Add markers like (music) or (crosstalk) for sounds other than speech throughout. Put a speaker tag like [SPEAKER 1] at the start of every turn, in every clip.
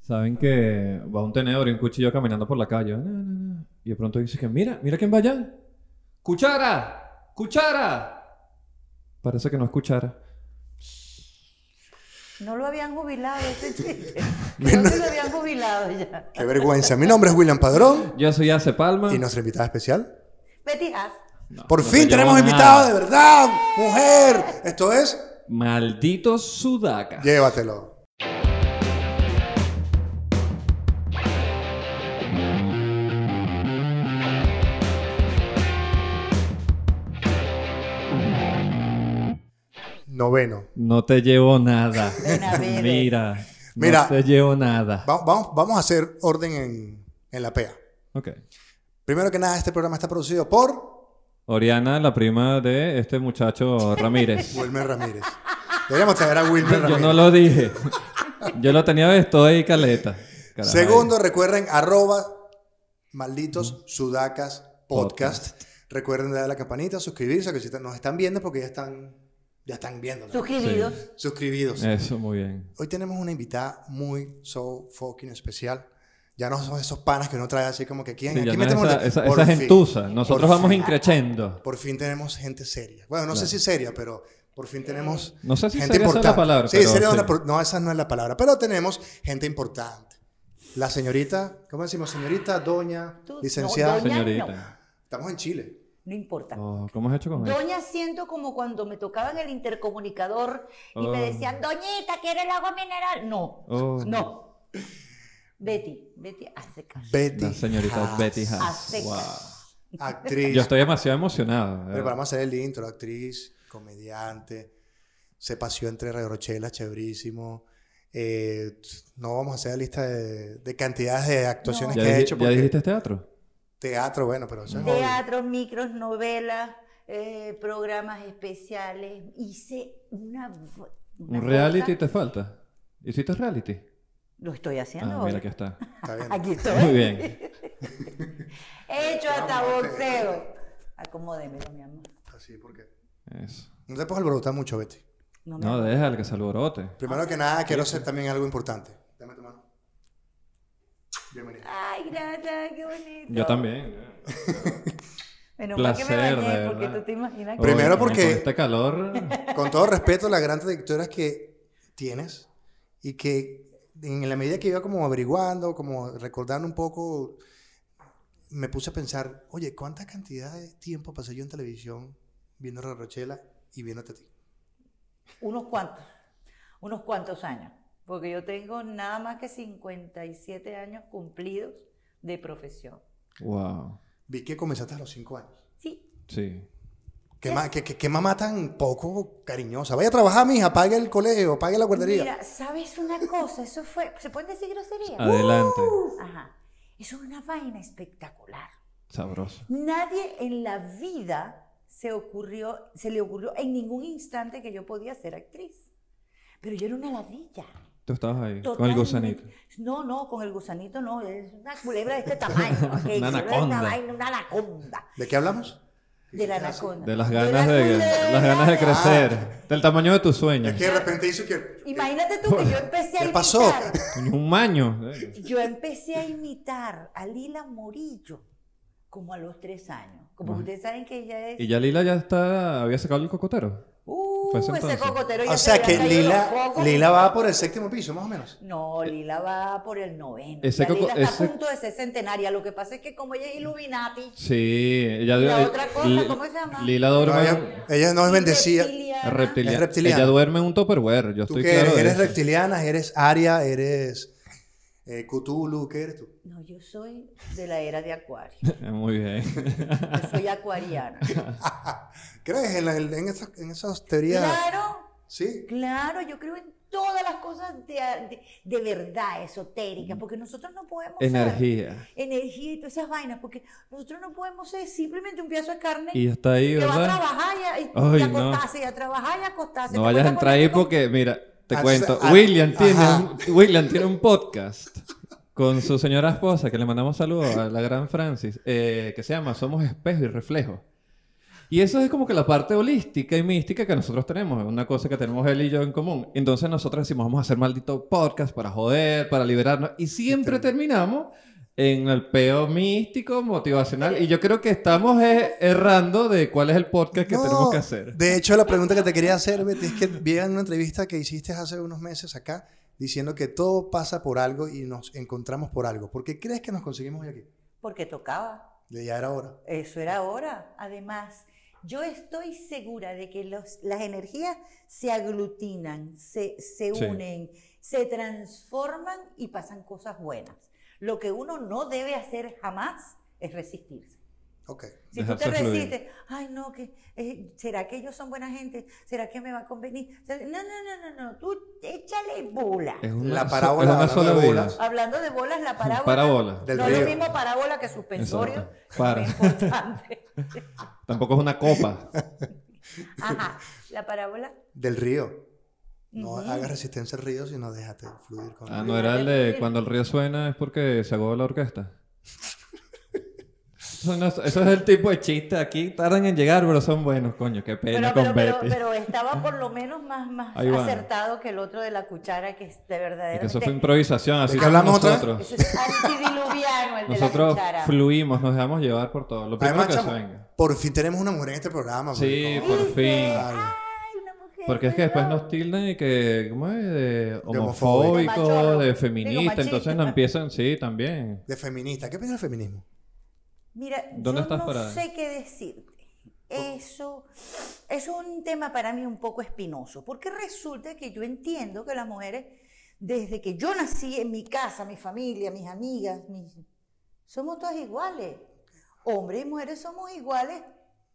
[SPEAKER 1] Saben que va un tenedor y un cuchillo caminando por la calle. "Na, na, na", Y de pronto dices que mira, mira quién va allá. ¡Cuchara! ¡Cuchara! Parece que no es cuchara.
[SPEAKER 2] No lo habían jubilado
[SPEAKER 1] (laughs)
[SPEAKER 2] este ese chiste. Creo que lo habían jubilado ya.
[SPEAKER 3] Qué vergüenza. Mi nombre es William Padrón
[SPEAKER 1] Yo soy Ace Palma.
[SPEAKER 3] y nuestra invitada especial.
[SPEAKER 2] Betty Haas.
[SPEAKER 3] Por
[SPEAKER 1] no
[SPEAKER 3] fin
[SPEAKER 1] te
[SPEAKER 3] tenemos
[SPEAKER 1] llevo
[SPEAKER 3] invitado
[SPEAKER 1] nada.
[SPEAKER 3] de verdad, mujer. Esto es
[SPEAKER 1] Maldito sudaca.
[SPEAKER 3] Llévatelo. Noveno.
[SPEAKER 1] No te llevo nada.
[SPEAKER 2] Benavides.
[SPEAKER 1] Mira.
[SPEAKER 3] Mira.
[SPEAKER 1] No te llevo nada.
[SPEAKER 3] Va- vamos, vamos a hacer orden en, en la PEA.
[SPEAKER 1] Ok.
[SPEAKER 3] Primero que nada, este programa está producido por
[SPEAKER 1] Oriana, la prima de este muchacho
[SPEAKER 3] (laughs)
[SPEAKER 1] Ramírez.
[SPEAKER 3] Wilmer Ramírez. Deberíamos traer a Wilmer
[SPEAKER 1] Yo
[SPEAKER 3] Ramírez.
[SPEAKER 1] no lo dije. Yo lo tenía de estoy caleta. Carajo.
[SPEAKER 3] Segundo, recuerden, arroba malditos sudacas podcast. Recuerden darle a la campanita, suscribirse, que si te- nos están viendo porque ya están, ya están viendo.
[SPEAKER 2] Suscribidos.
[SPEAKER 3] Suscribidos.
[SPEAKER 1] Eso, muy bien.
[SPEAKER 3] Hoy tenemos una invitada muy so fucking especial. Ya no son esos panas que uno trae así como que quieren.
[SPEAKER 1] Sí, ya
[SPEAKER 3] Aquí
[SPEAKER 1] no es
[SPEAKER 3] metemos
[SPEAKER 1] esa,
[SPEAKER 3] la-
[SPEAKER 1] esa-
[SPEAKER 3] Por
[SPEAKER 1] esa
[SPEAKER 3] fin.
[SPEAKER 1] gentuza. Nosotros
[SPEAKER 3] Por
[SPEAKER 1] vamos
[SPEAKER 3] fin.
[SPEAKER 1] increchendo.
[SPEAKER 3] Por fin tenemos gente seria. Bueno, no sé si seria, pero por fin tenemos
[SPEAKER 1] Eh, No sé si
[SPEAKER 3] gente
[SPEAKER 1] seria esa es
[SPEAKER 3] importante.
[SPEAKER 1] la palabra.
[SPEAKER 3] sí,
[SPEAKER 1] pero
[SPEAKER 3] seria
[SPEAKER 1] sí.
[SPEAKER 3] es la pro- no, esa no es la palabra. Pero tenemos gente importante. La señorita, ¿cómo decimos? Señorita, doña,
[SPEAKER 2] Tú- no,
[SPEAKER 3] licenciada.
[SPEAKER 2] doña-
[SPEAKER 1] Señorita.
[SPEAKER 3] Estamos en Chile.
[SPEAKER 2] No importa.
[SPEAKER 1] Oh, ¿Cómo has hecho con eso?
[SPEAKER 2] Doña siento como cuando me tocaban el intercomunicador y me
[SPEAKER 1] Oh.
[SPEAKER 2] decían, Doñita, ¿quiere el agua mineral? No,
[SPEAKER 1] Oh.
[SPEAKER 2] no. Betty, Betty hace caso.
[SPEAKER 3] Betty.
[SPEAKER 1] La señorita
[SPEAKER 3] Haas,
[SPEAKER 1] Betty
[SPEAKER 2] A
[SPEAKER 1] Haas.
[SPEAKER 2] secas.
[SPEAKER 3] Actriz.
[SPEAKER 1] Yo estoy demasiado emocionado.
[SPEAKER 3] Pero vamos a hacer el intro. Actriz, comediante. Se paseó entre Rochela, chéverísimo. Eh, no vamos a hacer la lista de, de cantidades de actuaciones
[SPEAKER 1] ¿Ya,
[SPEAKER 3] que ha
[SPEAKER 1] dij-
[SPEAKER 3] hecho.
[SPEAKER 1] ya
[SPEAKER 3] porque
[SPEAKER 1] dijiste teatro?
[SPEAKER 3] Teatro, bueno, pero eso es obvio.
[SPEAKER 2] Teatros, micros, novelas, eh, programas especiales. Hice una... v- una
[SPEAKER 1] ¿Un reality
[SPEAKER 2] cosa-
[SPEAKER 1] te falta? ¿Hiciste reality?
[SPEAKER 2] Lo estoy haciendo
[SPEAKER 1] Ah,
[SPEAKER 2] ahora.
[SPEAKER 1] mira, aquí
[SPEAKER 2] (laughs)
[SPEAKER 1] está.
[SPEAKER 3] Está bien.
[SPEAKER 2] Aquí
[SPEAKER 1] (laughs)
[SPEAKER 2] estoy.
[SPEAKER 1] Muy bien.
[SPEAKER 2] (laughs) He hecho hasta boxeo. Acomódemelo, mi amor.
[SPEAKER 3] Así, porque...
[SPEAKER 1] Eso.
[SPEAKER 3] No te puedes alborotar mucho, Betty.
[SPEAKER 2] No me
[SPEAKER 1] No, déjale que se alborote.
[SPEAKER 3] Primero que nada, quiero hacer también algo importante. Dame tu mano. Bienvenido.
[SPEAKER 2] Ay, gracias, qué bonito.
[SPEAKER 1] Yo también.
[SPEAKER 2] Bueno, que me
[SPEAKER 1] Placer,
[SPEAKER 2] bañé,
[SPEAKER 1] de
[SPEAKER 2] porque
[SPEAKER 1] verdad.
[SPEAKER 2] tú te imaginas que...
[SPEAKER 3] Primero
[SPEAKER 1] Oye, con
[SPEAKER 3] porque-
[SPEAKER 1] Este
[SPEAKER 2] (laughs)
[SPEAKER 1] calor.
[SPEAKER 3] Con todo respeto, las grandes trayectorias que tienes y que en la medida que iba como averiguando, como recordando un poco, me puse a pensar, oye, ¿cuánta cantidad de tiempo pasé yo en televisión viendo a Rochela y viéndote a ti?
[SPEAKER 2] Unos cuantos, unos cuantos años. Porque yo tengo nada más que 57 años cumplidos de profesión.
[SPEAKER 1] Wow.
[SPEAKER 3] Vi que comenzaste a los cinco años.
[SPEAKER 2] Sí,
[SPEAKER 1] Sí.
[SPEAKER 3] ¿Qué, ma- qué- qué- qué mamá tan poco cariñosa? Vaya a trabajar, mija, pague el colegio, pague la guardería.
[SPEAKER 2] Mira, ¿sabes una cosa? Eso fue. ¿Se pueden decir groserías?
[SPEAKER 1] Adelante.
[SPEAKER 2] Ajá. Eso es una vaina espectacular.
[SPEAKER 1] Sabroso.
[SPEAKER 2] Nadie en la vida se, ocurrió, se le ocurrió en ningún instante que yo podía ser actriz. Pero yo era una ladilla.
[SPEAKER 1] Tú estabas ahí con el
[SPEAKER 2] Totalmente.
[SPEAKER 1] gusanito.
[SPEAKER 2] No, no, con el gusanito no. Es una culebra de
[SPEAKER 1] (laughs)
[SPEAKER 2] este tamaño. aquello,
[SPEAKER 1] Una
[SPEAKER 2] era
[SPEAKER 1] anaconda.
[SPEAKER 2] vaina, una anaconda.
[SPEAKER 3] ¿De qué hablamos?
[SPEAKER 2] De la anaconda.
[SPEAKER 1] De las
[SPEAKER 2] la Ah.
[SPEAKER 1] ganas de,
[SPEAKER 2] culebra
[SPEAKER 1] las ganas de
[SPEAKER 2] de-
[SPEAKER 1] crecer. Del tamaño de tus sueños.
[SPEAKER 3] Es que de repente hizo que...
[SPEAKER 2] Imagínate tú que yo empecé a
[SPEAKER 3] ¿Qué pasó?
[SPEAKER 2] imitar.
[SPEAKER 1] Un maño. eh.
[SPEAKER 2] Yo empecé a imitar a Lila Morillo como a los tres años. Como
[SPEAKER 1] Ujú.
[SPEAKER 2] ustedes saben que ella es.
[SPEAKER 1] Y ya Lila ya está, había sacado el cocotero.
[SPEAKER 2] ¡Uh!
[SPEAKER 1] Fue ese
[SPEAKER 2] ese
[SPEAKER 1] entonces.
[SPEAKER 2] cocotero ya
[SPEAKER 3] O
[SPEAKER 2] se
[SPEAKER 3] sea
[SPEAKER 2] le
[SPEAKER 3] que
[SPEAKER 2] han caído
[SPEAKER 3] Lila,
[SPEAKER 2] los cocos.
[SPEAKER 3] Lila va por el séptimo piso, más o menos.
[SPEAKER 2] No, Lila va por el noveno.
[SPEAKER 1] Ese
[SPEAKER 2] Ya Lila
[SPEAKER 1] coco-
[SPEAKER 2] está
[SPEAKER 1] ese-
[SPEAKER 2] a punto de ser centenaria. Lo que pasa es que como ella es Illuminati.
[SPEAKER 1] Sí. Ella,
[SPEAKER 2] La
[SPEAKER 1] eh,
[SPEAKER 2] otra cosa,
[SPEAKER 1] Li-
[SPEAKER 2] ¿cómo se llama?
[SPEAKER 1] Lila
[SPEAKER 3] No,
[SPEAKER 1] duerme.
[SPEAKER 3] ella, ella no es bendecida.
[SPEAKER 2] reptiliana,
[SPEAKER 1] reptiliana.
[SPEAKER 3] Es reptiliana.
[SPEAKER 1] Ella duerme en un topperware. Yo
[SPEAKER 3] Tú
[SPEAKER 1] estoy
[SPEAKER 3] que
[SPEAKER 1] claro. de
[SPEAKER 3] eres
[SPEAKER 1] eso.
[SPEAKER 3] reptiliana, eres Aria, eres eh, Cthulhu, ¿qué eres tú?
[SPEAKER 2] No, yo soy de la era de Acuario.
[SPEAKER 1] (laughs) Muy bien.
[SPEAKER 2] Yo soy
[SPEAKER 1] (laughs)
[SPEAKER 2] acuariana.
[SPEAKER 3] ¿Crees en, la- en esas, en esas teorías?
[SPEAKER 2] claro,
[SPEAKER 3] Sí.
[SPEAKER 2] claro, yo creo en todas las cosas de, de, de verdad esotéricas, porque nosotros no podemos ser-
[SPEAKER 1] Mm. Energía.
[SPEAKER 2] energía y todas esas vainas, porque nosotros no podemos ser simplemente un pedazo de carne
[SPEAKER 1] Y está ahí,
[SPEAKER 2] que va a
[SPEAKER 1] ¿verdad?
[SPEAKER 2] trabajar y a, y,
[SPEAKER 1] Ay,
[SPEAKER 2] y a
[SPEAKER 1] no.
[SPEAKER 2] acostarse, y a trabajar y a acostarse.
[SPEAKER 1] No
[SPEAKER 2] Te
[SPEAKER 1] vayas a
[SPEAKER 2] acuerdas
[SPEAKER 1] entrar ahí
[SPEAKER 2] cuando-
[SPEAKER 1] porque, mira, te
[SPEAKER 3] Ah,
[SPEAKER 1] cuento.
[SPEAKER 3] ah,
[SPEAKER 1] William, tiene
[SPEAKER 3] ajá.
[SPEAKER 1] un, William tiene un podcast con su señora esposa, que le mandamos saludos a la gran Francis, eh, que se llama Somos Espejo y Reflejo. Y eso es como que la parte holística y mística que nosotros tenemos, es una cosa que tenemos él y yo en común. Entonces nosotros decimos, vamos a hacer maldito podcast para joder, para liberarnos. Y siempre terminamos en el peo místico, motivacional. Y yo creo que estamos eh, errando de cuál es el podcast que
[SPEAKER 3] No,
[SPEAKER 1] tenemos que hacer.
[SPEAKER 3] De hecho, la pregunta que te quería hacer, Betty, es que vi en una entrevista que hiciste hace unos meses acá diciendo que todo pasa por algo y nos encontramos por algo. ¿Por qué crees que nos conseguimos hoy aquí?
[SPEAKER 2] Porque tocaba.
[SPEAKER 3] De ya era hora.
[SPEAKER 2] Eso era ahora. Además, yo estoy segura de que los- las energías se aglutinan, se, se
[SPEAKER 1] Sí.
[SPEAKER 2] unen, se transforman y pasan cosas buenas. Lo que uno no debe hacer jamás es resistirse.
[SPEAKER 3] Ok.
[SPEAKER 2] Si tú te
[SPEAKER 1] Dejarse fluir.
[SPEAKER 2] resistes, ay no, que, eh, ¿será que ellos son buena gente? ¿Será que me va a convenir? ¿Será- No, no, no, no, no, tú échale bola.
[SPEAKER 1] Es una,
[SPEAKER 3] La
[SPEAKER 1] so-
[SPEAKER 3] parábola
[SPEAKER 1] es una
[SPEAKER 3] hablando
[SPEAKER 1] sola
[SPEAKER 3] de
[SPEAKER 1] vida.
[SPEAKER 3] bolas.
[SPEAKER 2] Hablando de
[SPEAKER 1] (laughs)
[SPEAKER 2] bolas, la (laughs) parábola.
[SPEAKER 1] Parábola.
[SPEAKER 3] Del
[SPEAKER 2] no es lo
[SPEAKER 3] río.
[SPEAKER 2] mismo parábola que suspensorio.
[SPEAKER 1] Exacto. Para.
[SPEAKER 2] Es importante.
[SPEAKER 1] Tampoco es una copa. (laughs)
[SPEAKER 2] Ajá, la parábola.
[SPEAKER 3] Del río. No
[SPEAKER 2] Ujú.
[SPEAKER 3] hagas resistencia al río, sino déjate fluir con
[SPEAKER 1] Ah,
[SPEAKER 3] él.
[SPEAKER 1] no era el
[SPEAKER 2] (laughs)
[SPEAKER 1] de cuando el río suena es porque se agobó la orquesta. Eso, no es- eso es el tipo de chiste. Aquí tardan en llegar, pero son buenos, coño. Qué pena
[SPEAKER 2] Pero, pero,
[SPEAKER 1] con
[SPEAKER 2] pero,
[SPEAKER 1] Betty.
[SPEAKER 2] pero estaba por (laughs) lo menos más, más
[SPEAKER 1] Ahí va.
[SPEAKER 2] acertado que el otro de la cuchara, que es de
[SPEAKER 1] Y
[SPEAKER 2] verdadero.
[SPEAKER 1] que eso fue improvisación, así
[SPEAKER 3] qué
[SPEAKER 1] somos
[SPEAKER 3] hablamos otra vez?
[SPEAKER 1] nosotros.
[SPEAKER 2] es antidiluviano el
[SPEAKER 1] Nosotros
[SPEAKER 2] de la cuchara.
[SPEAKER 1] fluimos, nos dejamos llevar por todo. Lo primero
[SPEAKER 3] Además,
[SPEAKER 1] que
[SPEAKER 3] chamo,
[SPEAKER 1] se venga.
[SPEAKER 3] por fin tenemos una mujer en este programa.
[SPEAKER 1] Sí,
[SPEAKER 3] marico.
[SPEAKER 1] por
[SPEAKER 2] ¿Viste?
[SPEAKER 1] fin.
[SPEAKER 2] Ay, una mujer,
[SPEAKER 1] Porque es que después
[SPEAKER 2] ¿verdad?
[SPEAKER 1] nos tildan y que, ¿cómo es? De
[SPEAKER 3] homofóbico.
[SPEAKER 2] De machorro.
[SPEAKER 1] homofóbico, de
[SPEAKER 2] Digo,
[SPEAKER 1] feminista.
[SPEAKER 2] machista.
[SPEAKER 1] Entonces nos empiezan, sí, también.
[SPEAKER 3] De feminista. ¿Qué piensas del feminismo?
[SPEAKER 2] Mira,
[SPEAKER 1] ¿Dónde
[SPEAKER 2] yo
[SPEAKER 1] estás
[SPEAKER 2] no
[SPEAKER 1] parada?
[SPEAKER 2] sé qué decirte. Eso es un tema para mí un poco espinoso, porque resulta que yo entiendo que las mujeres, desde que yo nací en mi casa, mi familia, mis amigas, mis- somos todas iguales. Hombres y mujeres somos iguales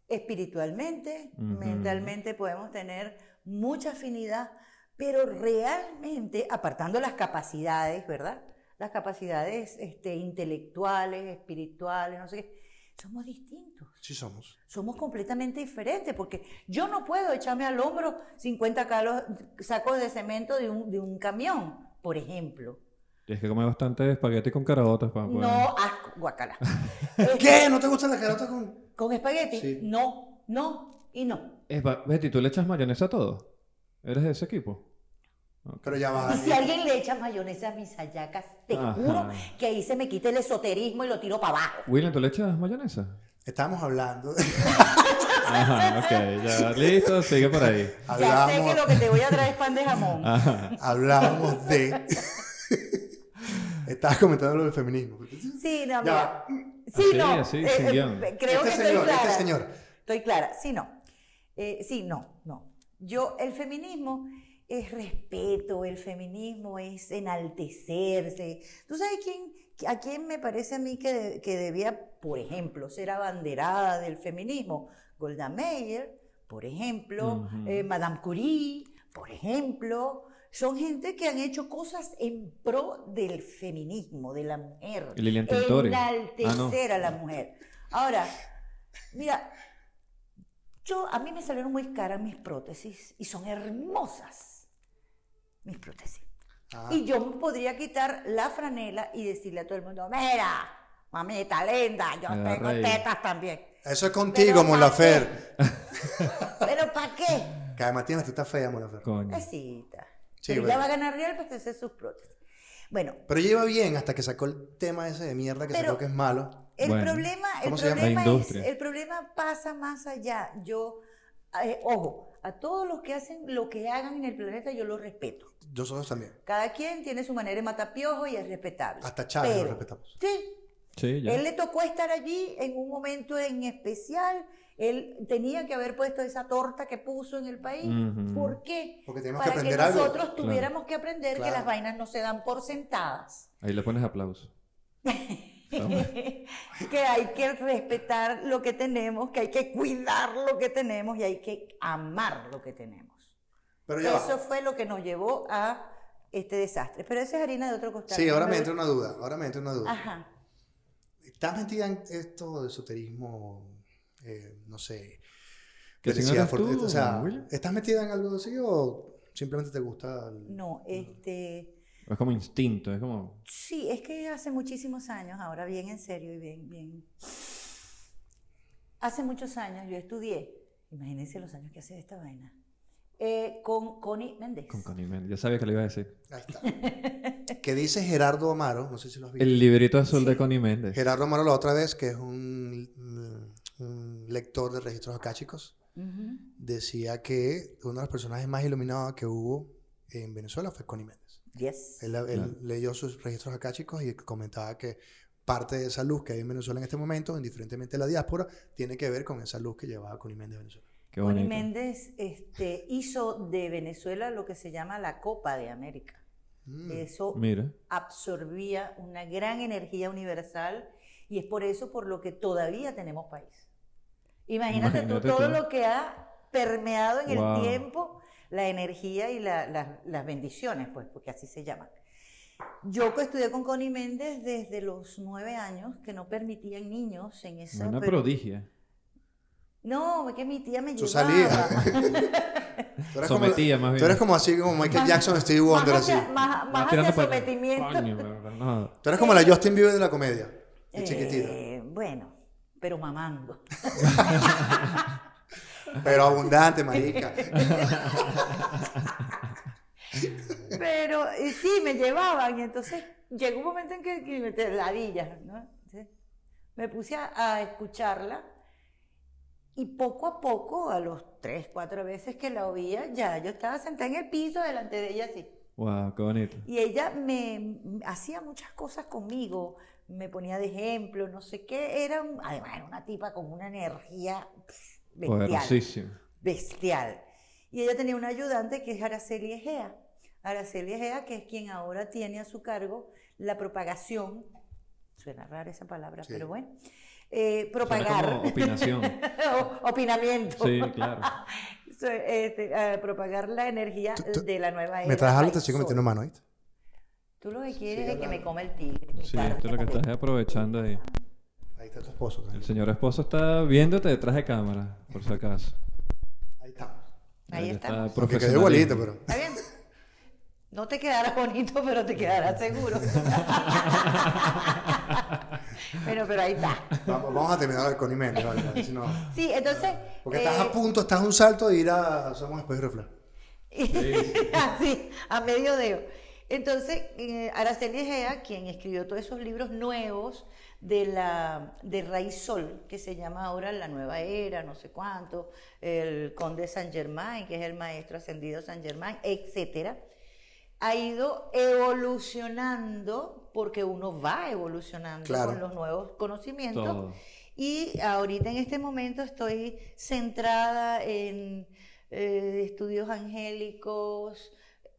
[SPEAKER 2] espiritualmente,
[SPEAKER 1] Ujú.
[SPEAKER 2] mentalmente podemos tener mucha afinidad, pero realmente, apartando las capacidades, ¿verdad? Las capacidades este, intelectuales, espirituales, no sé qué, somos distintos.
[SPEAKER 3] Sí somos.
[SPEAKER 2] Somos completamente diferentes, porque yo no puedo echarme al hombro 50 calos- sacos de cemento de un, de un camión, por ejemplo.
[SPEAKER 1] Tienes que comer bastante espagueti con carabotas para poder-
[SPEAKER 2] No, asco, guacala. Este,
[SPEAKER 3] ¿Qué? ¿No te gustan las carotas con...?
[SPEAKER 2] ¿Con espagueti?
[SPEAKER 3] Sí.
[SPEAKER 2] No, no y no.
[SPEAKER 1] Es ba- Betty, ¿tú le echas mayonesa a todo? ¿Eres de ese equipo?
[SPEAKER 3] Pero ya
[SPEAKER 2] Y (laughs)
[SPEAKER 3] va.
[SPEAKER 2] si alguien le echa mayonesa a mis hallacas, te
[SPEAKER 1] Ajá.
[SPEAKER 2] juro que ahí se me quita el esoterismo y lo tiro para abajo.
[SPEAKER 1] William, ¿tú le echas mayonesa?
[SPEAKER 3] Estábamos hablando. (laughs)
[SPEAKER 1] Ajá, ok, ya, listo, sigue por ahí.
[SPEAKER 2] Ya sé que
[SPEAKER 3] hablábamos,
[SPEAKER 2] lo que te voy a traer es pan
[SPEAKER 3] (laughs)
[SPEAKER 2] de jamón.
[SPEAKER 3] Ah.
[SPEAKER 1] Ajá.
[SPEAKER 3] hablábamos de... (laughs) Estabas comentando lo del feminismo.
[SPEAKER 2] Sí, no,
[SPEAKER 3] Ya.
[SPEAKER 2] mira. Ah, Sí,
[SPEAKER 1] Así,
[SPEAKER 2] no. eh,
[SPEAKER 1] así, sin guión.
[SPEAKER 2] creo
[SPEAKER 3] este
[SPEAKER 2] que
[SPEAKER 3] señor,
[SPEAKER 2] estoy clara.
[SPEAKER 3] este señor.
[SPEAKER 2] Estoy clara. Sí, no. Eh, sí, no, no. Yo, el feminismo es respeto, el feminismo es enaltecerse. ¿Tú sabes quién, a quién me parece a mí que, de- que debía, por ejemplo, ser abanderada del feminismo? Golda Meir, por ejemplo,
[SPEAKER 1] Ujú.
[SPEAKER 2] eh, Madame Curie, por ejemplo. Son gente que han hecho cosas en pro del feminismo, de la mujer.
[SPEAKER 1] Y Lilian Tintori. Ah, no.
[SPEAKER 2] Enaltecer a la mujer. Ahora, mira, yo, a mí me salieron muy caras mis prótesis y son hermosas mis prótesis.
[SPEAKER 3] Ah,
[SPEAKER 2] Y yo me podría quitar la franela y decirle a todo el mundo, mira, mamita linda, yo
[SPEAKER 1] Me da
[SPEAKER 2] tengo
[SPEAKER 1] rey.
[SPEAKER 2] tetas también.
[SPEAKER 3] Eso es contigo,
[SPEAKER 2] Pero,
[SPEAKER 3] Molafer.
[SPEAKER 2] (laughs) ¿Pero para qué?
[SPEAKER 3] Que además tienes tú estás fea, Molafer.
[SPEAKER 1] Coño.
[SPEAKER 2] Pesita.
[SPEAKER 3] Sí,
[SPEAKER 2] Pero
[SPEAKER 3] bueno.
[SPEAKER 2] ella va a ganar real para hacer sus prótesis. Bueno,
[SPEAKER 3] Pero lleva bien hasta que sacó el tema ese de mierda que
[SPEAKER 2] Pero-
[SPEAKER 3] sacó que es malo.
[SPEAKER 2] El
[SPEAKER 1] Bueno.
[SPEAKER 2] problema, el
[SPEAKER 3] ¿Cómo se llama? La
[SPEAKER 2] problema, es,
[SPEAKER 1] industria.
[SPEAKER 2] el problema pasa más allá. Yo, eh, ojo, a todos los que hacen lo que hagan en el planeta, yo los respeto.
[SPEAKER 3] Nosotros también.
[SPEAKER 2] Cada quien tiene su manera de matar piojos y es respetable.
[SPEAKER 3] Hasta Chávez
[SPEAKER 2] Pero-
[SPEAKER 3] lo respetamos.
[SPEAKER 2] Sí,
[SPEAKER 1] Sí, ya.
[SPEAKER 2] él le tocó estar allí en un momento en especial. Él tenía que haber puesto esa torta que puso en el país.
[SPEAKER 1] Ujú.
[SPEAKER 2] ¿Por qué?
[SPEAKER 3] Porque tenemos
[SPEAKER 2] Para
[SPEAKER 3] que
[SPEAKER 2] que
[SPEAKER 3] aprender algo.
[SPEAKER 2] nosotros tuviéramos que aprender
[SPEAKER 3] Claro.
[SPEAKER 2] que las vainas no se dan por sentadas.
[SPEAKER 1] Ahí le pones aplauso. Toma.
[SPEAKER 2] (laughs) que hay que respetar lo que tenemos, que hay que cuidar lo que tenemos y hay que amar lo que tenemos.
[SPEAKER 3] Pero ya
[SPEAKER 2] Eso
[SPEAKER 3] va.
[SPEAKER 2] fue lo que nos llevó a este desastre. Pero esa es harina de otro costal.
[SPEAKER 3] Sí, ahora me
[SPEAKER 2] Pero-
[SPEAKER 3] entra una duda. Ahora me entra una duda.
[SPEAKER 2] Ajá.
[SPEAKER 3] ¿Estás metida en esto de esoterismo? eh, no sé.
[SPEAKER 1] ¿Qué signo
[SPEAKER 3] felicidad,
[SPEAKER 1] eres
[SPEAKER 3] fortuna,
[SPEAKER 1] tú,
[SPEAKER 3] o sea,
[SPEAKER 1] Will?
[SPEAKER 3] ¿estás metida en algo así o simplemente te gusta? el-
[SPEAKER 2] No, este...
[SPEAKER 1] Es como instinto, es como...
[SPEAKER 2] Sí, es que hace muchísimos años, ahora bien en serio y bien, bien. Hace muchos años yo estudié, imagínense los años que hace de esta vaina, eh, con Connie Méndez.
[SPEAKER 1] Con Connie Méndez. Yo sabía que le iba a decir.
[SPEAKER 3] Ahí está. que dice Gerardo Amaro, no sé si lo has visto.
[SPEAKER 1] El librito azul de
[SPEAKER 2] Sí.
[SPEAKER 1] Connie Méndez.
[SPEAKER 3] Gerardo Amaro la otra vez, que es un, un lector de registros acáchicos,
[SPEAKER 2] Ujú.
[SPEAKER 3] decía que uno de los personajes más iluminados que hubo en Venezuela fue Connie Méndez.
[SPEAKER 2] Yes.
[SPEAKER 3] Él, él
[SPEAKER 1] Claro.
[SPEAKER 3] leyó sus registros acáchicos y comentaba que parte de esa luz que hay en Venezuela en este momento, indiferentemente de la diáspora, tiene que ver con esa luz que llevaba Connie Méndez a Venezuela.
[SPEAKER 1] Qué
[SPEAKER 2] Connie
[SPEAKER 1] bonito.
[SPEAKER 2] Méndez este, hizo de Venezuela lo que se llama la Copa de América.
[SPEAKER 3] Mm.
[SPEAKER 2] Eso
[SPEAKER 1] Mira.
[SPEAKER 2] absorbía una gran energía universal y es por eso por lo que todavía tenemos país. Imagínate,
[SPEAKER 1] Imagínate
[SPEAKER 2] tú todo
[SPEAKER 1] tú.
[SPEAKER 2] lo que ha permeado en
[SPEAKER 1] Wow.
[SPEAKER 2] el tiempo la energía y la- la- las bendiciones, pues, porque así se llaman. Yo que estudié con Connie Méndez desde los nueve años, que no permitían niños en esa...
[SPEAKER 1] Una
[SPEAKER 2] pero-
[SPEAKER 1] prodigia.
[SPEAKER 2] no, es que mi tía me
[SPEAKER 3] Tú
[SPEAKER 2] llevaba.
[SPEAKER 3] salías. Tú eres como-
[SPEAKER 1] Sometía, más bien.
[SPEAKER 3] Tú eres como así, como
[SPEAKER 2] (laughs)
[SPEAKER 3] Michael Jackson, Steve
[SPEAKER 2] más
[SPEAKER 3] Wonder, así.
[SPEAKER 2] hacia, más- más
[SPEAKER 1] Más
[SPEAKER 2] hacia
[SPEAKER 1] tirando para-
[SPEAKER 2] sometimiento.
[SPEAKER 1] Coño, pero no.
[SPEAKER 3] Tú eres como la Justin Bieber de la comedia. Y chiquitita.
[SPEAKER 2] Eh, bueno, pero mamando. (laughs)
[SPEAKER 3] Pero
[SPEAKER 2] (laughs)
[SPEAKER 3] abundante, marica.
[SPEAKER 2] Pero eh, sí, me llevaban y entonces llegó un momento en que, que me te ladilla, ¿no? Entonces, me puse a, a escucharla y poco a poco, a los tres, cuatro veces que la oía, ya yo estaba sentada en el piso delante de ella así.
[SPEAKER 1] Wow, qué bonito.
[SPEAKER 2] Y ella me m- hacía muchas cosas conmigo, me ponía de ejemplo, no sé qué. Era un- además, era una tipa con una energía pf, bestial
[SPEAKER 1] Poderosísimo.
[SPEAKER 2] bestial. Y ella tenía una ayudante que es Araceli Egea. Araceli Egea, que es quien ahora tiene a su cargo la propagación, suena rara esa palabra,
[SPEAKER 3] Sí.
[SPEAKER 2] pero bueno, eh,
[SPEAKER 1] Suena
[SPEAKER 2] propagar, (laughs)
[SPEAKER 1] como opinación.
[SPEAKER 2] O- opinamiento,
[SPEAKER 1] Sí, claro.
[SPEAKER 2] So, este, eh, propagar la energía
[SPEAKER 3] Tú- tú-
[SPEAKER 2] de la nueva era.
[SPEAKER 3] Mientras hablo,
[SPEAKER 2] Ay,
[SPEAKER 1] este
[SPEAKER 3] te estoy
[SPEAKER 2] sol.
[SPEAKER 3] metiendo mano, ¿viste?
[SPEAKER 2] Tú lo que quieres
[SPEAKER 3] Sigue
[SPEAKER 2] es que me
[SPEAKER 3] hablando.
[SPEAKER 2] come el tigre.
[SPEAKER 1] Sí, esto es lo que estás aprovechando ahí.
[SPEAKER 3] Ahí está tu esposo.
[SPEAKER 1] El
[SPEAKER 3] tranquilo.
[SPEAKER 1] señor esposo está viéndote detrás de cámara, por si acaso.
[SPEAKER 3] Ahí está.
[SPEAKER 2] Ahí
[SPEAKER 1] Ya
[SPEAKER 2] estamos.
[SPEAKER 1] Está
[SPEAKER 3] Porque quedó
[SPEAKER 1] profesionalismo.
[SPEAKER 3] igualito, pero.
[SPEAKER 2] ¿Está bien? No te quedará bonito, pero te quedará
[SPEAKER 1] (laughs)
[SPEAKER 2] seguro. bueno, pero ahí está.
[SPEAKER 3] Vamos, vamos a terminar con Iméndez, vale, vale, si no-
[SPEAKER 2] Sí, entonces.
[SPEAKER 3] Porque
[SPEAKER 2] eh,
[SPEAKER 3] estás
[SPEAKER 2] (laughs)
[SPEAKER 3] a punto, estás a un salto de ir a Somos Después de Reflejo.
[SPEAKER 2] así, a medio dedo. Entonces, eh, Araceli Egea, quien escribió todos esos libros nuevos de, la, de Raíz Sol, que se llama ahora La Nueva Era, no sé cuánto, el Conde San Germán, que es el maestro ascendido San Germán, etcétera, ha ido evolucionando porque uno va evolucionando
[SPEAKER 3] Claro.
[SPEAKER 2] con los nuevos conocimientos.
[SPEAKER 1] Todo.
[SPEAKER 2] Y ahorita en este momento estoy centrada en eh, estudios angélicos,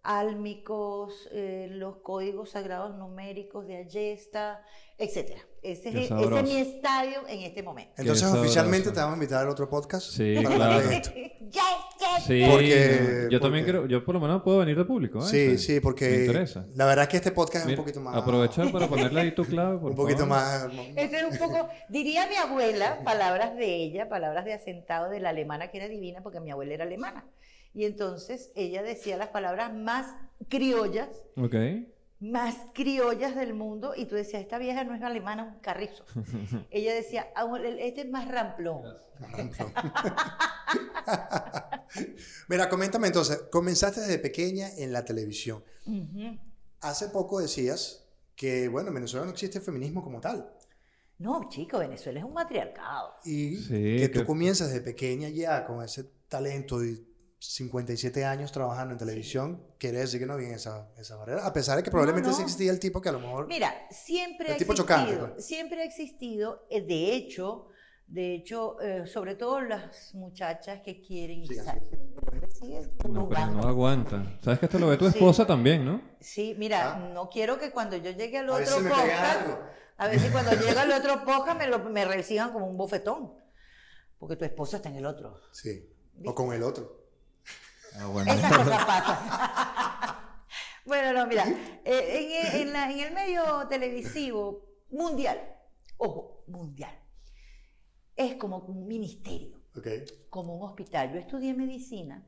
[SPEAKER 2] álmicos, eh, los códigos sagrados numéricos de Ayesta, etc. Ese es,
[SPEAKER 1] Qué
[SPEAKER 2] ese es
[SPEAKER 1] sabroso.
[SPEAKER 2] mi estadio en este momento.
[SPEAKER 3] Entonces,
[SPEAKER 1] sabroso.
[SPEAKER 3] oficialmente te vamos a invitar al otro podcast.
[SPEAKER 1] Sí,
[SPEAKER 3] para hablar
[SPEAKER 1] claro.
[SPEAKER 3] de esto.
[SPEAKER 2] Yes, yes,
[SPEAKER 1] Sí,
[SPEAKER 3] Porque-
[SPEAKER 1] yo también
[SPEAKER 3] porque-
[SPEAKER 1] creo, yo por lo menos puedo venir de público. ¿eh?
[SPEAKER 3] Sí, sí, porque.
[SPEAKER 1] Me interesa.
[SPEAKER 3] La verdad es que este podcast es
[SPEAKER 1] Mira,
[SPEAKER 3] un poquito más.
[SPEAKER 1] Aprovechar para ponerle ahí tu clave. por
[SPEAKER 3] (laughs) Un poquito
[SPEAKER 1] favor.
[SPEAKER 3] más.
[SPEAKER 2] Esto era un poco, diría mi abuela, palabras de ella, palabras de asentado de la alemana que era divina, porque mi abuela era alemana. Y entonces ella decía las palabras más criollas
[SPEAKER 1] Ok.
[SPEAKER 2] más criollas del mundo y tú decías, esta vieja no es alemana, es un
[SPEAKER 3] (laughs)
[SPEAKER 2] carrizo. Ella decía, "Ah, bueno, el- este es más ramplón.
[SPEAKER 3] (laughs) Mira, coméntame entonces. Comenzaste desde pequeña en la televisión.
[SPEAKER 2] Ujú.
[SPEAKER 3] Hace poco decías que, bueno, en Venezuela no existe feminismo como tal.
[SPEAKER 2] No, chico, Venezuela es un matriarcado.
[SPEAKER 3] Y
[SPEAKER 1] Sí,
[SPEAKER 3] que
[SPEAKER 1] que-
[SPEAKER 3] tú comienzas desde pequeña ya con ese talento y 57 años trabajando en televisión, quiere decir que no había esa, esa barrera. A pesar de que probablemente
[SPEAKER 2] no.
[SPEAKER 3] sí existía el tipo que a lo mejor...
[SPEAKER 2] Mira, siempre
[SPEAKER 3] El
[SPEAKER 2] ha
[SPEAKER 3] tipo
[SPEAKER 2] existido,
[SPEAKER 3] chocante, pues.
[SPEAKER 2] siempre ha existido, eh, de hecho, de hecho, eh, sobre todo las muchachas que quieren
[SPEAKER 3] Sí, así
[SPEAKER 2] sal- el hombre sigue
[SPEAKER 1] No, pero
[SPEAKER 2] jugando.
[SPEAKER 1] no aguanta. Sabes que esto lo ve tu
[SPEAKER 2] Sí.
[SPEAKER 1] esposa también, ¿no?
[SPEAKER 2] Sí, mira,
[SPEAKER 3] Ah.
[SPEAKER 2] no quiero que cuando yo llegue al
[SPEAKER 3] A ver
[SPEAKER 2] otro
[SPEAKER 3] si me pegan
[SPEAKER 2] podcast,
[SPEAKER 3] algo.
[SPEAKER 2] a ver si
[SPEAKER 3] (laughs)
[SPEAKER 2] cuando llegue al otro podcast me, lo, me reciban como un bofetón, porque tu esposo está en el otro.
[SPEAKER 3] Sí. O con el otro.
[SPEAKER 1] Ah, bueno.
[SPEAKER 2] Esa cosa pasa. bueno, no, mira, eh, en, e- en la- en el medio televisivo mundial, ojo, mundial, es como un ministerio,
[SPEAKER 3] Ok.
[SPEAKER 2] como un hospital. Yo estudié medicina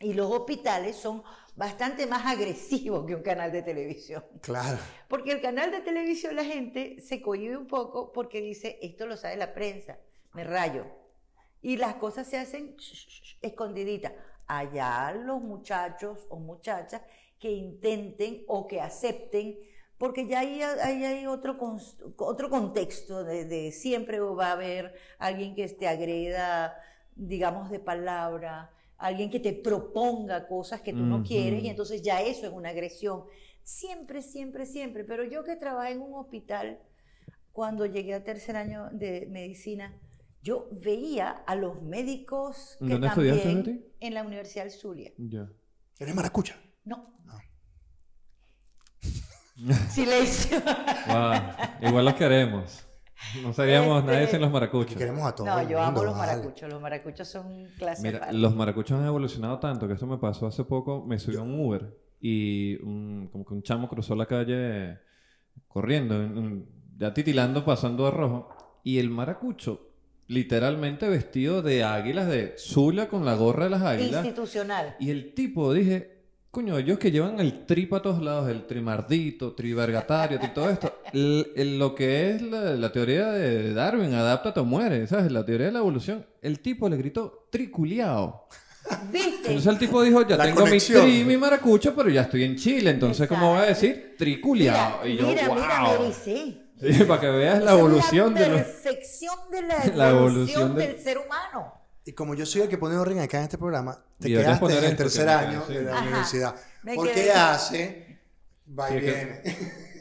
[SPEAKER 2] y los hospitales son bastante más agresivos que un canal de televisión.
[SPEAKER 3] Claro.
[SPEAKER 2] Porque el canal de televisión la gente se cohíbe un poco porque dice, esto lo sabe la prensa, me rayo. Y las cosas se hacen escondiditas. Allá los muchachos o muchachas que intenten o que acepten, porque ya ahí, ahí hay otro, cons- otro contexto de, de siempre va a haber alguien que te agreda, digamos, de palabra, alguien que te proponga cosas que tú no
[SPEAKER 1] Ujú.
[SPEAKER 2] quieres y entonces ya eso es una agresión. Siempre, siempre, siempre. Pero yo que trabajé en un hospital, cuando llegué a tercer año de medicina, yo veía a los médicos que
[SPEAKER 1] ¿Dónde
[SPEAKER 2] también
[SPEAKER 1] estudiaste, Betty?
[SPEAKER 2] en la Universidad del Zulia.
[SPEAKER 1] Ya.
[SPEAKER 3] Eres maracucha.
[SPEAKER 2] No.
[SPEAKER 3] No.
[SPEAKER 2] (laughs) Silencio.
[SPEAKER 1] Wow. Igual los queremos. No sabíamos
[SPEAKER 2] Este-
[SPEAKER 1] nadie sin los
[SPEAKER 3] Que
[SPEAKER 1] maracuchos.
[SPEAKER 3] queremos a todos.
[SPEAKER 2] No, yo amo los maracuchos. Los maracuchos son clase
[SPEAKER 1] Mira,
[SPEAKER 2] aparte.
[SPEAKER 1] los maracuchos han evolucionado tanto que esto me pasó hace poco. Me subió a un Uber y un- como que un chamo cruzó la calle corriendo, en- en- ya titilando, pasando a rojo. Y el maracucho, literalmente vestido de águilas, de Zula con la gorra de las águilas.
[SPEAKER 2] Institucional.
[SPEAKER 1] Y el tipo, dije, coño, ellos que llevan el trip a todos lados, el trimardito, trivergatario, tri- todo esto, el- el- lo que es la, la teoría de Darwin, adáptate o muere, ¿sabes? La teoría de la evolución, el tipo le gritó triculeado.
[SPEAKER 2] ¿Viste?
[SPEAKER 1] Entonces el tipo dijo, ya
[SPEAKER 3] La
[SPEAKER 1] tengo
[SPEAKER 3] conexión.
[SPEAKER 1] mi tri, mi maracucho, pero ya estoy en Chile, entonces ¿cómo voy a decir
[SPEAKER 2] Mira,
[SPEAKER 1] triculeado? Y yo,
[SPEAKER 2] mira,
[SPEAKER 1] wow.
[SPEAKER 2] mira, me ericé.
[SPEAKER 1] Sí, para que veas la
[SPEAKER 2] Esa es
[SPEAKER 1] evolución de los...
[SPEAKER 2] perfección de la,
[SPEAKER 1] (laughs) La
[SPEAKER 2] evolución
[SPEAKER 1] evolución
[SPEAKER 2] del...
[SPEAKER 1] del-
[SPEAKER 2] ser humano.
[SPEAKER 3] Y como yo soy el que pone orden acá en este programa, te
[SPEAKER 1] Y deberías
[SPEAKER 3] quedaste
[SPEAKER 1] poner
[SPEAKER 3] en el
[SPEAKER 1] esto,
[SPEAKER 3] tercer
[SPEAKER 1] que me
[SPEAKER 3] año
[SPEAKER 1] quedé,
[SPEAKER 3] de
[SPEAKER 1] sí.
[SPEAKER 3] la
[SPEAKER 2] Ajá.
[SPEAKER 3] universidad.
[SPEAKER 2] Me
[SPEAKER 3] Porque
[SPEAKER 2] quedé.
[SPEAKER 3] hace, va y
[SPEAKER 1] Sí, que-
[SPEAKER 3] viene.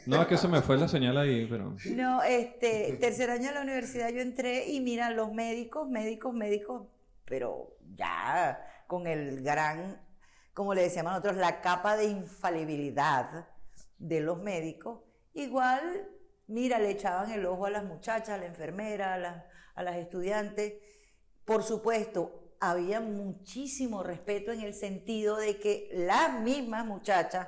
[SPEAKER 1] No, es que se me fue la señal ahí, pero...
[SPEAKER 2] No, este, tercer año de la universidad yo entré y mira, los médicos, médicos, médicos, pero ya con el gran, como le decíamos nosotros, la capa de infalibilidad de los médicos, igual, mira, le echaban el ojo a las muchachas, a la enfermera, a las, a las estudiantes. Por supuesto, había muchísimo respeto en el sentido de que las mismas muchachas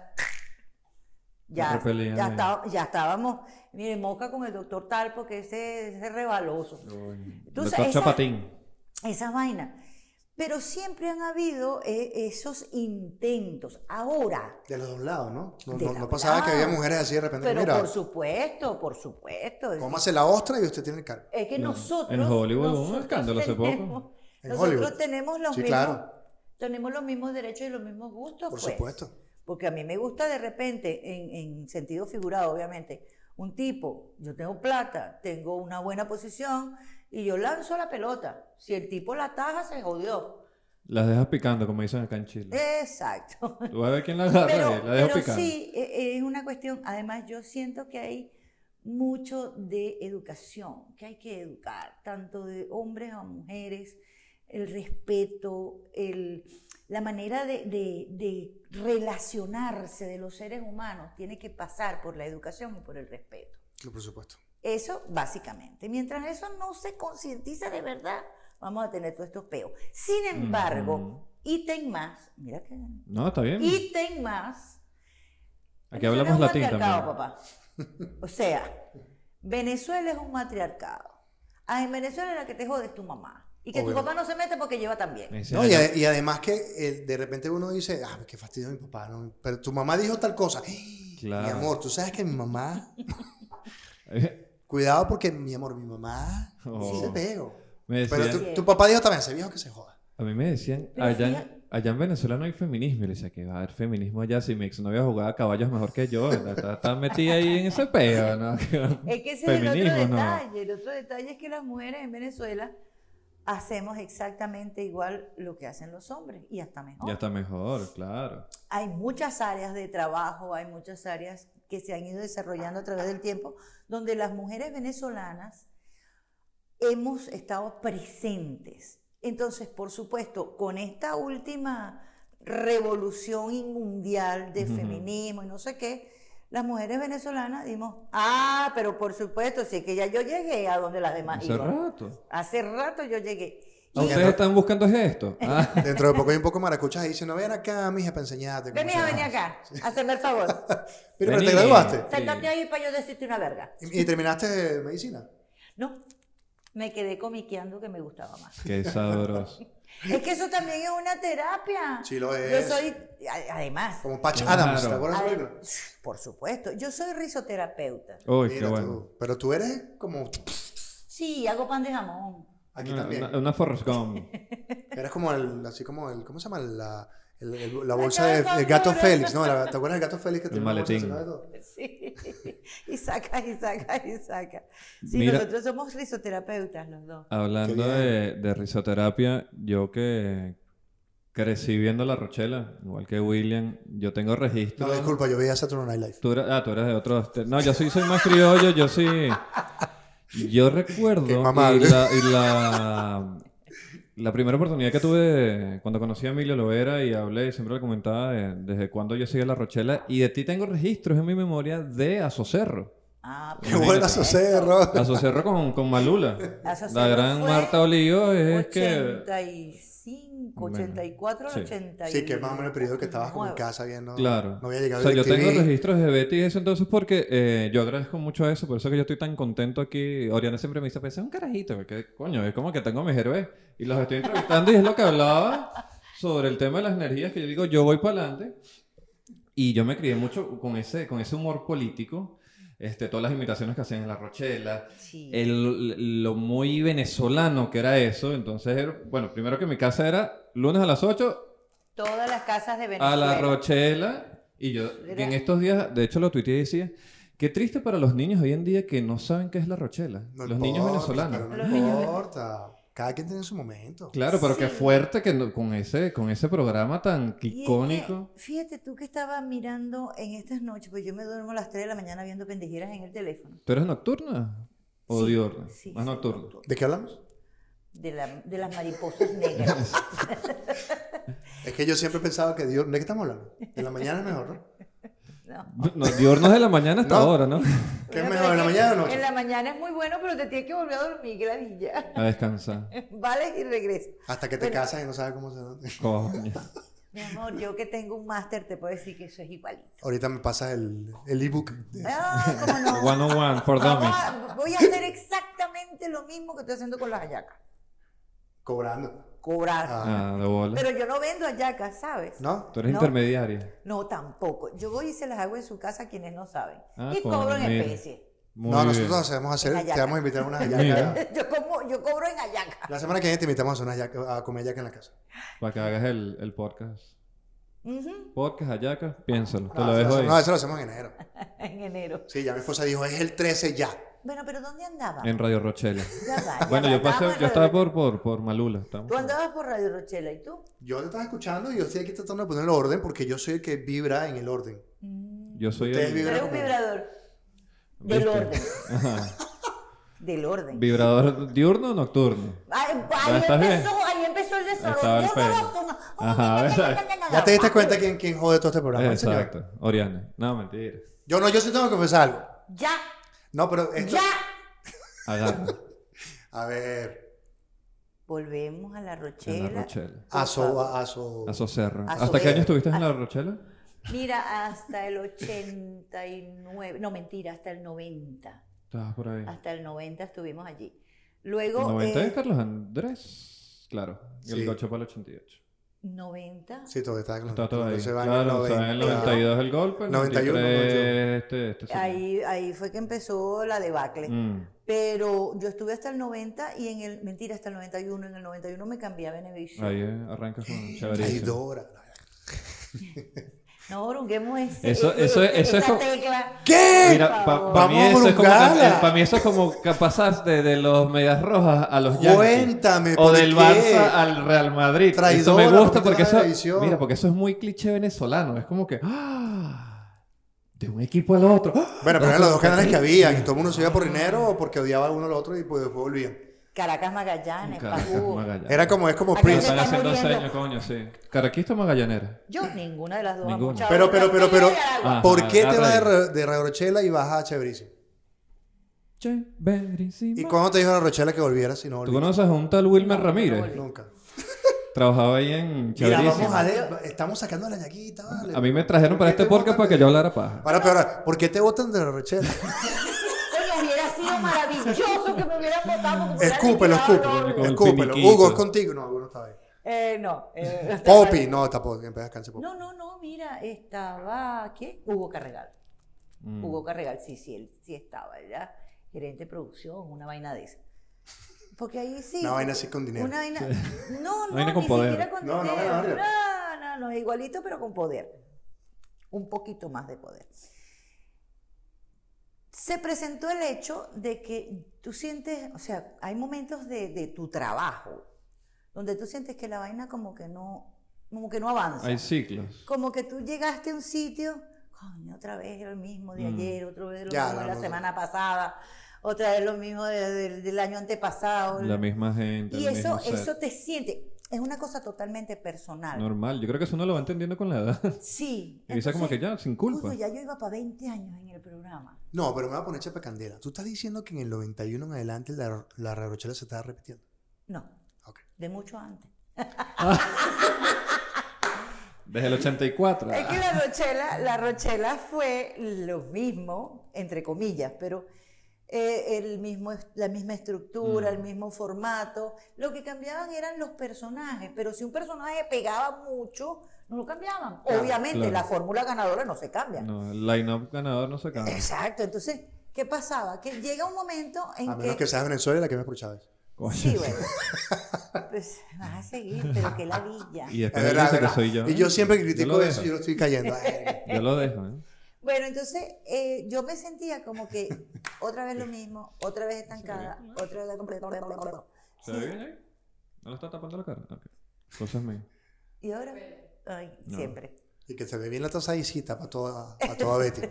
[SPEAKER 1] Me
[SPEAKER 2] ya,
[SPEAKER 1] repelían
[SPEAKER 2] ya,
[SPEAKER 1] ahí.
[SPEAKER 2] estaba- Ah, ya estábamos, mire, moca con el doctor tal porque ese, ese es rebaloso Entonces,
[SPEAKER 1] Doctor
[SPEAKER 2] esa-
[SPEAKER 1] Chapatín.
[SPEAKER 2] esas vainas. Pero siempre han habido eh, esos intentos. Ahora,
[SPEAKER 3] De los dos lados, ¿no? No,
[SPEAKER 2] De
[SPEAKER 3] no-
[SPEAKER 2] los
[SPEAKER 3] no pasaba que había
[SPEAKER 2] lados.
[SPEAKER 3] mujeres así de repente.
[SPEAKER 2] pero
[SPEAKER 3] mira,
[SPEAKER 2] por supuesto, por supuesto.
[SPEAKER 3] cómase la ostra y usted tiene el cargo.
[SPEAKER 2] Es que
[SPEAKER 1] No,
[SPEAKER 2] nosotros.
[SPEAKER 1] en Hollywood hubo un
[SPEAKER 2] nosotros
[SPEAKER 1] escándalo hace poco.
[SPEAKER 2] tenemos-
[SPEAKER 3] En
[SPEAKER 2] nosotros
[SPEAKER 3] Hollywood.
[SPEAKER 2] tenemos los
[SPEAKER 3] Sí,
[SPEAKER 2] mismos.
[SPEAKER 3] claro.
[SPEAKER 2] Tenemos los mismos derechos y los mismos gustos.
[SPEAKER 3] Por
[SPEAKER 2] pues.
[SPEAKER 3] supuesto.
[SPEAKER 2] Porque a mí me gusta de repente, en, en sentido figurado, obviamente, un tipo, yo tengo plata, tengo una buena posición y yo lanzo la pelota. Si el tipo la taja, se jodió.
[SPEAKER 1] Las dejas picando, como dicen acá en Chile.
[SPEAKER 2] Exacto.
[SPEAKER 1] Tú vas a ver quién la agarra,
[SPEAKER 2] pero,
[SPEAKER 1] eh, la dejo
[SPEAKER 2] pero
[SPEAKER 1] picando.
[SPEAKER 2] sí, e- es una cuestión. Además, yo siento que hay mucho de educación, que hay que educar, tanto de hombres a mujeres, el respeto, el- la manera de, de- de relacionarse de los seres humanos tiene que pasar por la educación y por el respeto.
[SPEAKER 3] Sí, Por supuesto.
[SPEAKER 2] Eso básicamente. Mientras eso no se concientiza de verdad, vamos a tener todos estos peos. Sin
[SPEAKER 1] Ujú. Em.
[SPEAKER 2] embargo, y ten más, mira que
[SPEAKER 1] No, está bien.
[SPEAKER 2] y ten más.
[SPEAKER 1] Aquí
[SPEAKER 2] Venezuela
[SPEAKER 1] hablamos
[SPEAKER 2] es un
[SPEAKER 1] latín
[SPEAKER 2] matriarcado,
[SPEAKER 1] también.
[SPEAKER 2] papá. O sea, Venezuela es un matriarcado. Ah, en Venezuela la que te jode es tu mamá. Y que
[SPEAKER 3] Obvio.
[SPEAKER 2] tu papá no se mete porque lleva también.
[SPEAKER 1] Ese
[SPEAKER 3] No, y,
[SPEAKER 1] año-
[SPEAKER 3] ade- y además que eh, de repente uno dice, ah, qué fastidio mi papá, ¿no? pero tu mamá dijo tal cosa. ¡Ah!
[SPEAKER 1] Claro.
[SPEAKER 3] Mi amor, tú sabes que mi mamá, cuidado porque mi amor, mi mamá, sí
[SPEAKER 1] Oh.
[SPEAKER 3] te pego.
[SPEAKER 1] (laughs) Me
[SPEAKER 3] Pero
[SPEAKER 1] decían-
[SPEAKER 3] tu, tu papá dijo también, ese viejo que se joda.
[SPEAKER 1] a mí me decían,
[SPEAKER 2] Pero
[SPEAKER 1] allá
[SPEAKER 2] fíjate-
[SPEAKER 1] en, allá en Venezuela no hay feminismo. Y le decía que va a haber feminismo allá si mi exnovia jugaba a caballos mejor que yo. Está, está- está metida ahí en ese peo, ¿no? (laughs)
[SPEAKER 2] Es que ese es el
[SPEAKER 1] Feminismo,
[SPEAKER 2] otro
[SPEAKER 1] no.
[SPEAKER 2] detalle. El otro detalle es que las mujeres en Venezuela hacemos exactamente igual lo que hacen los hombres y hasta mejor.
[SPEAKER 1] ya está mejor, claro.
[SPEAKER 2] hay muchas áreas de trabajo, hay muchas áreas que se han ido desarrollando a través del tiempo, donde las mujeres venezolanas hemos estado presentes. Entonces, por supuesto, con esta última revolución mundial de
[SPEAKER 1] Ujú.
[SPEAKER 2] feminismo y no sé qué, las mujeres venezolanas dimos, ah, pero por supuesto, sí que ya yo llegué a donde las demás
[SPEAKER 1] Hace
[SPEAKER 2] iban.
[SPEAKER 1] rato.
[SPEAKER 2] Hace rato yo llegué.
[SPEAKER 1] Ah,
[SPEAKER 2] Y-
[SPEAKER 1] ustedes están buscando gestos. Ah, (laughs)
[SPEAKER 3] Dentro de poco hay un poco de maracuchas y dice, no, ven acá, mija, para enseñarte. cómo
[SPEAKER 2] Ven,
[SPEAKER 3] se
[SPEAKER 2] hija,
[SPEAKER 3] hace".
[SPEAKER 2] vení acá, hacerme
[SPEAKER 1] (laughs)
[SPEAKER 2] el favor.
[SPEAKER 3] Mira, pero te
[SPEAKER 1] Vení.
[SPEAKER 3] graduaste
[SPEAKER 1] Sí.
[SPEAKER 2] Séntate ahí para yo decirte una verga.
[SPEAKER 3] y, y terminaste medicina.
[SPEAKER 2] No, me quedé comiqueando que me gustaba más.
[SPEAKER 1] qué sabroso.
[SPEAKER 2] Es que eso también es una terapia.
[SPEAKER 3] Sí, lo es.
[SPEAKER 2] Yo soy, a- además,
[SPEAKER 3] Como Patch
[SPEAKER 1] Claro.
[SPEAKER 3] Adams, ¿te acuerdas? de
[SPEAKER 2] ade-
[SPEAKER 3] esa película?
[SPEAKER 2] por supuesto, yo soy risoterapeuta.
[SPEAKER 1] Uy,
[SPEAKER 3] Mira
[SPEAKER 1] Pues qué
[SPEAKER 3] tú.
[SPEAKER 1] bueno.
[SPEAKER 3] Pero tú eres como...
[SPEAKER 2] Sí, hago pan de jamón. (laughs)
[SPEAKER 3] Aquí
[SPEAKER 1] Una-
[SPEAKER 3] también.
[SPEAKER 1] Una, una Forrest Gump.
[SPEAKER 3] Eres como el, así como el, ¿cómo se llama? La, el- el- la
[SPEAKER 2] Ay,
[SPEAKER 3] bolsa
[SPEAKER 2] qué
[SPEAKER 3] de, del gato
[SPEAKER 2] ternura.
[SPEAKER 3] Félix, ¿no? La- ¿Te acuerdas del gato Félix que
[SPEAKER 1] El
[SPEAKER 3] tiene una bolsa
[SPEAKER 1] maletín.
[SPEAKER 3] encima de todo?
[SPEAKER 2] Sí. Y saca, y saca, y saca. Sí,
[SPEAKER 1] Mira.
[SPEAKER 2] nosotros somos risoterapeutas los dos.
[SPEAKER 1] Hablando
[SPEAKER 3] Qué
[SPEAKER 1] de, de risoterapia, yo que crecí viendo La Rochela, igual que William, yo tengo registro.
[SPEAKER 3] No, disculpa, yo veía Saturday Night Live.
[SPEAKER 1] Tú eras- ah, tú eras de otro. te- No, yo sí soy más criollo, yo sí. Yo recuerdo.
[SPEAKER 3] Qué mamable.
[SPEAKER 1] Y la. y la... la primera oportunidad que tuve cuando conocí a Emilio Lovera y hablé, siempre le comentaba de- desde cuando yo seguía La Rochela, y de ti tengo registros en mi memoria de Azocerro.
[SPEAKER 2] Ah,
[SPEAKER 3] ¡Qué buena Socerro!
[SPEAKER 1] Azocerro con, con Malula.
[SPEAKER 2] Azocerro
[SPEAKER 1] la gran
[SPEAKER 2] fue
[SPEAKER 1] Marta Olivo es que.
[SPEAKER 2] 85,
[SPEAKER 1] Bueno,
[SPEAKER 2] 84,
[SPEAKER 1] sí.
[SPEAKER 2] 80.
[SPEAKER 3] Sí, que es más o menos el periodo que estabas como en casa viendo.
[SPEAKER 1] Claro.
[SPEAKER 3] No había llegado
[SPEAKER 1] O sea, yo tengo
[SPEAKER 3] DirecTV.
[SPEAKER 1] registros de Betty y eso entonces porque eh, yo agradezco mucho eso, por eso que yo estoy tan contento aquí. Oriana siempre me dice, pensé un carajito, porque coño, es como que tengo mis héroes y los estoy entrevistando y es lo que hablaba sobre el tema de las energías, que yo digo, yo voy para adelante y yo me crié mucho con ese, con ese humor político, este, todas las imitaciones que hacían en La Rochela,
[SPEAKER 2] Sí.
[SPEAKER 1] el, lo muy venezolano que era eso, entonces, era- bueno, primero que mi casa era lunes a las 8,
[SPEAKER 2] Todas las casas de Venezuela.
[SPEAKER 1] a la Rochela. Y yo,
[SPEAKER 2] Era-
[SPEAKER 1] en estos días, de hecho lo tuiteé y decía, qué triste para los niños hoy en día que no saben qué es la Rochela.
[SPEAKER 3] No
[SPEAKER 1] los niños
[SPEAKER 3] importa,
[SPEAKER 1] venezolanos.
[SPEAKER 3] pero
[SPEAKER 2] Los
[SPEAKER 3] No
[SPEAKER 2] niños-
[SPEAKER 3] importa. Cada quien tiene su momento.
[SPEAKER 1] Claro, pero qué
[SPEAKER 2] Sí.
[SPEAKER 1] fuerte que no- con, ese, con ese programa tan
[SPEAKER 2] Y es
[SPEAKER 1] icónico.
[SPEAKER 2] que, fíjate tú que estaba mirando en estas noches, pues yo me duermo a las 3 de la mañana viendo pendejeras en el teléfono.
[SPEAKER 1] ¿Tú eres nocturna o
[SPEAKER 2] Sí,
[SPEAKER 1] diurna?
[SPEAKER 2] sí,
[SPEAKER 1] Más
[SPEAKER 2] sí,
[SPEAKER 1] nocturna.
[SPEAKER 3] ¿De qué hablamos?
[SPEAKER 2] De, la- de las mariposas negras.
[SPEAKER 3] Es que yo siempre pensaba que Dios... ¿De qué estamos hablando? De la mañana es mejor, ¿no? (laughs)
[SPEAKER 2] ¿no?
[SPEAKER 1] (laughs) No, diurno es de la mañana hasta
[SPEAKER 3] No.
[SPEAKER 1] ahora, ¿no?
[SPEAKER 3] ¿Qué
[SPEAKER 2] Bueno,
[SPEAKER 3] es
[SPEAKER 2] pero
[SPEAKER 3] mejor, en la
[SPEAKER 2] que
[SPEAKER 3] mañana o noche?
[SPEAKER 2] En la mañana es muy bueno, pero te tienes que volver a dormir, que ladilla.
[SPEAKER 1] A descansar.
[SPEAKER 2] (laughs) Vale y regresa.
[SPEAKER 3] Hasta que te
[SPEAKER 2] Bueno.
[SPEAKER 3] casas y no sabes cómo se...
[SPEAKER 1] Coño.
[SPEAKER 2] Mi amor, yo que tengo un máster te puedo decir que eso es igualito.
[SPEAKER 3] Ahorita me pasas el el ebook. de-
[SPEAKER 2] Ah, cómo
[SPEAKER 3] (laughs)
[SPEAKER 2] no.
[SPEAKER 1] One on one for
[SPEAKER 2] Vamos
[SPEAKER 1] dummies.
[SPEAKER 2] a- voy a hacer exactamente lo mismo que estoy haciendo con las hallacas.
[SPEAKER 3] cobrando.
[SPEAKER 2] Cobrar.
[SPEAKER 3] Ah,
[SPEAKER 1] Ah, de bola.
[SPEAKER 2] Pero yo no vendo hallacas, ¿sabes?
[SPEAKER 3] ¿No?
[SPEAKER 1] Tú eres
[SPEAKER 2] No.
[SPEAKER 1] intermediaria.
[SPEAKER 2] No, tampoco. Yo voy y se las hago en su casa a quienes no saben.
[SPEAKER 1] Ah,
[SPEAKER 2] y cobro en
[SPEAKER 1] coño, mira.
[SPEAKER 2] especie.
[SPEAKER 1] Muy
[SPEAKER 3] no,
[SPEAKER 1] bien.
[SPEAKER 3] nosotros sabemos hacer,
[SPEAKER 2] Hallaca.
[SPEAKER 3] te vamos a invitar a unas hallacas.
[SPEAKER 1] Mira.
[SPEAKER 2] Yo, como, yo cobro en hallaca.
[SPEAKER 3] La semana que viene te invitamos a, hacer unas hallaca- a comer hallaca en la casa.
[SPEAKER 1] Para que hagas el, el podcast.
[SPEAKER 2] Ujú,
[SPEAKER 1] Podcast, hallacas, piénsalo. Te
[SPEAKER 3] No,
[SPEAKER 1] lo
[SPEAKER 3] eso
[SPEAKER 1] dejo ahí.
[SPEAKER 3] No, eso lo hacemos en enero.
[SPEAKER 2] En enero.
[SPEAKER 3] Sí, ya mi esposa dijo, es el 13 ya.
[SPEAKER 2] Bueno, pero ¿dónde andaba?
[SPEAKER 1] En Radio Rochela.
[SPEAKER 2] (laughs) Ya va, ya
[SPEAKER 1] Bueno,
[SPEAKER 2] va,
[SPEAKER 1] yo pasé,
[SPEAKER 2] estábamos en
[SPEAKER 1] yo estaba
[SPEAKER 2] Radio-
[SPEAKER 1] por, por, por Malula. estamos
[SPEAKER 2] Tú
[SPEAKER 1] por-
[SPEAKER 2] andabas por Radio Rochela y tú.
[SPEAKER 3] Yo te estaba escuchando y yo estoy aquí tratando de poner el orden porque yo soy el que vibra en el orden.
[SPEAKER 2] Mm,
[SPEAKER 1] Yo soy
[SPEAKER 3] Ustedes
[SPEAKER 1] el...
[SPEAKER 2] Tú eres un
[SPEAKER 3] como-
[SPEAKER 2] vibrador. Del
[SPEAKER 1] ¿Viste?
[SPEAKER 2] orden.
[SPEAKER 1] Ajá.
[SPEAKER 2] Del orden.
[SPEAKER 1] Vibrador diurno o nocturno.
[SPEAKER 2] Ay, ahí,
[SPEAKER 1] ¿estás bien?
[SPEAKER 2] empezó, ahí empezó el
[SPEAKER 1] Estaba
[SPEAKER 2] desorden.
[SPEAKER 1] el
[SPEAKER 2] Yo
[SPEAKER 1] pelo.
[SPEAKER 2] no, tú no.
[SPEAKER 1] Ajá, ¿verdad?
[SPEAKER 3] Ya te diste cuenta quién, quién jode todo este programa, señor.
[SPEAKER 1] Exacto. Oriana. No, mentira.
[SPEAKER 3] Yo no, yo sí tengo que confesar algo.
[SPEAKER 2] Ya,
[SPEAKER 3] No, pero esto-
[SPEAKER 2] ya.
[SPEAKER 1] Agarra.
[SPEAKER 3] A ver,
[SPEAKER 2] Volvemos a la
[SPEAKER 1] En la
[SPEAKER 2] Rochela.
[SPEAKER 1] Rochela.
[SPEAKER 3] aso, a- aso.
[SPEAKER 1] A Socerro.
[SPEAKER 2] A Ah.
[SPEAKER 1] ¿Hasta qué
[SPEAKER 2] Socerro.
[SPEAKER 1] año estuviste en la Rochela?
[SPEAKER 2] Mira, hasta el 89, no mentira, hasta el 90.
[SPEAKER 1] Estabas por ahí.
[SPEAKER 2] Hasta el 90 estuvimos allí. Luego,
[SPEAKER 1] 90 de
[SPEAKER 2] Ah, eh,
[SPEAKER 1] Carlos Andrés. Claro.
[SPEAKER 3] Sí.
[SPEAKER 1] El 8 para el 88.
[SPEAKER 2] 90.
[SPEAKER 3] Sí, todo está
[SPEAKER 1] Está todo ahí.
[SPEAKER 3] Se va en el
[SPEAKER 1] Claro, estaba en el
[SPEAKER 3] 90.
[SPEAKER 1] 92 el golpe. el
[SPEAKER 3] 91,
[SPEAKER 1] 93 este, este señor.
[SPEAKER 2] Ahí, ahí fue que empezó la debacle.
[SPEAKER 1] Mm.
[SPEAKER 2] Pero yo estuve hasta el 90 y en el, mentira, hasta el 91. En el 91 me cambié a Venevisión.
[SPEAKER 1] Ahí eh, arrancas con chéverísimo.
[SPEAKER 3] Traidora.
[SPEAKER 2] No, brunguemos ese,
[SPEAKER 1] Eso- eso es- eso es
[SPEAKER 2] esa
[SPEAKER 1] como-
[SPEAKER 2] tecla.
[SPEAKER 3] ¿Qué?
[SPEAKER 1] Mira, para
[SPEAKER 2] Por
[SPEAKER 3] Vamos
[SPEAKER 1] mí,
[SPEAKER 3] a
[SPEAKER 1] eso es como
[SPEAKER 3] Brungala.
[SPEAKER 1] ca- eh, pa' mí eso es como ca- pasar de, de los medias rojas a los Yankees.
[SPEAKER 3] Cuéntame.
[SPEAKER 1] O
[SPEAKER 3] ¿por
[SPEAKER 1] del
[SPEAKER 3] qué?
[SPEAKER 1] Barça al Real Madrid. eso me
[SPEAKER 3] Traidora,
[SPEAKER 1] gusta
[SPEAKER 3] ¿por qué
[SPEAKER 1] porque
[SPEAKER 3] no la
[SPEAKER 1] eso,
[SPEAKER 3] televisión?
[SPEAKER 1] mira, porque eso es muy cliché venezolano. Es como que ¡ah! de un equipo al otro. ¡ah!
[SPEAKER 3] Bueno, pero eran los dos canales que había, que todo el mundo se iba
[SPEAKER 1] (laughs)
[SPEAKER 3] por dinero o porque odiaba a uno al otro y pues después volvían.
[SPEAKER 2] Caracas Magallanes,
[SPEAKER 1] Caracas,
[SPEAKER 2] Pajú.
[SPEAKER 1] Magallanes.
[SPEAKER 3] Era como, es como
[SPEAKER 2] Acá
[SPEAKER 3] Prince.
[SPEAKER 2] se-
[SPEAKER 1] Están
[SPEAKER 2] está
[SPEAKER 1] haciendo
[SPEAKER 2] muriendo.
[SPEAKER 1] señas, coño, sí. Caraquista o Magallanera.
[SPEAKER 2] Yo ninguna de las dos.
[SPEAKER 1] Ninguna.
[SPEAKER 2] muchacho.
[SPEAKER 3] Pero, pero, pero, pero,
[SPEAKER 1] Ah.
[SPEAKER 3] ¿por qué te
[SPEAKER 1] agarra
[SPEAKER 3] vas de,
[SPEAKER 1] ahí.
[SPEAKER 3] Ra- de Radio Rochela y vas a Chéverísimo? ¿Y
[SPEAKER 1] Chéverísimo.
[SPEAKER 3] cuándo te dijo la Rochela que volvieras si no
[SPEAKER 1] ¿Tú
[SPEAKER 3] volvías?
[SPEAKER 1] conoces a un tal Wilmer Ramírez?
[SPEAKER 2] no.
[SPEAKER 3] Nunca.
[SPEAKER 1] Trabajaba ahí en
[SPEAKER 3] Mira,
[SPEAKER 1] Chéverísimo.
[SPEAKER 3] vamos a ver, estamos sacando la yaquita, vale.
[SPEAKER 1] A mí me trajeron para este podcast para que yo hablara paja.
[SPEAKER 3] Ahora, pero ahora, ¿por qué te votan de la Rochela? (laughs)
[SPEAKER 2] Coño, hubiera sido
[SPEAKER 1] ah.
[SPEAKER 2] maravilloso que me hubieran votado. porque me
[SPEAKER 3] escúpelo,
[SPEAKER 2] hubieran
[SPEAKER 3] escúpelo,
[SPEAKER 1] Con el
[SPEAKER 3] escúpelo.
[SPEAKER 1] finiquito.
[SPEAKER 3] Hugo, es contigo. No, Hugo no estaba ahí.
[SPEAKER 2] Eh, no.
[SPEAKER 3] (laughs)
[SPEAKER 2] eh,
[SPEAKER 3] Poppy, no, está Poppy, en paz descanse Poppy.
[SPEAKER 2] No, no, no, mira, estaba. ¿Qué? Hugo Carregal.
[SPEAKER 1] Mm.
[SPEAKER 2] Hugo Carregal, sí, sí, él sí estaba, ¿verdad? Gerente de producción, una vaina de esa. Porque ahí sí.
[SPEAKER 3] Una vaina así con dinero.
[SPEAKER 2] Una vaina- No, no,
[SPEAKER 1] vaina con
[SPEAKER 2] ni
[SPEAKER 1] poder.
[SPEAKER 2] siquiera con
[SPEAKER 3] No, no,
[SPEAKER 2] dinero.
[SPEAKER 3] no, no.
[SPEAKER 2] No, no, no, igualito, pero con poder. Un poquito más de poder. Se presentó el hecho de que tú sientes, o sea, hay momentos de, de tu trabajo donde tú sientes que la vaina como que no, como que no avanza.
[SPEAKER 1] Hay ciclos.
[SPEAKER 2] Como que tú llegaste a un sitio, coño, otra vez el mismo de
[SPEAKER 1] Mm.
[SPEAKER 2] ayer, otra vez lo
[SPEAKER 3] Ya,
[SPEAKER 2] mismo de
[SPEAKER 3] no,
[SPEAKER 2] la
[SPEAKER 3] no,
[SPEAKER 2] semana pasada, otra vez lo mismo de- de- del año antepasado.
[SPEAKER 1] La misma gente.
[SPEAKER 2] y
[SPEAKER 1] el
[SPEAKER 2] eso,
[SPEAKER 1] mismo set.
[SPEAKER 2] eso te siente, es una cosa totalmente personal.
[SPEAKER 1] Normal. Yo creo que eso uno lo va entendiendo con la edad. (laughs)
[SPEAKER 2] Sí.
[SPEAKER 1] Y quizá como
[SPEAKER 2] entonces,
[SPEAKER 1] que ya, sin culpa.
[SPEAKER 2] coño, ya yo iba para 20 años en el programa.
[SPEAKER 3] No, pero me voy a poner chapa candela. Tú estás diciendo que en el 91 en adelante la, la Rarochela se estaba repitiendo.
[SPEAKER 2] No,
[SPEAKER 3] Ok.
[SPEAKER 2] de mucho antes.
[SPEAKER 1] Desde el 84.
[SPEAKER 2] Es que la Rochela, la Rochela fue lo mismo, entre comillas, pero eh, el mismo, est- la misma estructura, el
[SPEAKER 1] Mm.
[SPEAKER 2] mismo formato. Lo que cambiaban eran los personajes, pero si un personaje pegaba mucho, no lo cambiaban.
[SPEAKER 3] Claro,
[SPEAKER 2] Obviamente,
[SPEAKER 1] claro.
[SPEAKER 2] la fórmula ganadora no se cambia.
[SPEAKER 1] No, el line-up ganador no se acaba.
[SPEAKER 2] Exacto, entonces, ¿qué pasaba? Que llega un momento en
[SPEAKER 3] A menos que seas Venezuela la que me escuchaba.
[SPEAKER 1] Coño.
[SPEAKER 2] Sí, bueno. Pues vas a seguir, pero qué ladilla.
[SPEAKER 1] (laughs) Y
[SPEAKER 3] Es
[SPEAKER 1] después él dice
[SPEAKER 3] verdad, es
[SPEAKER 1] que
[SPEAKER 3] verdad.
[SPEAKER 1] soy yo. ¿eh?
[SPEAKER 3] Y yo siempre
[SPEAKER 1] Yo
[SPEAKER 3] critico
[SPEAKER 1] lo
[SPEAKER 3] eso y yo
[SPEAKER 1] dejo.
[SPEAKER 3] lo estoy cayendo. Ay,
[SPEAKER 1] Yo lo dejo, ¿eh?
[SPEAKER 2] Bueno, entonces eh, yo me sentía como que otra vez lo mismo, otra vez estancada, otra vez
[SPEAKER 1] ¿Se ve bien ahí? ¿No lo está tapando la cara? Ok. Cosas mías.
[SPEAKER 2] Y ahora, ay,
[SPEAKER 1] No.
[SPEAKER 2] siempre.
[SPEAKER 3] Y que se ve bien la tazadicita para toda, para toda Betty.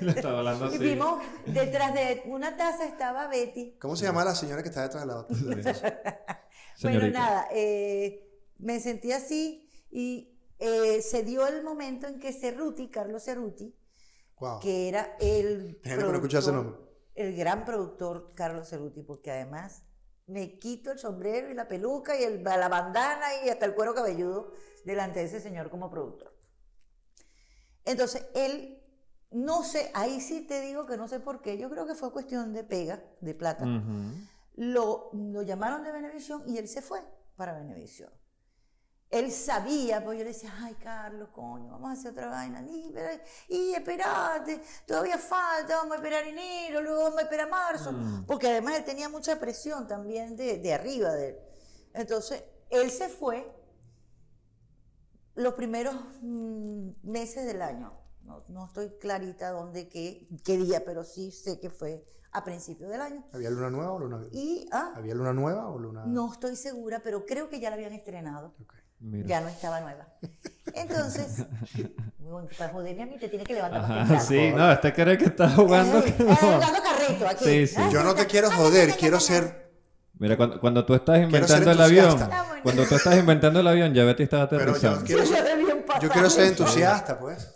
[SPEAKER 1] Le estaba hablando
[SPEAKER 2] Y
[SPEAKER 1] así.
[SPEAKER 2] vimos, detrás de una taza estaba Betty.
[SPEAKER 1] (laughs)
[SPEAKER 3] ¿Cómo se llama la señora que está detrás de la otra?
[SPEAKER 2] (laughs) Bueno,
[SPEAKER 1] Señorita.
[SPEAKER 2] nada, eh, me sentí así y eh, se dio el momento en que Cerruti, Carlos Cerruti,
[SPEAKER 3] Wow.
[SPEAKER 2] que era el...
[SPEAKER 3] Gente que no escucha ese
[SPEAKER 2] productor-
[SPEAKER 3] nombre.
[SPEAKER 2] el gran productor Carlos Cerruti, porque además me quito el sombrero y la peluca y el- la bandana y hasta el cuero cabelludo delante de ese señor como productor. Entonces, él, no sé, ahí sí te digo que no sé por qué, yo creo que fue cuestión de pega, de plata.
[SPEAKER 1] Mm. Ujú.
[SPEAKER 2] Lo, lo llamaron de Venevisión y él se fue para Venevisión. Él sabía, pues yo le decía, ay Carlos, coño, vamos a hacer otra vaina. Y, pero- y espérate, todavía falta, vamos a esperar enero, luego vamos a esperar marzo.
[SPEAKER 1] Mm.
[SPEAKER 2] Porque además él tenía mucha presión también de, de arriba de él. Entonces, él se fue los primeros mm, meses del año. No, no estoy clarita dónde, qué, qué día, pero sí sé que fue a principios del año.
[SPEAKER 3] ¿Había luna nueva o luna
[SPEAKER 2] Y, ah,
[SPEAKER 3] ¿Había luna nueva o luna.?
[SPEAKER 2] no estoy segura, pero creo que ya la habían estrenado.
[SPEAKER 3] Ok.
[SPEAKER 1] Mira.
[SPEAKER 2] Ya no estaba nueva.
[SPEAKER 1] (laughs)
[SPEAKER 2] Entonces, bueno, para joderme a mí te tienes que levantar más
[SPEAKER 1] Ajá,
[SPEAKER 2] temprano.
[SPEAKER 1] sí, no, este cree que está jugando.
[SPEAKER 2] Ey,
[SPEAKER 1] que
[SPEAKER 2] ah,
[SPEAKER 1] no.
[SPEAKER 2] jugando carrito aquí.
[SPEAKER 1] Sí, sí.
[SPEAKER 2] Ah,
[SPEAKER 3] Yo no te
[SPEAKER 2] ah,
[SPEAKER 3] quiero
[SPEAKER 2] ah,
[SPEAKER 3] joder,
[SPEAKER 2] ah, ah,
[SPEAKER 3] quiero
[SPEAKER 2] ah,
[SPEAKER 3] ser.
[SPEAKER 1] Mira, cuando, cuando tú estás
[SPEAKER 3] Quiero ser
[SPEAKER 1] inventando el avión,
[SPEAKER 3] entusiasta.
[SPEAKER 2] Ah, bueno.
[SPEAKER 1] cuando tú estás inventando el avión, ya Betty estaba
[SPEAKER 3] Pero yo
[SPEAKER 1] aterrizando.
[SPEAKER 3] quiero
[SPEAKER 2] Sí,
[SPEAKER 3] ser,
[SPEAKER 2] ya debían
[SPEAKER 3] yo
[SPEAKER 2] pasar.
[SPEAKER 3] quiero ser entusiasta, pues.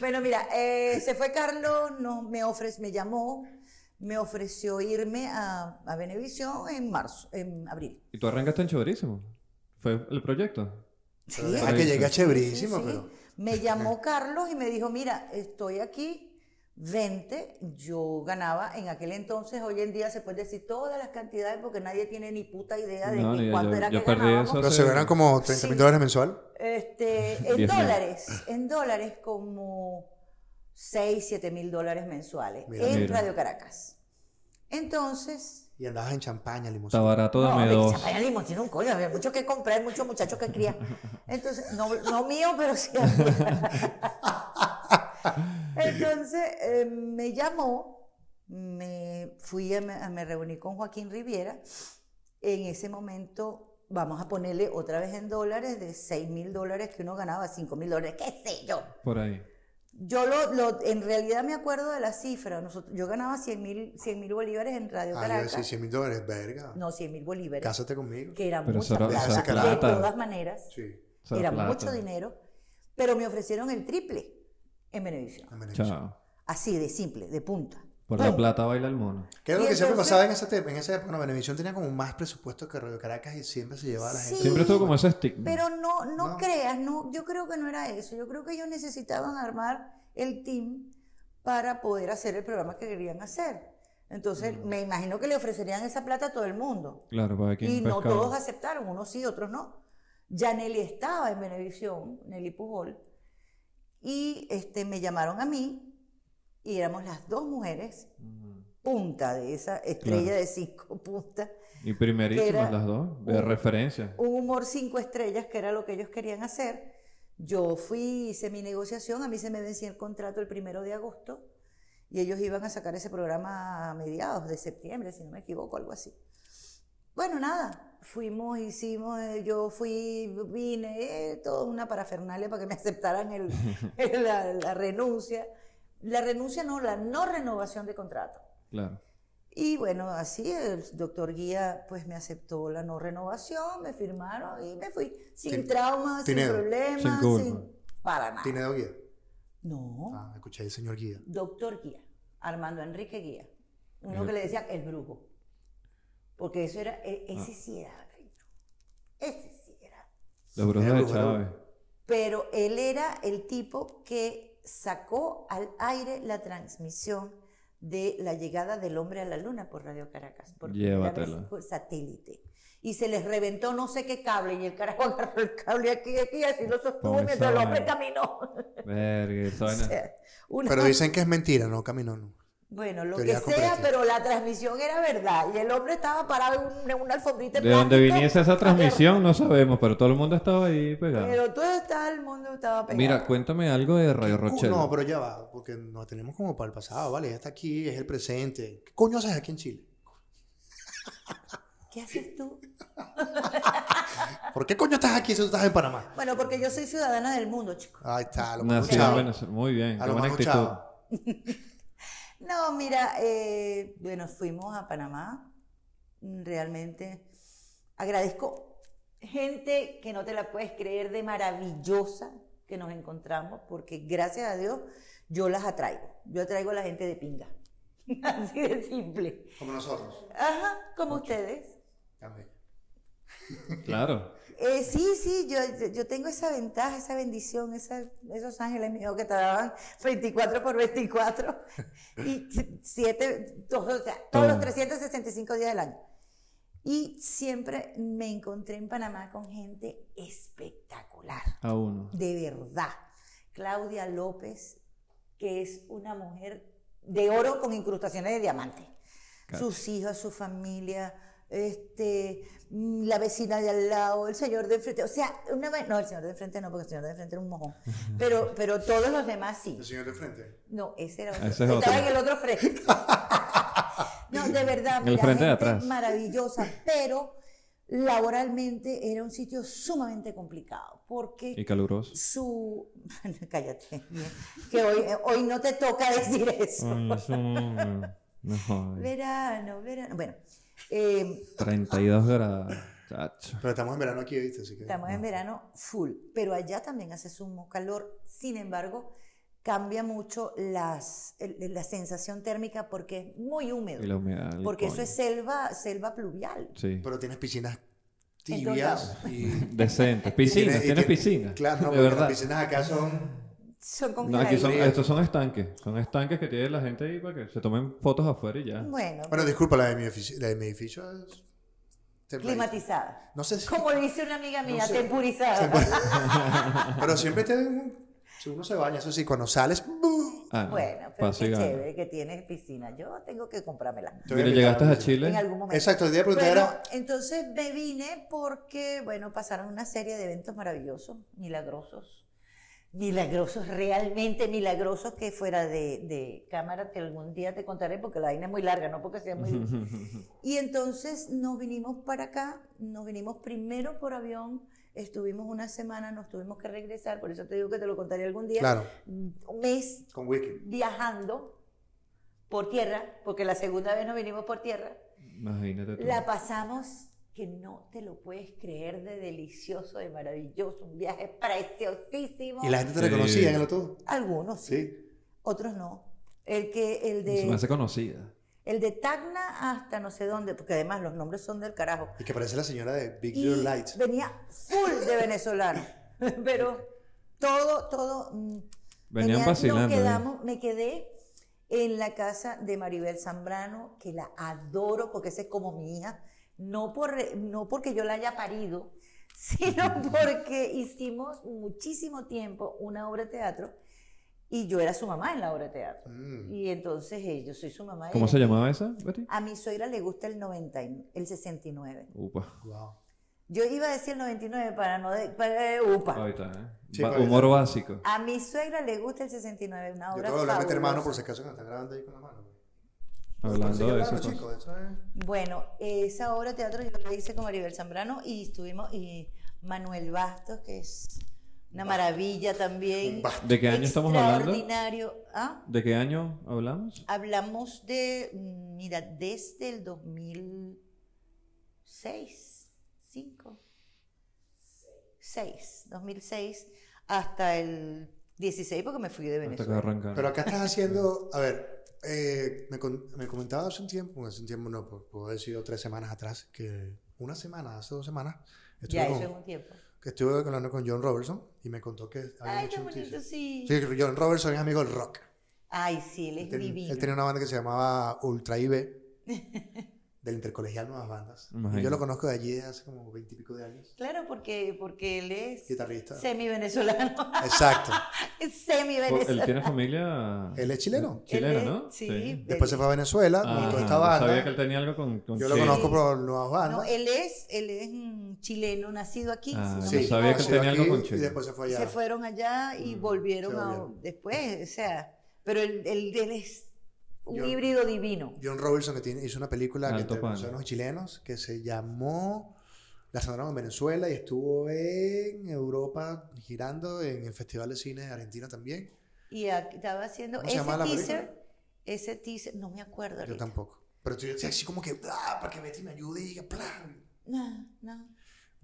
[SPEAKER 2] Bueno, mira, eh, se fue Carlos, no, me, ofre- me llamó, me ofreció irme a, a Venevisión en marzo, en abril.
[SPEAKER 1] Y tú arrancaste en chéverísimo. Fue el proyecto.
[SPEAKER 3] Pero deja que
[SPEAKER 1] Sí,
[SPEAKER 3] llegue
[SPEAKER 1] sí,
[SPEAKER 3] chéverísimo,
[SPEAKER 2] Sí, sí.
[SPEAKER 3] pero.
[SPEAKER 2] Me
[SPEAKER 3] (laughs)
[SPEAKER 2] llamó Carlos y me dijo, mira, estoy aquí, vente. Yo ganaba en aquel entonces, hoy en día se puede decir todas las cantidades porque nadie tiene ni puta idea de
[SPEAKER 1] No,
[SPEAKER 2] ni
[SPEAKER 1] ya-
[SPEAKER 2] cuánto
[SPEAKER 1] ya-
[SPEAKER 2] era
[SPEAKER 1] ya
[SPEAKER 2] que
[SPEAKER 1] perdí
[SPEAKER 2] ganábamos.
[SPEAKER 1] eso.
[SPEAKER 3] Pero se ganan como 30 mil
[SPEAKER 2] Sí.
[SPEAKER 3] dólares mensual.
[SPEAKER 1] (laughs)
[SPEAKER 2] Este, en
[SPEAKER 1] Diez mil.
[SPEAKER 2] dólares, en dólares como 6, 7 mil dólares mensuales
[SPEAKER 3] Mira.
[SPEAKER 2] en
[SPEAKER 1] Mira.
[SPEAKER 2] Radio Caracas. Entonces,
[SPEAKER 3] Y andabas en champaña,
[SPEAKER 1] Está
[SPEAKER 3] limosina.
[SPEAKER 1] barato,
[SPEAKER 2] no,
[SPEAKER 1] dame
[SPEAKER 2] de
[SPEAKER 1] dos.
[SPEAKER 2] champaña limosina, un coño, había mucho que comprar, muchos muchachos que criar. Entonces, no, no mío, pero sí.
[SPEAKER 3] (laughs)
[SPEAKER 2] había. Entonces, eh, me llamó, me fui a, me- a- me reuní con Joaquín Riviera. En ese momento, vamos a ponerle otra vez en dólares, de 6 mil dólares que uno ganaba, 5 mil dólares, qué sé yo.
[SPEAKER 1] Por ahí.
[SPEAKER 2] Yo lo, lo- en realidad me acuerdo de la cifra. Nosotros, yo ganaba 100 mil 100 mil bolívares en Radio
[SPEAKER 3] Ah, yo
[SPEAKER 2] Caracas.
[SPEAKER 3] decía 100 mil dólares, verga.
[SPEAKER 2] No, 100 mil bolívares
[SPEAKER 3] Cásate conmigo.
[SPEAKER 2] que era
[SPEAKER 1] Pero
[SPEAKER 2] mucha
[SPEAKER 1] eso era-
[SPEAKER 2] plata,
[SPEAKER 3] eso era
[SPEAKER 2] de
[SPEAKER 1] plata.
[SPEAKER 2] todas maneras,
[SPEAKER 3] Sí.
[SPEAKER 1] Esa
[SPEAKER 2] era
[SPEAKER 1] plata.
[SPEAKER 2] mucho dinero, pero me ofrecieron el triple en beneficio,
[SPEAKER 3] a Menezes.
[SPEAKER 1] Chao.
[SPEAKER 2] así de simple, de punta.
[SPEAKER 1] Por
[SPEAKER 2] ¡Pum!
[SPEAKER 1] la plata baila el mono.
[SPEAKER 3] Que era lo
[SPEAKER 2] Y
[SPEAKER 3] que siempre
[SPEAKER 2] entonces-
[SPEAKER 3] pasaba en esa, en esa época. Bueno, Venevisión tenía como más presupuesto que Radio Caracas y siempre se llevaba a la
[SPEAKER 2] Sí.
[SPEAKER 3] gente.
[SPEAKER 1] Siempre estuvo como ese estigma.
[SPEAKER 2] Pero no, no,
[SPEAKER 3] No.
[SPEAKER 2] creas, no, yo creo que no era eso, yo creo que ellos necesitaban armar el team para poder hacer el programa que querían hacer. Entonces,
[SPEAKER 1] Mm.
[SPEAKER 2] me imagino que le ofrecerían esa plata a todo el mundo.
[SPEAKER 1] Claro, para quien
[SPEAKER 2] Y no
[SPEAKER 1] pescaba.
[SPEAKER 2] todos aceptaron, unos sí, otros no. Ya Nelly estaba en Venevisión, Nelly Pujol, y este, me llamaron a mí, y éramos las dos mujeres
[SPEAKER 1] Ujú.
[SPEAKER 2] punta de esa estrella de cinco puntas,
[SPEAKER 1] Y primerísimas
[SPEAKER 2] Era
[SPEAKER 1] las dos, de
[SPEAKER 2] un-
[SPEAKER 1] referencia.
[SPEAKER 2] un humor cinco estrellas, que era lo que ellos querían hacer. Yo fui, hice mi negociación, a mí se me vencía el contrato el primero de agosto y ellos iban a sacar ese programa a mediados de septiembre, si no me equivoco, algo así. Bueno, nada, fuimos, hicimos, eh, yo fui, vine, eh, toda una parafernalia para que me (laughs) aceptaran el- el- la, la renuncia. La renuncia no, la no renovación de contrato.
[SPEAKER 1] Claro.
[SPEAKER 2] Y bueno, así el doctor Guía pues me aceptó la no renovación, me firmaron y me fui sin
[SPEAKER 3] Sin-
[SPEAKER 2] traumas, sin
[SPEAKER 3] Tinedo.
[SPEAKER 2] problemas,
[SPEAKER 1] Sin
[SPEAKER 2] sin,
[SPEAKER 1] culpa.
[SPEAKER 2] para nada.
[SPEAKER 3] ¿Tiene Guía?
[SPEAKER 2] No,
[SPEAKER 3] Ah, escuché el
[SPEAKER 2] (laughs)
[SPEAKER 3] señor Guía.
[SPEAKER 2] doctor Guía, Armando Enrique Guía, uno
[SPEAKER 1] Ujú.
[SPEAKER 2] que le decía el brujo, porque eso era, e- ese sí era rico, ese sí era.
[SPEAKER 1] Los brujos de
[SPEAKER 3] Brujo,
[SPEAKER 1] Chávez.
[SPEAKER 2] Pero él era el tipo que sacó al aire la transmisión de la llegada del hombre a la luna por Radio Caracas, por primera vez
[SPEAKER 1] Llévatela.
[SPEAKER 2] por satélite. Y se les reventó no sé qué cable, y el carajo agarró el cable aquí y aquí, y así lo sostuvo
[SPEAKER 1] Pobre
[SPEAKER 2] mientras el hombre
[SPEAKER 1] Sara.
[SPEAKER 2] caminó. (laughs)
[SPEAKER 1] Verga, esa
[SPEAKER 2] O
[SPEAKER 1] vaina.
[SPEAKER 2] sea, una-
[SPEAKER 3] Pero dicen que es mentira, no camino, no.
[SPEAKER 2] (laughs) bueno, lo que
[SPEAKER 3] teoría
[SPEAKER 2] sea,
[SPEAKER 3] conspirativa.
[SPEAKER 2] pero la transmisión era verdad. Y el hombre estaba parado en, un- en una alfombrita.
[SPEAKER 1] De dónde
[SPEAKER 2] plástica,
[SPEAKER 1] viniese esa transmisión no sabemos, pero todo el mundo estaba ahí pegado.
[SPEAKER 2] Pero todo estaba, el mundo estaba pegado.
[SPEAKER 1] Mira, cuéntame algo de Radio
[SPEAKER 3] Uh,
[SPEAKER 1] Rochelle.
[SPEAKER 3] No, pero ya va, porque nos tenemos como para el pasado, ¿vale? Ya está aquí, es el presente. ¿Qué coño haces aquí en Chile?
[SPEAKER 2] ¿Qué haces tú?
[SPEAKER 3] ¿Por qué coño estás aquí si tú estás en Panamá?
[SPEAKER 2] Bueno, porque yo soy ciudadana del mundo, chico.
[SPEAKER 3] Ahí está, a lo más
[SPEAKER 1] Nacido en
[SPEAKER 3] escuchado.
[SPEAKER 1] Venezuela. Muy bien,
[SPEAKER 3] A
[SPEAKER 1] qué
[SPEAKER 3] lo
[SPEAKER 1] buena
[SPEAKER 3] más
[SPEAKER 1] actitud.
[SPEAKER 3] escuchado.
[SPEAKER 2] No, mira, eh, bueno, fuimos a Panamá. Mm, Realmente agradezco gente que no te la puedes creer de maravillosa que nos encontramos, porque gracias a Dios yo las atraigo. Yo atraigo a la gente de pinga. (laughs) Así de simple.
[SPEAKER 3] Como nosotros.
[SPEAKER 2] Ajá, como ustedes.
[SPEAKER 3] También.
[SPEAKER 1] Claro.
[SPEAKER 2] Eh, sí, sí, yo, yo tengo esa ventaja, esa bendición, esa- esos ángeles míos que te daban 24 por 24 (laughs) y 7, todos
[SPEAKER 1] Todo.
[SPEAKER 2] los 365 días del año. Y siempre me encontré en Panamá con gente espectacular,
[SPEAKER 1] A uno.
[SPEAKER 2] de verdad. Claudia López, que es una mujer de oro con incrustaciones de diamante.
[SPEAKER 1] Cacho.
[SPEAKER 2] Sus hijos, su familia, este, mm, la vecina de al lado, el señor de enfrente. O sea, una va- no, el señor de enfrente no, porque el señor de enfrente era un
[SPEAKER 1] (laughs)
[SPEAKER 2] mojón. Pero, pero todos los demás sí.
[SPEAKER 3] El señor de frente.
[SPEAKER 2] No, ese era otro.
[SPEAKER 1] Ese es
[SPEAKER 2] Estaba
[SPEAKER 1] otro.
[SPEAKER 2] en el
[SPEAKER 1] (laughs)
[SPEAKER 2] otro frente. no, de verdad,
[SPEAKER 1] En el
[SPEAKER 2] mira,
[SPEAKER 1] frente de
[SPEAKER 2] gente
[SPEAKER 1] atrás.
[SPEAKER 2] maravillosa, pero laboralmente era un sitio sumamente complicado, porque
[SPEAKER 1] Y caluroso.
[SPEAKER 2] su (laughs) cállate que hoy, hoy no te toca decir eso
[SPEAKER 1] Coño, eso no, no, no jodas.
[SPEAKER 2] verano verano bueno eh,
[SPEAKER 1] 32 grados. Chacho.
[SPEAKER 3] Pero estamos en verano aquí, ¿viste? Así que...
[SPEAKER 2] estamos en verano full pero allá también hace sumo calor sin embargo cambia mucho las, el- la sensación térmica porque es muy
[SPEAKER 1] Y
[SPEAKER 2] húmedo
[SPEAKER 1] la humedad. el
[SPEAKER 2] porque eso
[SPEAKER 1] coño.
[SPEAKER 2] es selva selva pluvial
[SPEAKER 1] Sí.
[SPEAKER 3] Pero tienes piscinas
[SPEAKER 2] En todos lados.
[SPEAKER 3] tibias
[SPEAKER 1] (laughs)
[SPEAKER 3] y... (laughs)
[SPEAKER 1] Decente.
[SPEAKER 3] y
[SPEAKER 1] Piscina,
[SPEAKER 3] y
[SPEAKER 1] tienes piscina.
[SPEAKER 3] Claro, no,
[SPEAKER 1] de
[SPEAKER 3] porque las
[SPEAKER 1] verdad.
[SPEAKER 3] piscinas acá son...
[SPEAKER 2] son
[SPEAKER 1] No, aquí son,
[SPEAKER 2] congeladas
[SPEAKER 3] Frío.
[SPEAKER 1] estos son estanques. Son estanques que tiene la gente ahí para que se tomen fotos afuera y ya.
[SPEAKER 2] bueno
[SPEAKER 3] Bueno, disculpa, la de mi edificio, la de mi edificio es... templadita.
[SPEAKER 2] climatizada
[SPEAKER 3] No sé si...
[SPEAKER 2] como dice una amiga mía
[SPEAKER 3] sé.
[SPEAKER 2] tempurizada
[SPEAKER 1] pues,
[SPEAKER 3] Pero siempre te... Si uno se baña, eso sí, cuando sales... ¡bu!
[SPEAKER 1] Ah, no.
[SPEAKER 2] (laughs) bueno pero
[SPEAKER 1] Paso y
[SPEAKER 2] qué
[SPEAKER 1] gana.
[SPEAKER 2] chévere que tiene piscina yo tengo que comprármela
[SPEAKER 3] Te voy
[SPEAKER 1] Mira,
[SPEAKER 3] a invitar
[SPEAKER 1] llegaste
[SPEAKER 3] la
[SPEAKER 1] a
[SPEAKER 3] piscina.
[SPEAKER 1] Chile.
[SPEAKER 2] en algún momento.
[SPEAKER 3] Exacto, el día de preguntar
[SPEAKER 2] Bueno,
[SPEAKER 3] era...
[SPEAKER 2] entonces me vine porque, bueno, pasaron una serie de eventos maravillosos, milagrosos, milagrosos, realmente milagrosos, que fuera de, de cámara, que algún día te contaré porque la vaina es muy larga, no porque sea muy... y entonces nos vinimos para acá, nos vinimos primero por avión, estuvimos una semana, nos tuvimos que regresar, por eso te digo que te lo contaré algún día,
[SPEAKER 3] Claro,
[SPEAKER 2] un mes
[SPEAKER 3] con Wiki.
[SPEAKER 2] viajando por tierra, porque la segunda vez nos vinimos por tierra.
[SPEAKER 1] (laughs) Imagínate tú.
[SPEAKER 2] La pasamos que no te lo puedes creer de delicioso, de maravilloso, un viaje preciosísimo.
[SPEAKER 3] Y la gente te
[SPEAKER 1] Sí.
[SPEAKER 3] reconocía en el autobús.
[SPEAKER 2] Algunos sí,
[SPEAKER 3] Sí.
[SPEAKER 2] otros no. El que el
[SPEAKER 1] Se me
[SPEAKER 2] de
[SPEAKER 1] hace conocida.
[SPEAKER 2] el de Tacna hasta no sé dónde, porque además los nombres son del carajo.
[SPEAKER 3] Y que parece la señora de Big
[SPEAKER 2] Y
[SPEAKER 3] Little Lights.
[SPEAKER 2] venía full de venezolano, (laughs) pero todo todo mm,
[SPEAKER 1] Venían
[SPEAKER 2] venía-
[SPEAKER 1] vacilando,
[SPEAKER 2] Nos
[SPEAKER 1] ¿eh?
[SPEAKER 2] quedamos, me quedé en la casa de Maribel Zambrano, que la adoro porque esa es como mi hija, no, por, no porque yo la haya parido, (laughs)
[SPEAKER 1] (laughs)
[SPEAKER 2] sino porque hicimos muchísimo tiempo una obra de teatro Y yo era su mamá en la obra de teatro.
[SPEAKER 3] Mm.
[SPEAKER 2] Y entonces eh, yo soy su mamá. y
[SPEAKER 1] ¿Cómo
[SPEAKER 2] ella-
[SPEAKER 1] se llamaba esa, Betty?
[SPEAKER 2] A mi suegra le gusta el 90, y- el 69.
[SPEAKER 1] Upa.
[SPEAKER 3] Wow.
[SPEAKER 2] Yo iba a decir el 99 para no... de- para- eh, upa.
[SPEAKER 1] Ahí está, ¿eh?
[SPEAKER 3] Sí,
[SPEAKER 1] Ba-
[SPEAKER 3] ahí está.
[SPEAKER 1] humor básico.
[SPEAKER 2] A mi suegra le gusta el 69, una
[SPEAKER 3] Yo
[SPEAKER 2] obra
[SPEAKER 3] tengo que hablar de este hermano por si
[SPEAKER 2] fabulosa.
[SPEAKER 3] acaso que me está grabando ahí con la mano.
[SPEAKER 1] Hablando de eso. pues.
[SPEAKER 3] chicos. Eso es...
[SPEAKER 2] Bueno, esa obra de teatro yo la hice con Maribel Zambrano y estuvimos... Y Manuel Bastos, que es una maravilla también.
[SPEAKER 3] Basta.
[SPEAKER 1] ¿De qué año estamos hablando?
[SPEAKER 2] Extraordinario. ¿Ah?
[SPEAKER 1] ¿De qué año hablamos?
[SPEAKER 2] Hablamos de, mm, mira, desde el 2006, 5, 6, 2006 hasta el 16 porque me fui de
[SPEAKER 1] Hasta que
[SPEAKER 2] Venezuela.
[SPEAKER 1] arrancaron.
[SPEAKER 3] Pero acá estás haciendo, a ver, eh, me, con- me comentaba hace un tiempo, hace un tiempo no, pu- puedo decir tres semanas atrás, que una semana, hace dos semanas,
[SPEAKER 2] Ya
[SPEAKER 3] estuve,
[SPEAKER 2] eso es
[SPEAKER 3] con,
[SPEAKER 2] un tiempo.
[SPEAKER 3] que estuve hablando con John Robertson y me contó que había
[SPEAKER 2] Ay,
[SPEAKER 3] hecho
[SPEAKER 2] qué
[SPEAKER 3] un
[SPEAKER 2] bonito,
[SPEAKER 3] teaser.
[SPEAKER 2] sí.
[SPEAKER 3] Sí, John Robertson es amigo del rock.
[SPEAKER 2] Ay, sí, él es
[SPEAKER 3] Ten-
[SPEAKER 2] divino.
[SPEAKER 3] él tenía una banda que se llamaba Ultra IB,
[SPEAKER 2] (laughs)
[SPEAKER 3] del Intercolegial Nuevas Bandas. Y
[SPEAKER 1] Imagínate.
[SPEAKER 3] yo lo conozco de allí desde hace como veintipico de años,
[SPEAKER 2] Claro, porque, porque él es
[SPEAKER 3] guitarrista.
[SPEAKER 2] semi-venezolano. (laughs)
[SPEAKER 3] Exacto.
[SPEAKER 1] Por-
[SPEAKER 2] Es
[SPEAKER 1] Él
[SPEAKER 2] semi-venezolano.
[SPEAKER 1] tiene familia
[SPEAKER 3] Él es chileno. Ah,
[SPEAKER 2] Él
[SPEAKER 1] chileno,
[SPEAKER 2] es-
[SPEAKER 1] ¿no?
[SPEAKER 2] sí.
[SPEAKER 3] Después se fue a Venezuela,
[SPEAKER 1] Ajá,
[SPEAKER 3] montó esta
[SPEAKER 1] no
[SPEAKER 3] banda.
[SPEAKER 1] sabía que él tenía algo con, con
[SPEAKER 3] Yo lo
[SPEAKER 1] Chile.
[SPEAKER 3] conozco por Nuevas Bandas.
[SPEAKER 2] No, él es, él es mm, chileno, nacido aquí.
[SPEAKER 1] Ah,
[SPEAKER 2] si no
[SPEAKER 1] yo
[SPEAKER 2] me
[SPEAKER 1] Sí, sabía que
[SPEAKER 2] equivoco.
[SPEAKER 1] él tenía algo
[SPEAKER 3] aquí
[SPEAKER 1] con
[SPEAKER 3] Y
[SPEAKER 1] Chile.
[SPEAKER 3] después se fue allá.
[SPEAKER 2] se fueron allá y
[SPEAKER 1] Mm,
[SPEAKER 2] volvieron,
[SPEAKER 3] se
[SPEAKER 2] a-
[SPEAKER 3] volvieron.
[SPEAKER 2] después, o sea, pero él, él- él es un
[SPEAKER 3] Yo-
[SPEAKER 2] híbrido divino.
[SPEAKER 3] John Robertson que tiene- hizo una película que
[SPEAKER 1] Alto
[SPEAKER 3] entre
[SPEAKER 1] pana.
[SPEAKER 3] venezolanos y chilenos que se llamó La Sonora en Venezuela y estuvo en Europa girando en el Festival de Cine de Argentina también.
[SPEAKER 2] Y aquí estaba haciendo
[SPEAKER 3] ¿Cómo se
[SPEAKER 2] ese
[SPEAKER 3] llama la
[SPEAKER 2] teaser, ese teaser, no me acuerdo
[SPEAKER 3] Yo
[SPEAKER 2] ahorita.
[SPEAKER 3] tampoco. Pero estoy así, así como que, "Ah, para que Betty me ayude y diga, "Bla".
[SPEAKER 2] No, no.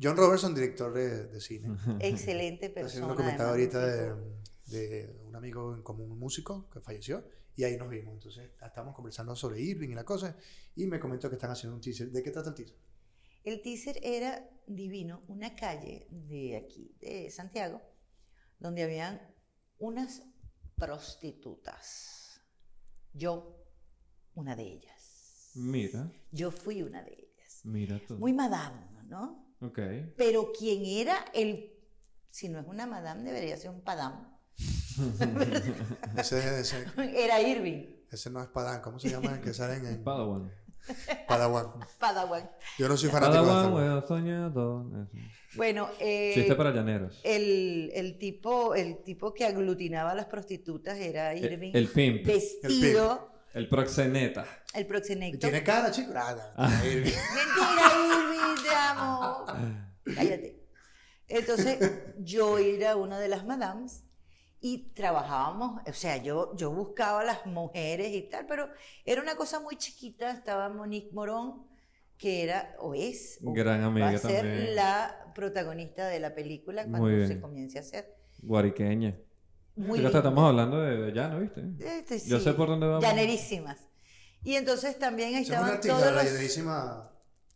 [SPEAKER 3] John Robertson, director de, de cine.
[SPEAKER 2] (laughs) Excelente
[SPEAKER 3] Está
[SPEAKER 2] persona.
[SPEAKER 3] haciendo un comentario
[SPEAKER 2] además,
[SPEAKER 3] ahorita
[SPEAKER 2] un
[SPEAKER 3] de,
[SPEAKER 2] tipo-
[SPEAKER 3] de un amigo en común, un músico que falleció, y ahí nos vimos. Entonces, estábamos conversando sobre Irving y la cosa, y me comentó que están haciendo un teaser. ¿De qué trata el teaser?
[SPEAKER 2] El teaser era divino, una calle de aquí, de Santiago, donde habían unas prostitutas. Yo, una de ellas.
[SPEAKER 1] (laughs) Mira,
[SPEAKER 2] Yo fui una de ellas.
[SPEAKER 1] mira tú.
[SPEAKER 2] Muy madame, ¿no?
[SPEAKER 1] Ok.
[SPEAKER 2] Pero quien era el, si no es una madame, debería ser un padam. (laughs)
[SPEAKER 3] Ese, ese,
[SPEAKER 2] Era Irving,
[SPEAKER 3] Ese no es Padán, ¿cómo se llama el que salen
[SPEAKER 1] (laughs)
[SPEAKER 3] en
[SPEAKER 1] Padawan.
[SPEAKER 3] Padawan?
[SPEAKER 2] padawan.
[SPEAKER 3] Yo no soy fanático de
[SPEAKER 1] Padawan,
[SPEAKER 3] Star Wars.
[SPEAKER 1] huevo soñado. Eso.
[SPEAKER 2] Bueno, eh,
[SPEAKER 1] Chiste para llaneros.
[SPEAKER 2] el, el tipo, el tipo que aglutinaba a las prostitutas era eh, Irving.
[SPEAKER 1] El, el pimp.
[SPEAKER 2] Vestido,
[SPEAKER 1] El proxeneta.
[SPEAKER 2] el,
[SPEAKER 3] Y
[SPEAKER 2] proxenecto.
[SPEAKER 3] tiene cara, chico. Ah, no, no, Irving.
[SPEAKER 2] (laughs) Mentira, Irving, te amo. Cállate. Entonces, yo era una de las madames y trabajábamos, o sea, yo, yo buscaba a las mujeres y tal, pero era una cosa muy chiquita. Estaba Monique Morón, que era o es o
[SPEAKER 1] Gran
[SPEAKER 2] va a
[SPEAKER 1] amiga
[SPEAKER 2] ser
[SPEAKER 1] también.
[SPEAKER 2] la protagonista de la película
[SPEAKER 1] Muy
[SPEAKER 2] cuando se
[SPEAKER 1] bien.
[SPEAKER 2] comience a hacer.
[SPEAKER 1] Guariqueña.
[SPEAKER 2] Muy
[SPEAKER 1] Fíjate, estamos hablando de, de llano, ¿viste?
[SPEAKER 2] Este,
[SPEAKER 1] Yo sé por dónde vamos.
[SPEAKER 2] Llanerísimas. Y entonces también
[SPEAKER 3] Esa Es una
[SPEAKER 2] estaban
[SPEAKER 3] artista,
[SPEAKER 2] todos
[SPEAKER 3] la
[SPEAKER 2] los...
[SPEAKER 3] llanerísima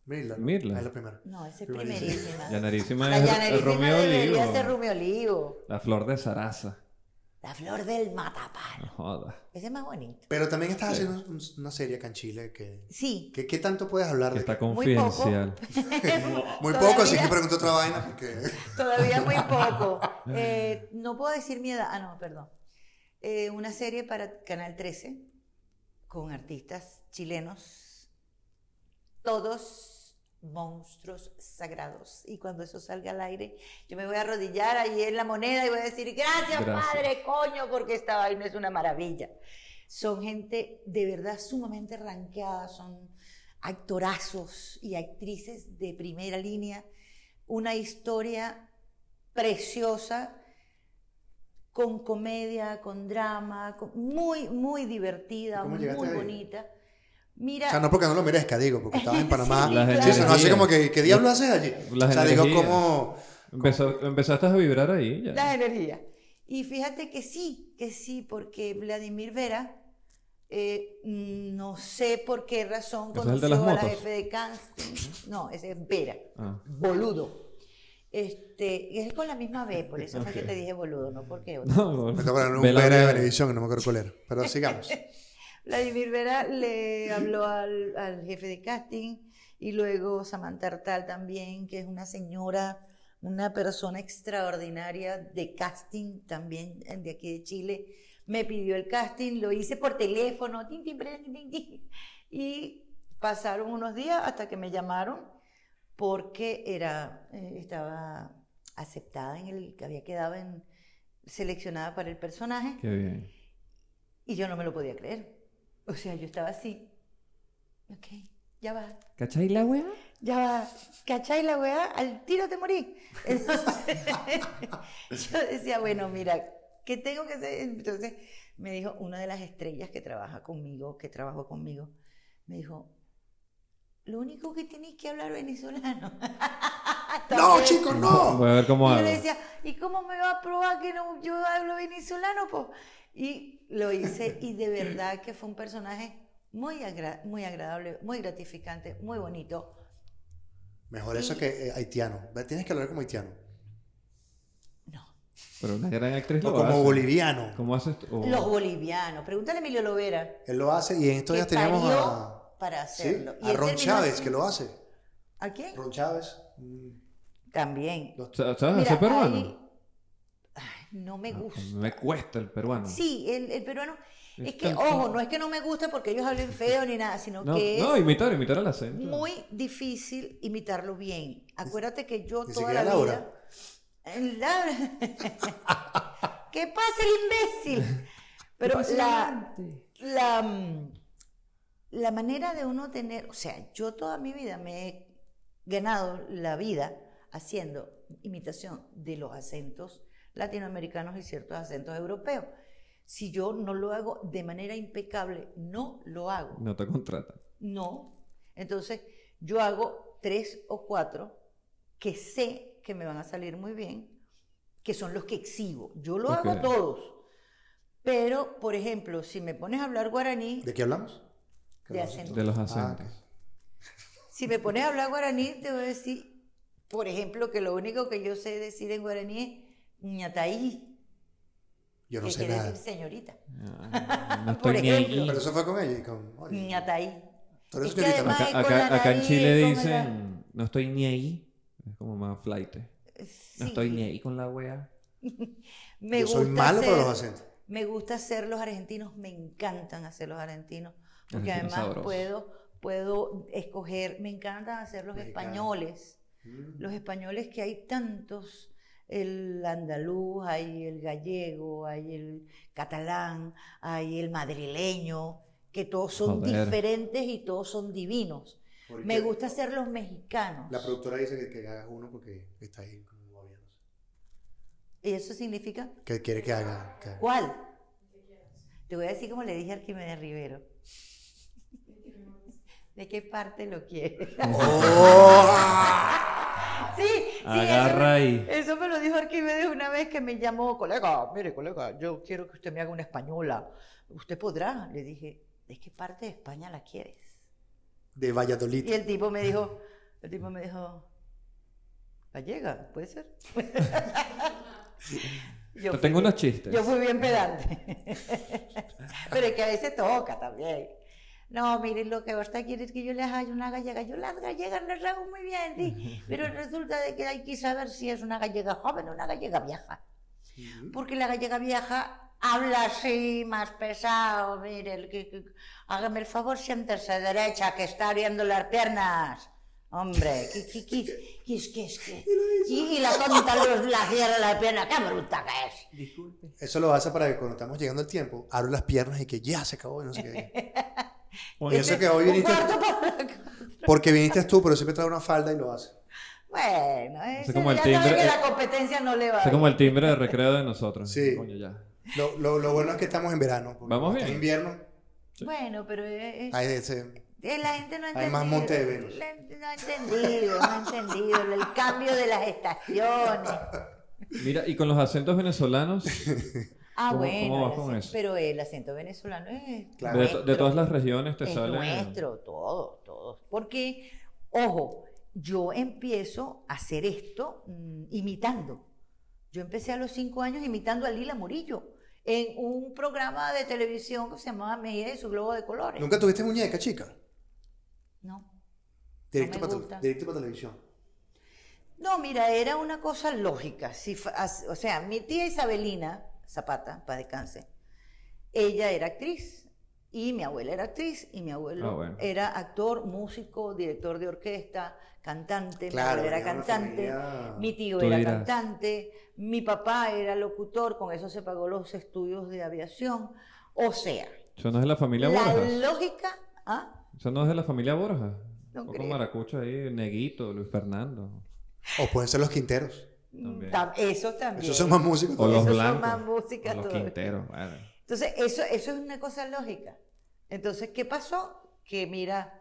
[SPEAKER 3] Mirla. ¿no?
[SPEAKER 1] Mirla.
[SPEAKER 3] Ah, Es la primera.
[SPEAKER 2] No, ese es
[SPEAKER 3] Primerísima.
[SPEAKER 2] primerísima.
[SPEAKER 1] Llanerísima
[SPEAKER 2] La
[SPEAKER 1] es
[SPEAKER 2] llanerísima
[SPEAKER 1] Romeo
[SPEAKER 2] debería
[SPEAKER 1] Olivo.
[SPEAKER 2] ser Romeo Olivo.
[SPEAKER 1] La flor de Sarasa.
[SPEAKER 2] La flor del
[SPEAKER 1] No
[SPEAKER 2] matapalo.
[SPEAKER 1] Joda.
[SPEAKER 2] Ese es más bonito.
[SPEAKER 3] Pero también estás haciendo un- una serie acá en Chile que...
[SPEAKER 2] Sí.
[SPEAKER 3] que- ¿Qué tanto puedes hablar
[SPEAKER 1] Que
[SPEAKER 3] de
[SPEAKER 1] está
[SPEAKER 2] Muy poco.
[SPEAKER 1] confidencial.
[SPEAKER 3] Muy
[SPEAKER 2] Todavía-
[SPEAKER 3] poco, así que pregunto otra vaina
[SPEAKER 2] (laughs)
[SPEAKER 3] porque... (laughs)
[SPEAKER 2] Todavía muy poco. Eh, no puedo decir mi edad. Ah, no, perdón. Eh, una serie para Canal 13 con artistas chilenos. Todos monstruos sagrados. Y cuando eso salga al aire, yo me voy a arrodillar ahí en la moneda y voy a decir, gracias,
[SPEAKER 1] Gracias.
[SPEAKER 2] padre, coño, porque esta vaina es una maravilla. Son gente de verdad sumamente ranqueada, son actorazos y actrices de primera línea. Una historia preciosa con comedia, con drama, con- muy, muy divertida,
[SPEAKER 3] ¿Cómo
[SPEAKER 2] muy
[SPEAKER 3] llegaste ahí?
[SPEAKER 2] bonita. Mira,
[SPEAKER 3] O sea, no porque no lo merezca, digo, porque estabas en Panamá.
[SPEAKER 2] Sí,
[SPEAKER 3] Sí,
[SPEAKER 1] Las
[SPEAKER 2] claro.
[SPEAKER 3] se nos hace
[SPEAKER 1] energías.
[SPEAKER 3] como que, ¿qué diablo haces allí?
[SPEAKER 1] Las
[SPEAKER 3] o sea, digo,
[SPEAKER 1] energías.
[SPEAKER 3] como...
[SPEAKER 1] Empezó- empezaste a vibrar ahí. Ya.
[SPEAKER 2] las energías. Y fíjate que sí, que sí, porque Vladimir Vera, eh, mm, no sé por qué razón
[SPEAKER 1] ¿Ese es el
[SPEAKER 2] conoció
[SPEAKER 1] de las
[SPEAKER 2] a la
[SPEAKER 1] motos?
[SPEAKER 2] jefe de Cáncer. No, ese es Vera,
[SPEAKER 1] Ah. (laughs)
[SPEAKER 2] boludo. Este, es con la misma B, por eso fue que
[SPEAKER 1] Ok.
[SPEAKER 2] te dije boludo, no
[SPEAKER 1] (laughs)
[SPEAKER 2] porque otra.
[SPEAKER 1] No, bueno.
[SPEAKER 3] Me toca un
[SPEAKER 1] Ve la
[SPEAKER 3] pera de
[SPEAKER 1] vida.
[SPEAKER 3] Benevisión, que no me acuerdo cuál era. Pero sigamos.
[SPEAKER 2] Vladimir Vera le habló al, al jefe de casting y luego Samantha Artal también, que es una señora, una persona extraordinaria de casting también eh, de aquí de Chile. me pidió el casting, lo hice por teléfono, tin, tin, pre, tin, tin, y pasaron unos días hasta que me llamaron porque era, eh, estaba aceptada en el que había quedado en, seleccionada para el personaje
[SPEAKER 1] Qué bien.
[SPEAKER 2] y yo no me lo podía creer. O sea, yo estaba así. Ok, ya va,
[SPEAKER 1] ¿Cachai la weá?
[SPEAKER 2] ya va, ¿cachai la weá? Al tiro te morí. (laughs) Entonces, yo decía, bueno, mira, ¿qué tengo que hacer? Entonces, me dijo una de las estrellas que trabaja conmigo, que trabajó conmigo, me dijo, lo único que tienes que hablar venezolano. (laughs)
[SPEAKER 3] ¡No, chicos, Oh, no!
[SPEAKER 1] Voy a ver cómo
[SPEAKER 2] Y yo
[SPEAKER 1] hago.
[SPEAKER 2] le decía, ¿y cómo me va a probar que no, yo hablo venezolano? po?" Y lo hice y de verdad que fue un personaje muy, agra- muy agradable, muy gratificante, muy bonito.
[SPEAKER 3] Mejor eso que eh, haitiano. Ve, Tienes que hablar como haitiano.
[SPEAKER 2] No,
[SPEAKER 1] Pero una gran actriz
[SPEAKER 3] O
[SPEAKER 1] lo
[SPEAKER 3] como
[SPEAKER 1] hace.
[SPEAKER 3] boliviano.
[SPEAKER 1] ¿Cómo haces tú? Oh.
[SPEAKER 2] los bolivianos. Pregúntale a Emilio Lovera,
[SPEAKER 3] Él lo hace y en estos
[SPEAKER 2] que
[SPEAKER 3] días teníamos
[SPEAKER 2] parió
[SPEAKER 3] a,
[SPEAKER 2] para
[SPEAKER 3] sí,
[SPEAKER 2] hacerlo. Y
[SPEAKER 3] a
[SPEAKER 2] él
[SPEAKER 3] Ron
[SPEAKER 2] terminó
[SPEAKER 3] Chávez
[SPEAKER 2] así.
[SPEAKER 3] que lo hace.
[SPEAKER 2] ¿A quién?
[SPEAKER 3] Ron Chávez. mm,
[SPEAKER 2] También.
[SPEAKER 3] los-
[SPEAKER 1] Sa- ¿Sabes
[SPEAKER 2] Mira,
[SPEAKER 1] hacer Ah, peruano?
[SPEAKER 2] ahí- Ay, no me gusta.
[SPEAKER 1] Ah, Me cuesta el peruano.
[SPEAKER 2] Sí, el, el peruano.
[SPEAKER 1] Es
[SPEAKER 2] Es que,
[SPEAKER 1] tan-
[SPEAKER 2] ojo, no es que no me gusta porque ellos hablen feo ni nada, sino
[SPEAKER 1] No,
[SPEAKER 2] que es.
[SPEAKER 1] no, imitar, imitar al acento.
[SPEAKER 2] muy difícil imitarlo bien. Acuérdate que yo
[SPEAKER 3] ni
[SPEAKER 2] toda
[SPEAKER 3] siquiera
[SPEAKER 2] la
[SPEAKER 3] Laura.
[SPEAKER 2] vida... Eh, Laura. (laughs) ¿Qué pasa el imbécil? Pero la, la, mm, la manera de uno tener, o sea, yo toda mi vida me he ganado la vida haciendo imitación de los acentos latinoamericanos y ciertos acentos europeos. Si yo no lo hago de manera impecable, no lo hago.
[SPEAKER 1] No te contratan.
[SPEAKER 2] (laughs) No. Entonces, yo hago tres o cuatro que sé que me van a salir muy bien, que son los que exhibo. Yo lo
[SPEAKER 1] Ok.
[SPEAKER 2] hago todos. Pero, por ejemplo, si me pones a hablar guaraní,
[SPEAKER 3] ¿De qué hablamos?
[SPEAKER 2] De acento.
[SPEAKER 1] De los
[SPEAKER 3] Ah,
[SPEAKER 1] acentos.
[SPEAKER 2] si me pones a hablar guaraní, te voy a decir, por ejemplo, que lo único que yo sé decir en guaraní es ñataí,
[SPEAKER 3] yo no
[SPEAKER 2] que
[SPEAKER 3] sé
[SPEAKER 2] quiere
[SPEAKER 3] nada.
[SPEAKER 2] decir señorita.
[SPEAKER 1] Ah, No
[SPEAKER 2] Por
[SPEAKER 1] estoy ni
[SPEAKER 2] ejemplo.
[SPEAKER 1] allí.
[SPEAKER 3] Pero eso fue con ella y con. oye,
[SPEAKER 2] ñataí.
[SPEAKER 3] tú eres
[SPEAKER 2] Mm, es que
[SPEAKER 3] señorita, ¿no?
[SPEAKER 2] además-
[SPEAKER 1] Acá,
[SPEAKER 2] Ay, con
[SPEAKER 1] acá-
[SPEAKER 2] la
[SPEAKER 1] acá en
[SPEAKER 2] nariz,
[SPEAKER 1] Chile
[SPEAKER 2] con
[SPEAKER 1] dicen, no estoy ni ahí. Es como más flight. No
[SPEAKER 2] Sí,
[SPEAKER 1] estoy ni ahí con la wea.
[SPEAKER 2] me
[SPEAKER 3] yo soy
[SPEAKER 2] gusta
[SPEAKER 3] malo para
[SPEAKER 2] ser-
[SPEAKER 3] los acentos.
[SPEAKER 2] Me gusta hacer los argentinos, me encantan hacer los argentinos, porque
[SPEAKER 1] Argentinos
[SPEAKER 2] además
[SPEAKER 1] sabrosos.
[SPEAKER 2] puedo, puedo escoger, me encantan hacer los
[SPEAKER 3] Mexicano.
[SPEAKER 2] españoles, Mm, los españoles que hay tantos, el andaluz, hay el gallego, hay el catalán, hay el madrileño, que todos son
[SPEAKER 1] Joder.
[SPEAKER 2] diferentes y todos son divinos.
[SPEAKER 3] Porque
[SPEAKER 2] Me gusta hacer los mexicanos.
[SPEAKER 3] La productora dice que, que hagas uno porque está ahí con un gobierno.
[SPEAKER 2] ¿Y eso significa
[SPEAKER 3] Que quiere que haga. que haga.
[SPEAKER 2] ¿Cuál? Te voy a decir como le dije a Arquímedes Rivero. ¿De qué parte lo quieres? (laughs) Oh. Sí, sí,
[SPEAKER 1] Agarra
[SPEAKER 2] eso,
[SPEAKER 1] ahí.
[SPEAKER 2] eso me lo dijo Arquímedes una vez que me llamó, colega, mire, colega, yo quiero que usted me haga una española. ¿Usted podrá? Le dije, ¿de qué parte de España la quieres?
[SPEAKER 3] (laughs) De Valladolid.
[SPEAKER 2] Y el tipo me dijo, el tipo me dijo, Gallega, ¿puede ser? (laughs) Yo
[SPEAKER 1] Te
[SPEAKER 2] fui-
[SPEAKER 1] tengo unos chistes.
[SPEAKER 2] yo fui bien pedante. Pero es que a veces toca también. No, miren, lo que ahorita quiere es que yo les haga una gallega. Yo las gallegas las hago muy bien, sí, pero resulta de que hay que saber si es una gallega joven o una gallega vieja. Porque la gallega vieja habla así, más pesado. Mire, el que- que- hágame el favor, siéntese derecha, que está abriendo las piernas. Hombre, que, que, que- que es que es que. Y, y la tonta luz la cierra las piernas. ¡Qué bruta que es!
[SPEAKER 3] Eso lo hace para que cuando estamos llegando al tiempo, abro las piernas y que ya se acabó y no
[SPEAKER 2] (laughs)
[SPEAKER 3] sé qué. Y eso que hoy
[SPEAKER 2] Un
[SPEAKER 3] viniste,
[SPEAKER 2] cuarto para la co-
[SPEAKER 3] porque viniste tú, pero siempre trae una falda y lo hace.
[SPEAKER 2] Bueno, ese-
[SPEAKER 1] como el
[SPEAKER 2] ya
[SPEAKER 1] timbre,
[SPEAKER 2] sabe que
[SPEAKER 1] eh.
[SPEAKER 2] la competencia no le va.
[SPEAKER 1] Eso es como el timbre de recreo de nosotros.
[SPEAKER 3] Sí.
[SPEAKER 1] Coño, ya.
[SPEAKER 3] Lo, lo- lo bueno es que estamos en verano. porque
[SPEAKER 1] Vamos
[SPEAKER 3] cuando está
[SPEAKER 1] bien.
[SPEAKER 3] En invierno
[SPEAKER 2] Bueno, pero eh, eh,
[SPEAKER 3] hay ese-
[SPEAKER 2] eh, la gente no ha
[SPEAKER 3] hay
[SPEAKER 2] entendido.
[SPEAKER 3] más monte de Venus.
[SPEAKER 2] La gente no ha entendido, no ha entendido el cambio de las estaciones.
[SPEAKER 1] Mira, y con los acentos
[SPEAKER 2] (laughs)
[SPEAKER 1] venezolanos
[SPEAKER 2] Ah,
[SPEAKER 1] ¿Cómo-
[SPEAKER 2] bueno,
[SPEAKER 1] cómo vas
[SPEAKER 2] el
[SPEAKER 1] con
[SPEAKER 2] acento-
[SPEAKER 1] eso?
[SPEAKER 2] pero el acento venezolano es
[SPEAKER 3] Claro.
[SPEAKER 1] de, to- de
[SPEAKER 2] nuestro.
[SPEAKER 1] todas las regiones te
[SPEAKER 2] es
[SPEAKER 1] sale.
[SPEAKER 2] nuestro, todos, todos. Porque, ojo, yo empiezo a hacer esto mm, imitando. Yo empecé a los cinco años imitando a Lila Murillo en un programa de televisión que se llamaba Mejía y su Globo de Colores.
[SPEAKER 3] ¿Nunca tuviste muñeca, chica?
[SPEAKER 2] No.
[SPEAKER 3] Directo,
[SPEAKER 2] me
[SPEAKER 3] para, tu-
[SPEAKER 2] gusta.
[SPEAKER 3] directo para televisión.
[SPEAKER 2] No, mira, era una cosa lógica. Si fa- as- o sea, mi tía Isabelina Zapata, para descanse, ella era actriz y mi abuela era actriz y mi abuelo
[SPEAKER 1] Ah, bueno.
[SPEAKER 2] era actor, músico, director de orquesta, cantante,
[SPEAKER 3] Claro,
[SPEAKER 2] mi abuela era
[SPEAKER 3] venía de una
[SPEAKER 2] cantante,
[SPEAKER 3] familia-
[SPEAKER 2] mi tío
[SPEAKER 1] Tú
[SPEAKER 2] era
[SPEAKER 1] dirás.
[SPEAKER 2] cantante, mi papá era locutor, con eso se pagó los estudios de aviación. O sea,
[SPEAKER 1] Eso no es de la familia
[SPEAKER 2] la
[SPEAKER 1] Borja.
[SPEAKER 2] lógica... ¿ah?
[SPEAKER 1] Eso no es de la familia Borja.
[SPEAKER 2] No
[SPEAKER 1] Un poco
[SPEAKER 2] creo.
[SPEAKER 1] maracucho ahí, Neguito, Luis Fernando.
[SPEAKER 3] O pueden ser los quinteros.
[SPEAKER 1] También.
[SPEAKER 2] Tam- eso también.
[SPEAKER 3] Esos son más músicos.
[SPEAKER 1] O los
[SPEAKER 2] Esos son
[SPEAKER 1] blancos.
[SPEAKER 2] más música
[SPEAKER 1] o los
[SPEAKER 2] todavía.
[SPEAKER 1] quinteros. Bueno.
[SPEAKER 2] Entonces, eso, eso es una cosa lógica. Entonces, ¿qué pasó? Que mira,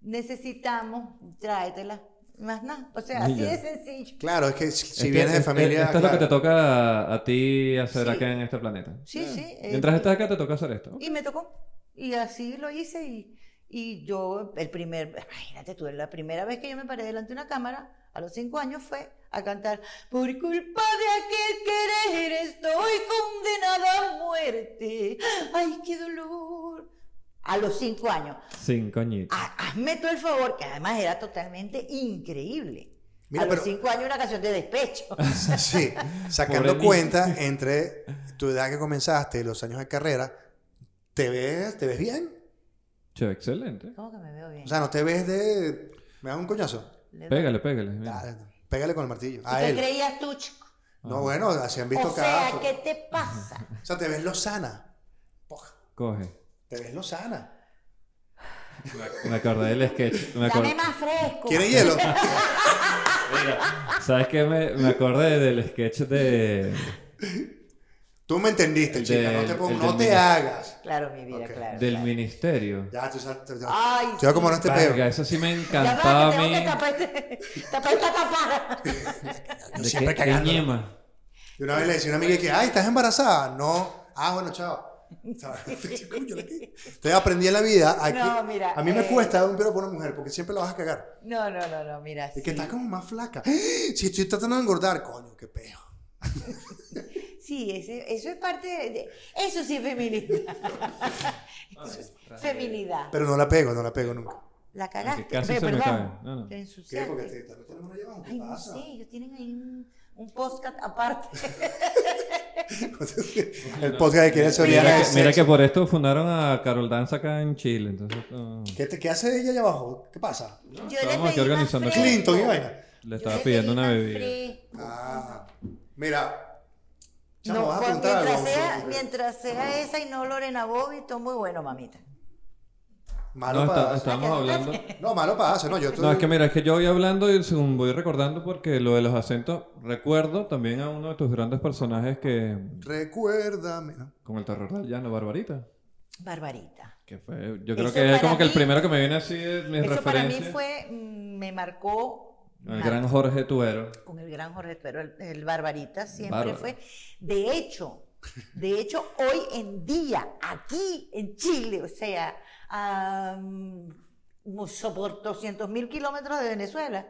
[SPEAKER 2] necesitamos, tráetela, más nada. O sea, así
[SPEAKER 1] Mira.
[SPEAKER 2] de sencillo.
[SPEAKER 3] Claro, es que si si
[SPEAKER 1] Este-
[SPEAKER 3] vienes de
[SPEAKER 1] este-
[SPEAKER 3] familia.
[SPEAKER 1] Esto es lo que te
[SPEAKER 3] claro.
[SPEAKER 1] toca a, a ti hacer
[SPEAKER 2] Sí.
[SPEAKER 1] acá en este planeta.
[SPEAKER 2] Sí, sí. eh,
[SPEAKER 1] Mientras estás acá, te toca hacer esto.
[SPEAKER 2] Y me tocó. Y así lo hice. Y, y yo, el primer, imagínate tú, la primera vez que yo me paré delante de una cámara, a los cinco años, fue a cantar Por culpa de aquel querer estoy condenada a muerte. ¡Ay, qué dolor! A los cinco años.
[SPEAKER 1] Cinco añitos.
[SPEAKER 2] Ha- Hazme tú el favor, que además era totalmente increíble.
[SPEAKER 3] Mira,
[SPEAKER 2] a los
[SPEAKER 3] pero-
[SPEAKER 2] cinco años una canción de despecho. (laughs)
[SPEAKER 3] (laughs) Sí,
[SPEAKER 1] Pobre
[SPEAKER 3] sacando
[SPEAKER 1] niño.
[SPEAKER 3] cuenta entre tu edad que comenzaste y los años de carrera, ¿te ves, ¿te ves bien?
[SPEAKER 1] Che, excelente.
[SPEAKER 2] ¿Cómo que me veo bien?
[SPEAKER 3] O sea, no te ves de. Me das un coñazo.
[SPEAKER 2] Le doy.
[SPEAKER 1] Pégale, pégale. mira.
[SPEAKER 3] Dale, pégale con el martillo.
[SPEAKER 2] ¿Y
[SPEAKER 3] A
[SPEAKER 2] qué
[SPEAKER 3] él.
[SPEAKER 2] creías tú, chico?
[SPEAKER 1] Ah.
[SPEAKER 3] No, bueno, así han visto
[SPEAKER 2] O sea,
[SPEAKER 3] casos.
[SPEAKER 2] ¿qué te
[SPEAKER 1] (laughs)
[SPEAKER 2] pasa?
[SPEAKER 3] O sea, te ves lozana. Poja,
[SPEAKER 1] Coge.
[SPEAKER 3] te ves lozana.
[SPEAKER 1] Me acordé del sketch. Me acordé.
[SPEAKER 2] Dame más fresco.
[SPEAKER 3] ¿Quieres hielo?
[SPEAKER 1] ¿Sabes qué? Me, me acordé del sketch de.
[SPEAKER 3] Tú me entendiste,
[SPEAKER 1] El
[SPEAKER 3] chica. No
[SPEAKER 1] del-
[SPEAKER 3] te, pon-
[SPEAKER 1] el
[SPEAKER 3] no
[SPEAKER 1] del
[SPEAKER 3] te
[SPEAKER 1] niño.
[SPEAKER 3] hagas.
[SPEAKER 2] Claro, mi vida,
[SPEAKER 3] Ok.
[SPEAKER 2] claro.
[SPEAKER 1] del
[SPEAKER 2] claro.
[SPEAKER 1] ministerio.
[SPEAKER 3] Ya, tú sabes. te- te-
[SPEAKER 2] Ay,
[SPEAKER 3] Te voy a comer
[SPEAKER 2] sí.
[SPEAKER 3] este
[SPEAKER 1] Verga,
[SPEAKER 3] perro.
[SPEAKER 1] eso sí me
[SPEAKER 2] Ya va,
[SPEAKER 1] encantaba
[SPEAKER 2] que
[SPEAKER 1] a
[SPEAKER 2] tengo
[SPEAKER 1] mí.
[SPEAKER 2] que tapar
[SPEAKER 3] (laughs)
[SPEAKER 2] este- tapar esta tapada.
[SPEAKER 3] Yo
[SPEAKER 1] ¿De
[SPEAKER 3] siempre
[SPEAKER 1] qué- qué
[SPEAKER 3] cagándola.
[SPEAKER 1] ñema?
[SPEAKER 3] Y una vez le decía a una amiga que, ay, estás embarazada. No. Ah, bueno, chao. (laughs)
[SPEAKER 2] (laughs)
[SPEAKER 3] ¿Sabes? Coño, la que- Entonces aprendí en la vida. Aquí,
[SPEAKER 2] No, mira,
[SPEAKER 3] a mí me
[SPEAKER 2] eh,
[SPEAKER 3] cuesta dar un piropo a una mujer porque siempre la vas a cagar.
[SPEAKER 2] No, no, no, no, mira.
[SPEAKER 3] Es que
[SPEAKER 2] sí.
[SPEAKER 3] estás como más flaca. ¡Ah! Si estoy tratando de engordar, coño, qué peo.
[SPEAKER 2] Sí, ese- eso es parte de, de- Eso sí es
[SPEAKER 3] (laughs)
[SPEAKER 2] feminidad. eso es feminidad.
[SPEAKER 3] Pero no la pego, no la pego nunca.
[SPEAKER 2] La
[SPEAKER 1] Que
[SPEAKER 2] cagaste.
[SPEAKER 1] casi
[SPEAKER 2] Ve,
[SPEAKER 1] se me
[SPEAKER 2] perdón.
[SPEAKER 1] cae. No, no.
[SPEAKER 2] Te
[SPEAKER 3] ¿Qué?
[SPEAKER 2] ensuciaste.
[SPEAKER 3] Porque te, te lo tenemos llevado. ¿Qué
[SPEAKER 2] Ay, no
[SPEAKER 3] pasa?
[SPEAKER 2] sé, ellos tienen ahí un, un podcast
[SPEAKER 1] (laughs)
[SPEAKER 2] aparte.
[SPEAKER 3] el podcast de quiere
[SPEAKER 1] Mira,
[SPEAKER 3] Soriano.
[SPEAKER 1] que,
[SPEAKER 3] es
[SPEAKER 1] mira
[SPEAKER 3] sexo.
[SPEAKER 1] que por esto fundaron a Carol Dance acá en Chile. Entonces, no,
[SPEAKER 3] ¿Qué, te- qué hace ella allá abajo? ¿Qué pasa?
[SPEAKER 2] Yo le
[SPEAKER 1] estábamos
[SPEAKER 2] pedí
[SPEAKER 1] aquí
[SPEAKER 2] más
[SPEAKER 1] organizando aquí.
[SPEAKER 2] fresco.
[SPEAKER 3] Clinton y vaina.
[SPEAKER 1] le
[SPEAKER 2] Yo
[SPEAKER 1] estaba
[SPEAKER 2] le
[SPEAKER 1] pidiendo
[SPEAKER 2] pedí
[SPEAKER 1] una
[SPEAKER 2] más
[SPEAKER 1] bebida.
[SPEAKER 2] fresco.
[SPEAKER 3] Ah, mira. Chamo,
[SPEAKER 2] No,
[SPEAKER 3] vas a
[SPEAKER 2] pues,
[SPEAKER 3] apuntar
[SPEAKER 2] mientras
[SPEAKER 3] algo,
[SPEAKER 2] sea,
[SPEAKER 3] porque-
[SPEAKER 2] mientras sea esa y no olor a Bobby, todo muy bueno, mamita.
[SPEAKER 1] No,
[SPEAKER 3] Malo
[SPEAKER 1] está-
[SPEAKER 3] para
[SPEAKER 1] estábamos hablando.
[SPEAKER 3] No, malo para hacer, no, yo estoy...
[SPEAKER 1] No, es que mira, es que yo voy hablando y según voy recordando, porque lo de los acentos, recuerdo también a uno de tus grandes personajes que.
[SPEAKER 3] Recuérdame, ¿no?
[SPEAKER 1] con el terror del llano, Barbarita.
[SPEAKER 2] Barbarita.
[SPEAKER 1] Que fue, yo creo
[SPEAKER 2] Eso
[SPEAKER 1] que es
[SPEAKER 2] para
[SPEAKER 1] como que el
[SPEAKER 2] mí-
[SPEAKER 1] primero que me viene así es mi
[SPEAKER 2] Eso para mí
[SPEAKER 1] referencia.
[SPEAKER 2] fue, mm, me marcó
[SPEAKER 1] El
[SPEAKER 2] mar-
[SPEAKER 1] gran Jorge Tuero.
[SPEAKER 2] con el gran Jorge, pero el, el Barbarita siempre
[SPEAKER 1] Bárbaro.
[SPEAKER 2] fue. De hecho, de hecho, hoy en día, aquí en Chile, o sea, a mm, so- por 200 mil kilómetros de Venezuela,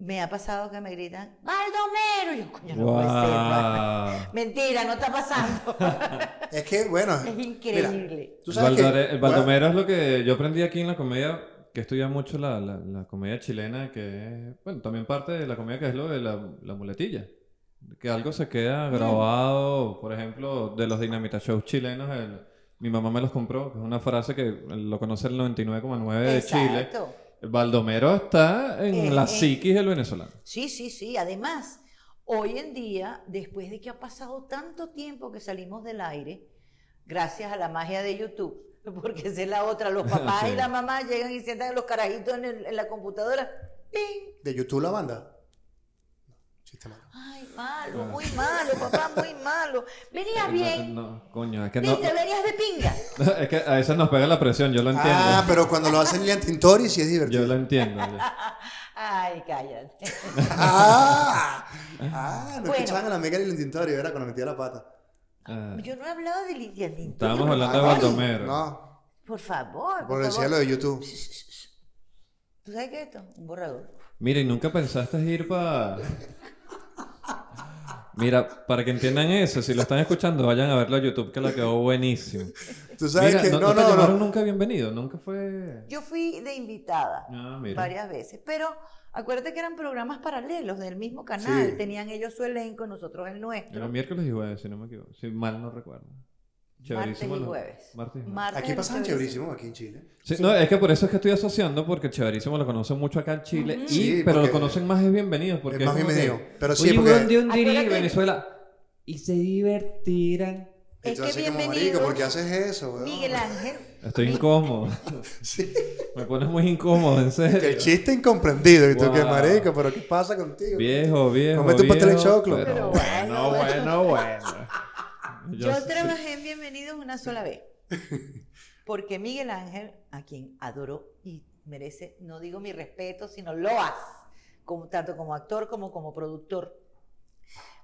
[SPEAKER 2] me ha pasado que me gritan, ¡Baldomero! Y yo, coño, no puede ser. ¿no?
[SPEAKER 1] Guau.
[SPEAKER 2] Mentira, no está pasando. (laughs)
[SPEAKER 3] Es que, bueno...
[SPEAKER 2] es
[SPEAKER 3] mira,
[SPEAKER 2] increíble.
[SPEAKER 3] tú sabes que-
[SPEAKER 1] Valdore- el
[SPEAKER 3] voy a-
[SPEAKER 1] Baldomero es lo que yo aprendí aquí en la comedia, que estudia mucho la, la, la comedia chilena, que es, bueno, también parte de la comedia que es lo de la, la muletilla. Que algo se queda grabado, por ejemplo, de los dinamita shows chilenos, el, mi mamá me los compró, que es una frase que lo conoce el 99,9 de Chile.
[SPEAKER 2] Exacto.
[SPEAKER 1] El Baldomero está en
[SPEAKER 2] Eh,
[SPEAKER 1] la
[SPEAKER 2] eh.
[SPEAKER 1] psiquis del venezolano.
[SPEAKER 2] Sí, sí, sí. Además, hoy en día, después de que ha pasado tanto tiempo que salimos del aire, gracias a la magia de YouTube, (laughs) porque esa es la
[SPEAKER 1] (laughs)
[SPEAKER 2] otra, los papás
[SPEAKER 1] Sí.
[SPEAKER 2] y la mamá llegan y sientan a los carajitos en, el- en la computadora. ¡Ping!
[SPEAKER 3] ¿De YouTube la banda? No, chiste malo.
[SPEAKER 2] Ay, malo, muy malo, papá, muy malo. Venías
[SPEAKER 1] No,
[SPEAKER 2] bien,
[SPEAKER 1] no, coño, es que no.
[SPEAKER 2] viste, venías de pinga.
[SPEAKER 1] (laughs) Es que a veces nos pega la presión, yo lo entiendo.
[SPEAKER 3] Ah, pero cuando lo hacen Lian Tintori sí es
[SPEAKER 1] Yo
[SPEAKER 3] divertido.
[SPEAKER 1] lo entiendo. yo-
[SPEAKER 2] Ay, cállate.
[SPEAKER 3] (laughs) Ah, ah, no
[SPEAKER 2] Bueno.
[SPEAKER 3] escuchaban a la mega Lian Tintori, era cuando metía la pata.
[SPEAKER 1] Ah,
[SPEAKER 2] Yo no he hablado de Lidia Tintori.
[SPEAKER 1] Estábamos hablando de
[SPEAKER 3] Ay,
[SPEAKER 1] Baldomero.
[SPEAKER 3] No,
[SPEAKER 2] Por favor.
[SPEAKER 3] por el
[SPEAKER 2] favor.
[SPEAKER 3] cielo de YouTube.
[SPEAKER 2] ¿Tú sabes qué es esto? Un borrador.
[SPEAKER 1] Mira, ¿y nunca pensaste ir para...? Mira, para que entiendan eso, si lo están escuchando, vayan a verlo a YouTube, que la quedó buenísimo.
[SPEAKER 3] Tú sabes
[SPEAKER 1] Mira,
[SPEAKER 3] que...
[SPEAKER 1] no,
[SPEAKER 3] No,
[SPEAKER 1] te
[SPEAKER 3] no, no.
[SPEAKER 1] llamaron nunca bienvenido, nunca fue...
[SPEAKER 2] Yo fui de invitada
[SPEAKER 1] Ah, mira.
[SPEAKER 2] varias veces, pero acuérdate que eran programas paralelos del mismo canal,
[SPEAKER 3] Sí.
[SPEAKER 2] tenían ellos su elenco, nosotros el nuestro.
[SPEAKER 1] Era miércoles y jueves, si no me equivoco, si mal no recuerdo. Chéverísimo,
[SPEAKER 2] martes y
[SPEAKER 1] ¿no?
[SPEAKER 2] jueves.
[SPEAKER 1] Martes y jueves.
[SPEAKER 2] Martes
[SPEAKER 3] Aquí
[SPEAKER 2] es
[SPEAKER 3] pasan chéverísimo, aquí en Chile.
[SPEAKER 1] Sí, No, es que por eso es que estoy asociando, porque Chéverísimo lo conocen mucho acá en Chile, y,
[SPEAKER 3] Sí,
[SPEAKER 1] pero lo
[SPEAKER 3] porque-
[SPEAKER 1] conocen más es bienvenido. Porque
[SPEAKER 3] Es más
[SPEAKER 1] como que,
[SPEAKER 3] bienvenido. Pero sí,
[SPEAKER 1] "Oye,
[SPEAKER 3] porque.
[SPEAKER 1] weón, de un dirí,
[SPEAKER 2] Acuérdate-
[SPEAKER 1] Venezuela. Y se divertirán.
[SPEAKER 3] Y
[SPEAKER 2] Es
[SPEAKER 3] tú
[SPEAKER 2] que
[SPEAKER 3] haces como,
[SPEAKER 2] bienvenido.
[SPEAKER 3] "Marico, ¿por qué haces eso, weón?"
[SPEAKER 1] (laughs)
[SPEAKER 2] Miguel Ángel.
[SPEAKER 1] Estoy incómodo.
[SPEAKER 3] Sí.
[SPEAKER 1] Me pones muy incómodo, en serio.
[SPEAKER 3] El chiste incomprendido. Y tú,
[SPEAKER 1] Wow.
[SPEAKER 3] que marico, pero ¿qué pasa contigo?
[SPEAKER 1] Viejo, viejo.
[SPEAKER 3] Comete un pastel de
[SPEAKER 1] viejo,
[SPEAKER 3] choclo.
[SPEAKER 1] Pero
[SPEAKER 2] Pero
[SPEAKER 1] bueno, bueno,
[SPEAKER 2] bueno,
[SPEAKER 1] bueno.
[SPEAKER 2] Yo
[SPEAKER 1] sí-
[SPEAKER 2] trabajé en Bienvenidos una
[SPEAKER 1] (laughs)
[SPEAKER 2] sola vez. Porque Miguel Ángel, a quien adoro y merece, no digo mi respeto, sino loas, como, tanto como actor como como productor.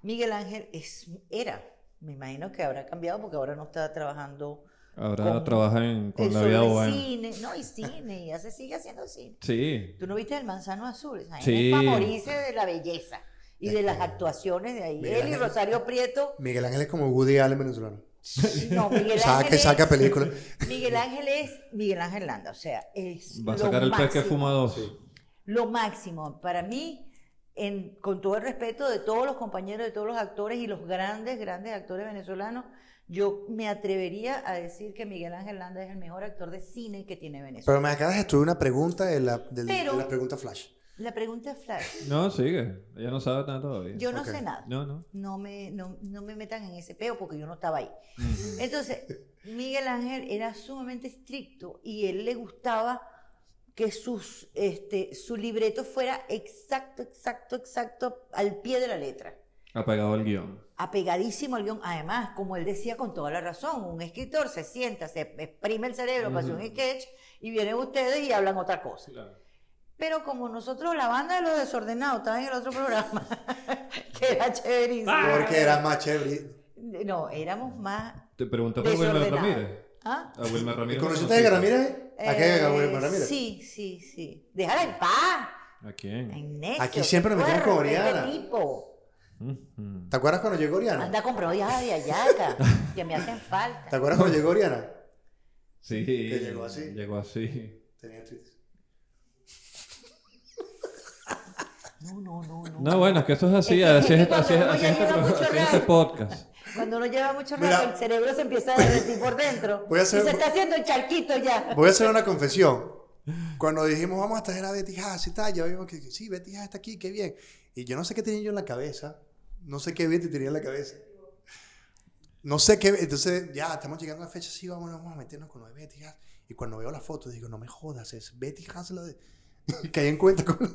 [SPEAKER 2] Miguel Ángel es, era, me imagino que habrá cambiado porque ahora no está trabajando
[SPEAKER 1] Ahora
[SPEAKER 2] con-
[SPEAKER 1] trabaja en- con
[SPEAKER 2] en
[SPEAKER 1] la
[SPEAKER 2] solo
[SPEAKER 1] vida
[SPEAKER 2] en
[SPEAKER 1] buena.
[SPEAKER 2] cine, no, y cine, y hace, sigue haciendo cine.
[SPEAKER 1] Sí.
[SPEAKER 2] ¿Tú no viste el manzano azul? Esa
[SPEAKER 1] Sí.
[SPEAKER 2] gente es para morirse de la belleza y de las actuaciones de ahí.
[SPEAKER 3] Miguel
[SPEAKER 2] Él y
[SPEAKER 3] Ángel.
[SPEAKER 2] Rosario
[SPEAKER 1] (laughs)
[SPEAKER 2] Prieto,
[SPEAKER 3] Miguel Ángel es como Woody Allen venezolano.
[SPEAKER 2] no, Miguel
[SPEAKER 3] Saca,
[SPEAKER 2] Ángel
[SPEAKER 3] que
[SPEAKER 2] es-
[SPEAKER 3] saca películas.
[SPEAKER 2] Miguel Ángel es Miguel Ángel Landa, o sea, es
[SPEAKER 1] Va a
[SPEAKER 2] lo
[SPEAKER 1] sacar el pez que
[SPEAKER 2] máximo,
[SPEAKER 1] fuma dos.
[SPEAKER 2] Lo máximo, para mí, en- con todo el respeto de todos los compañeros, de todos los actores y los grandes, grandes actores venezolanos, yo me atrevería a decir que Miguel Ángel Landa es el mejor actor de cine que tiene Venezuela.
[SPEAKER 3] Pero me acabas de estudiar una pregunta de la, del-
[SPEAKER 2] Pero-
[SPEAKER 3] de la pregunta flash.
[SPEAKER 2] La pregunta es Flash,
[SPEAKER 1] No, sigue. Ella no sabe nada todavía.
[SPEAKER 2] yo no
[SPEAKER 3] Ok.
[SPEAKER 2] sé nada.
[SPEAKER 1] No, no.
[SPEAKER 2] no me, no, no me metan en ese peo porque yo no estaba ahí. Entonces, Miguel Ángel era sumamente estricto y él le gustaba que sus, este, su libreto fuera exacto, exacto, exacto al pie de la letra.
[SPEAKER 1] Apagado el guión.
[SPEAKER 2] Apegadísimo al guión. Además, como él decía con toda la razón, un escritor se sienta, se exprime el cerebro para hacer un
[SPEAKER 1] Ujú.
[SPEAKER 2] sketch y vienen ustedes y hablan otra cosa. Pero como nosotros, la banda de los desordenados, estaba en el otro programa, (laughs) que era chéverísimo.
[SPEAKER 3] Ah, Porque
[SPEAKER 2] eh.
[SPEAKER 3] era más chévere.
[SPEAKER 2] No, éramos más
[SPEAKER 1] Te preguntaste por Wilmer
[SPEAKER 2] desordenados.
[SPEAKER 1] Ramírez.
[SPEAKER 2] ¿Ah?
[SPEAKER 1] A Wilmer
[SPEAKER 3] ¿Y
[SPEAKER 1] Ramírez.
[SPEAKER 3] conociste a Edgar Ramírez? ¿A qué a Wilmer
[SPEAKER 2] Eh,
[SPEAKER 3] Ramírez?
[SPEAKER 2] Sí, sí, sí. Déjala en paz.
[SPEAKER 1] ¿A quién?
[SPEAKER 3] Aquí siempre nos metemos con Oriana.
[SPEAKER 2] Este tipo.
[SPEAKER 1] Ujú.
[SPEAKER 3] ¿Te acuerdas cuando llegó Oriana?
[SPEAKER 2] Anda con broyas de
[SPEAKER 3] (laughs)
[SPEAKER 2] ayaca, que me hacen
[SPEAKER 3] ¿Te
[SPEAKER 2] falta.
[SPEAKER 3] acuerdas cuando llegó Oriana?
[SPEAKER 1] Sí.
[SPEAKER 3] Que llegó así.
[SPEAKER 1] Llegó así.
[SPEAKER 3] Tenía tweets.
[SPEAKER 2] No, no, no, no.
[SPEAKER 1] No, bueno, es que eso es así.
[SPEAKER 2] Es
[SPEAKER 1] Así
[SPEAKER 2] que- es
[SPEAKER 1] es
[SPEAKER 2] que
[SPEAKER 1] así es-
[SPEAKER 2] cuando uno
[SPEAKER 1] así es
[SPEAKER 2] ya
[SPEAKER 1] este
[SPEAKER 2] lleva
[SPEAKER 1] pro- así
[SPEAKER 2] mucho
[SPEAKER 1] es este
[SPEAKER 2] rato.
[SPEAKER 1] podcast.
[SPEAKER 2] Cuando uno lleva mucho rato,
[SPEAKER 3] Mira.
[SPEAKER 2] el cerebro se empieza a derretir por dentro.
[SPEAKER 3] Voy a hacer-
[SPEAKER 2] Y se está haciendo el charquito ya.
[SPEAKER 3] Voy a hacer una confesión. Cuando dijimos, vamos a traer a Betty Haas y tal, ya vimos que que sí, Betty Haas está aquí, qué bien. Y yo no sé qué tenía yo en la cabeza. No sé qué Betty tenía en la cabeza. No sé qué. Entonces, ya, estamos llegando a la fecha, sí, vamos, vamos a meternos con lo de Betty Haas. Y cuando veo la foto, digo, no me jodas, es Betty Haas la de. (laughs) Caí en cuenta con. (laughs)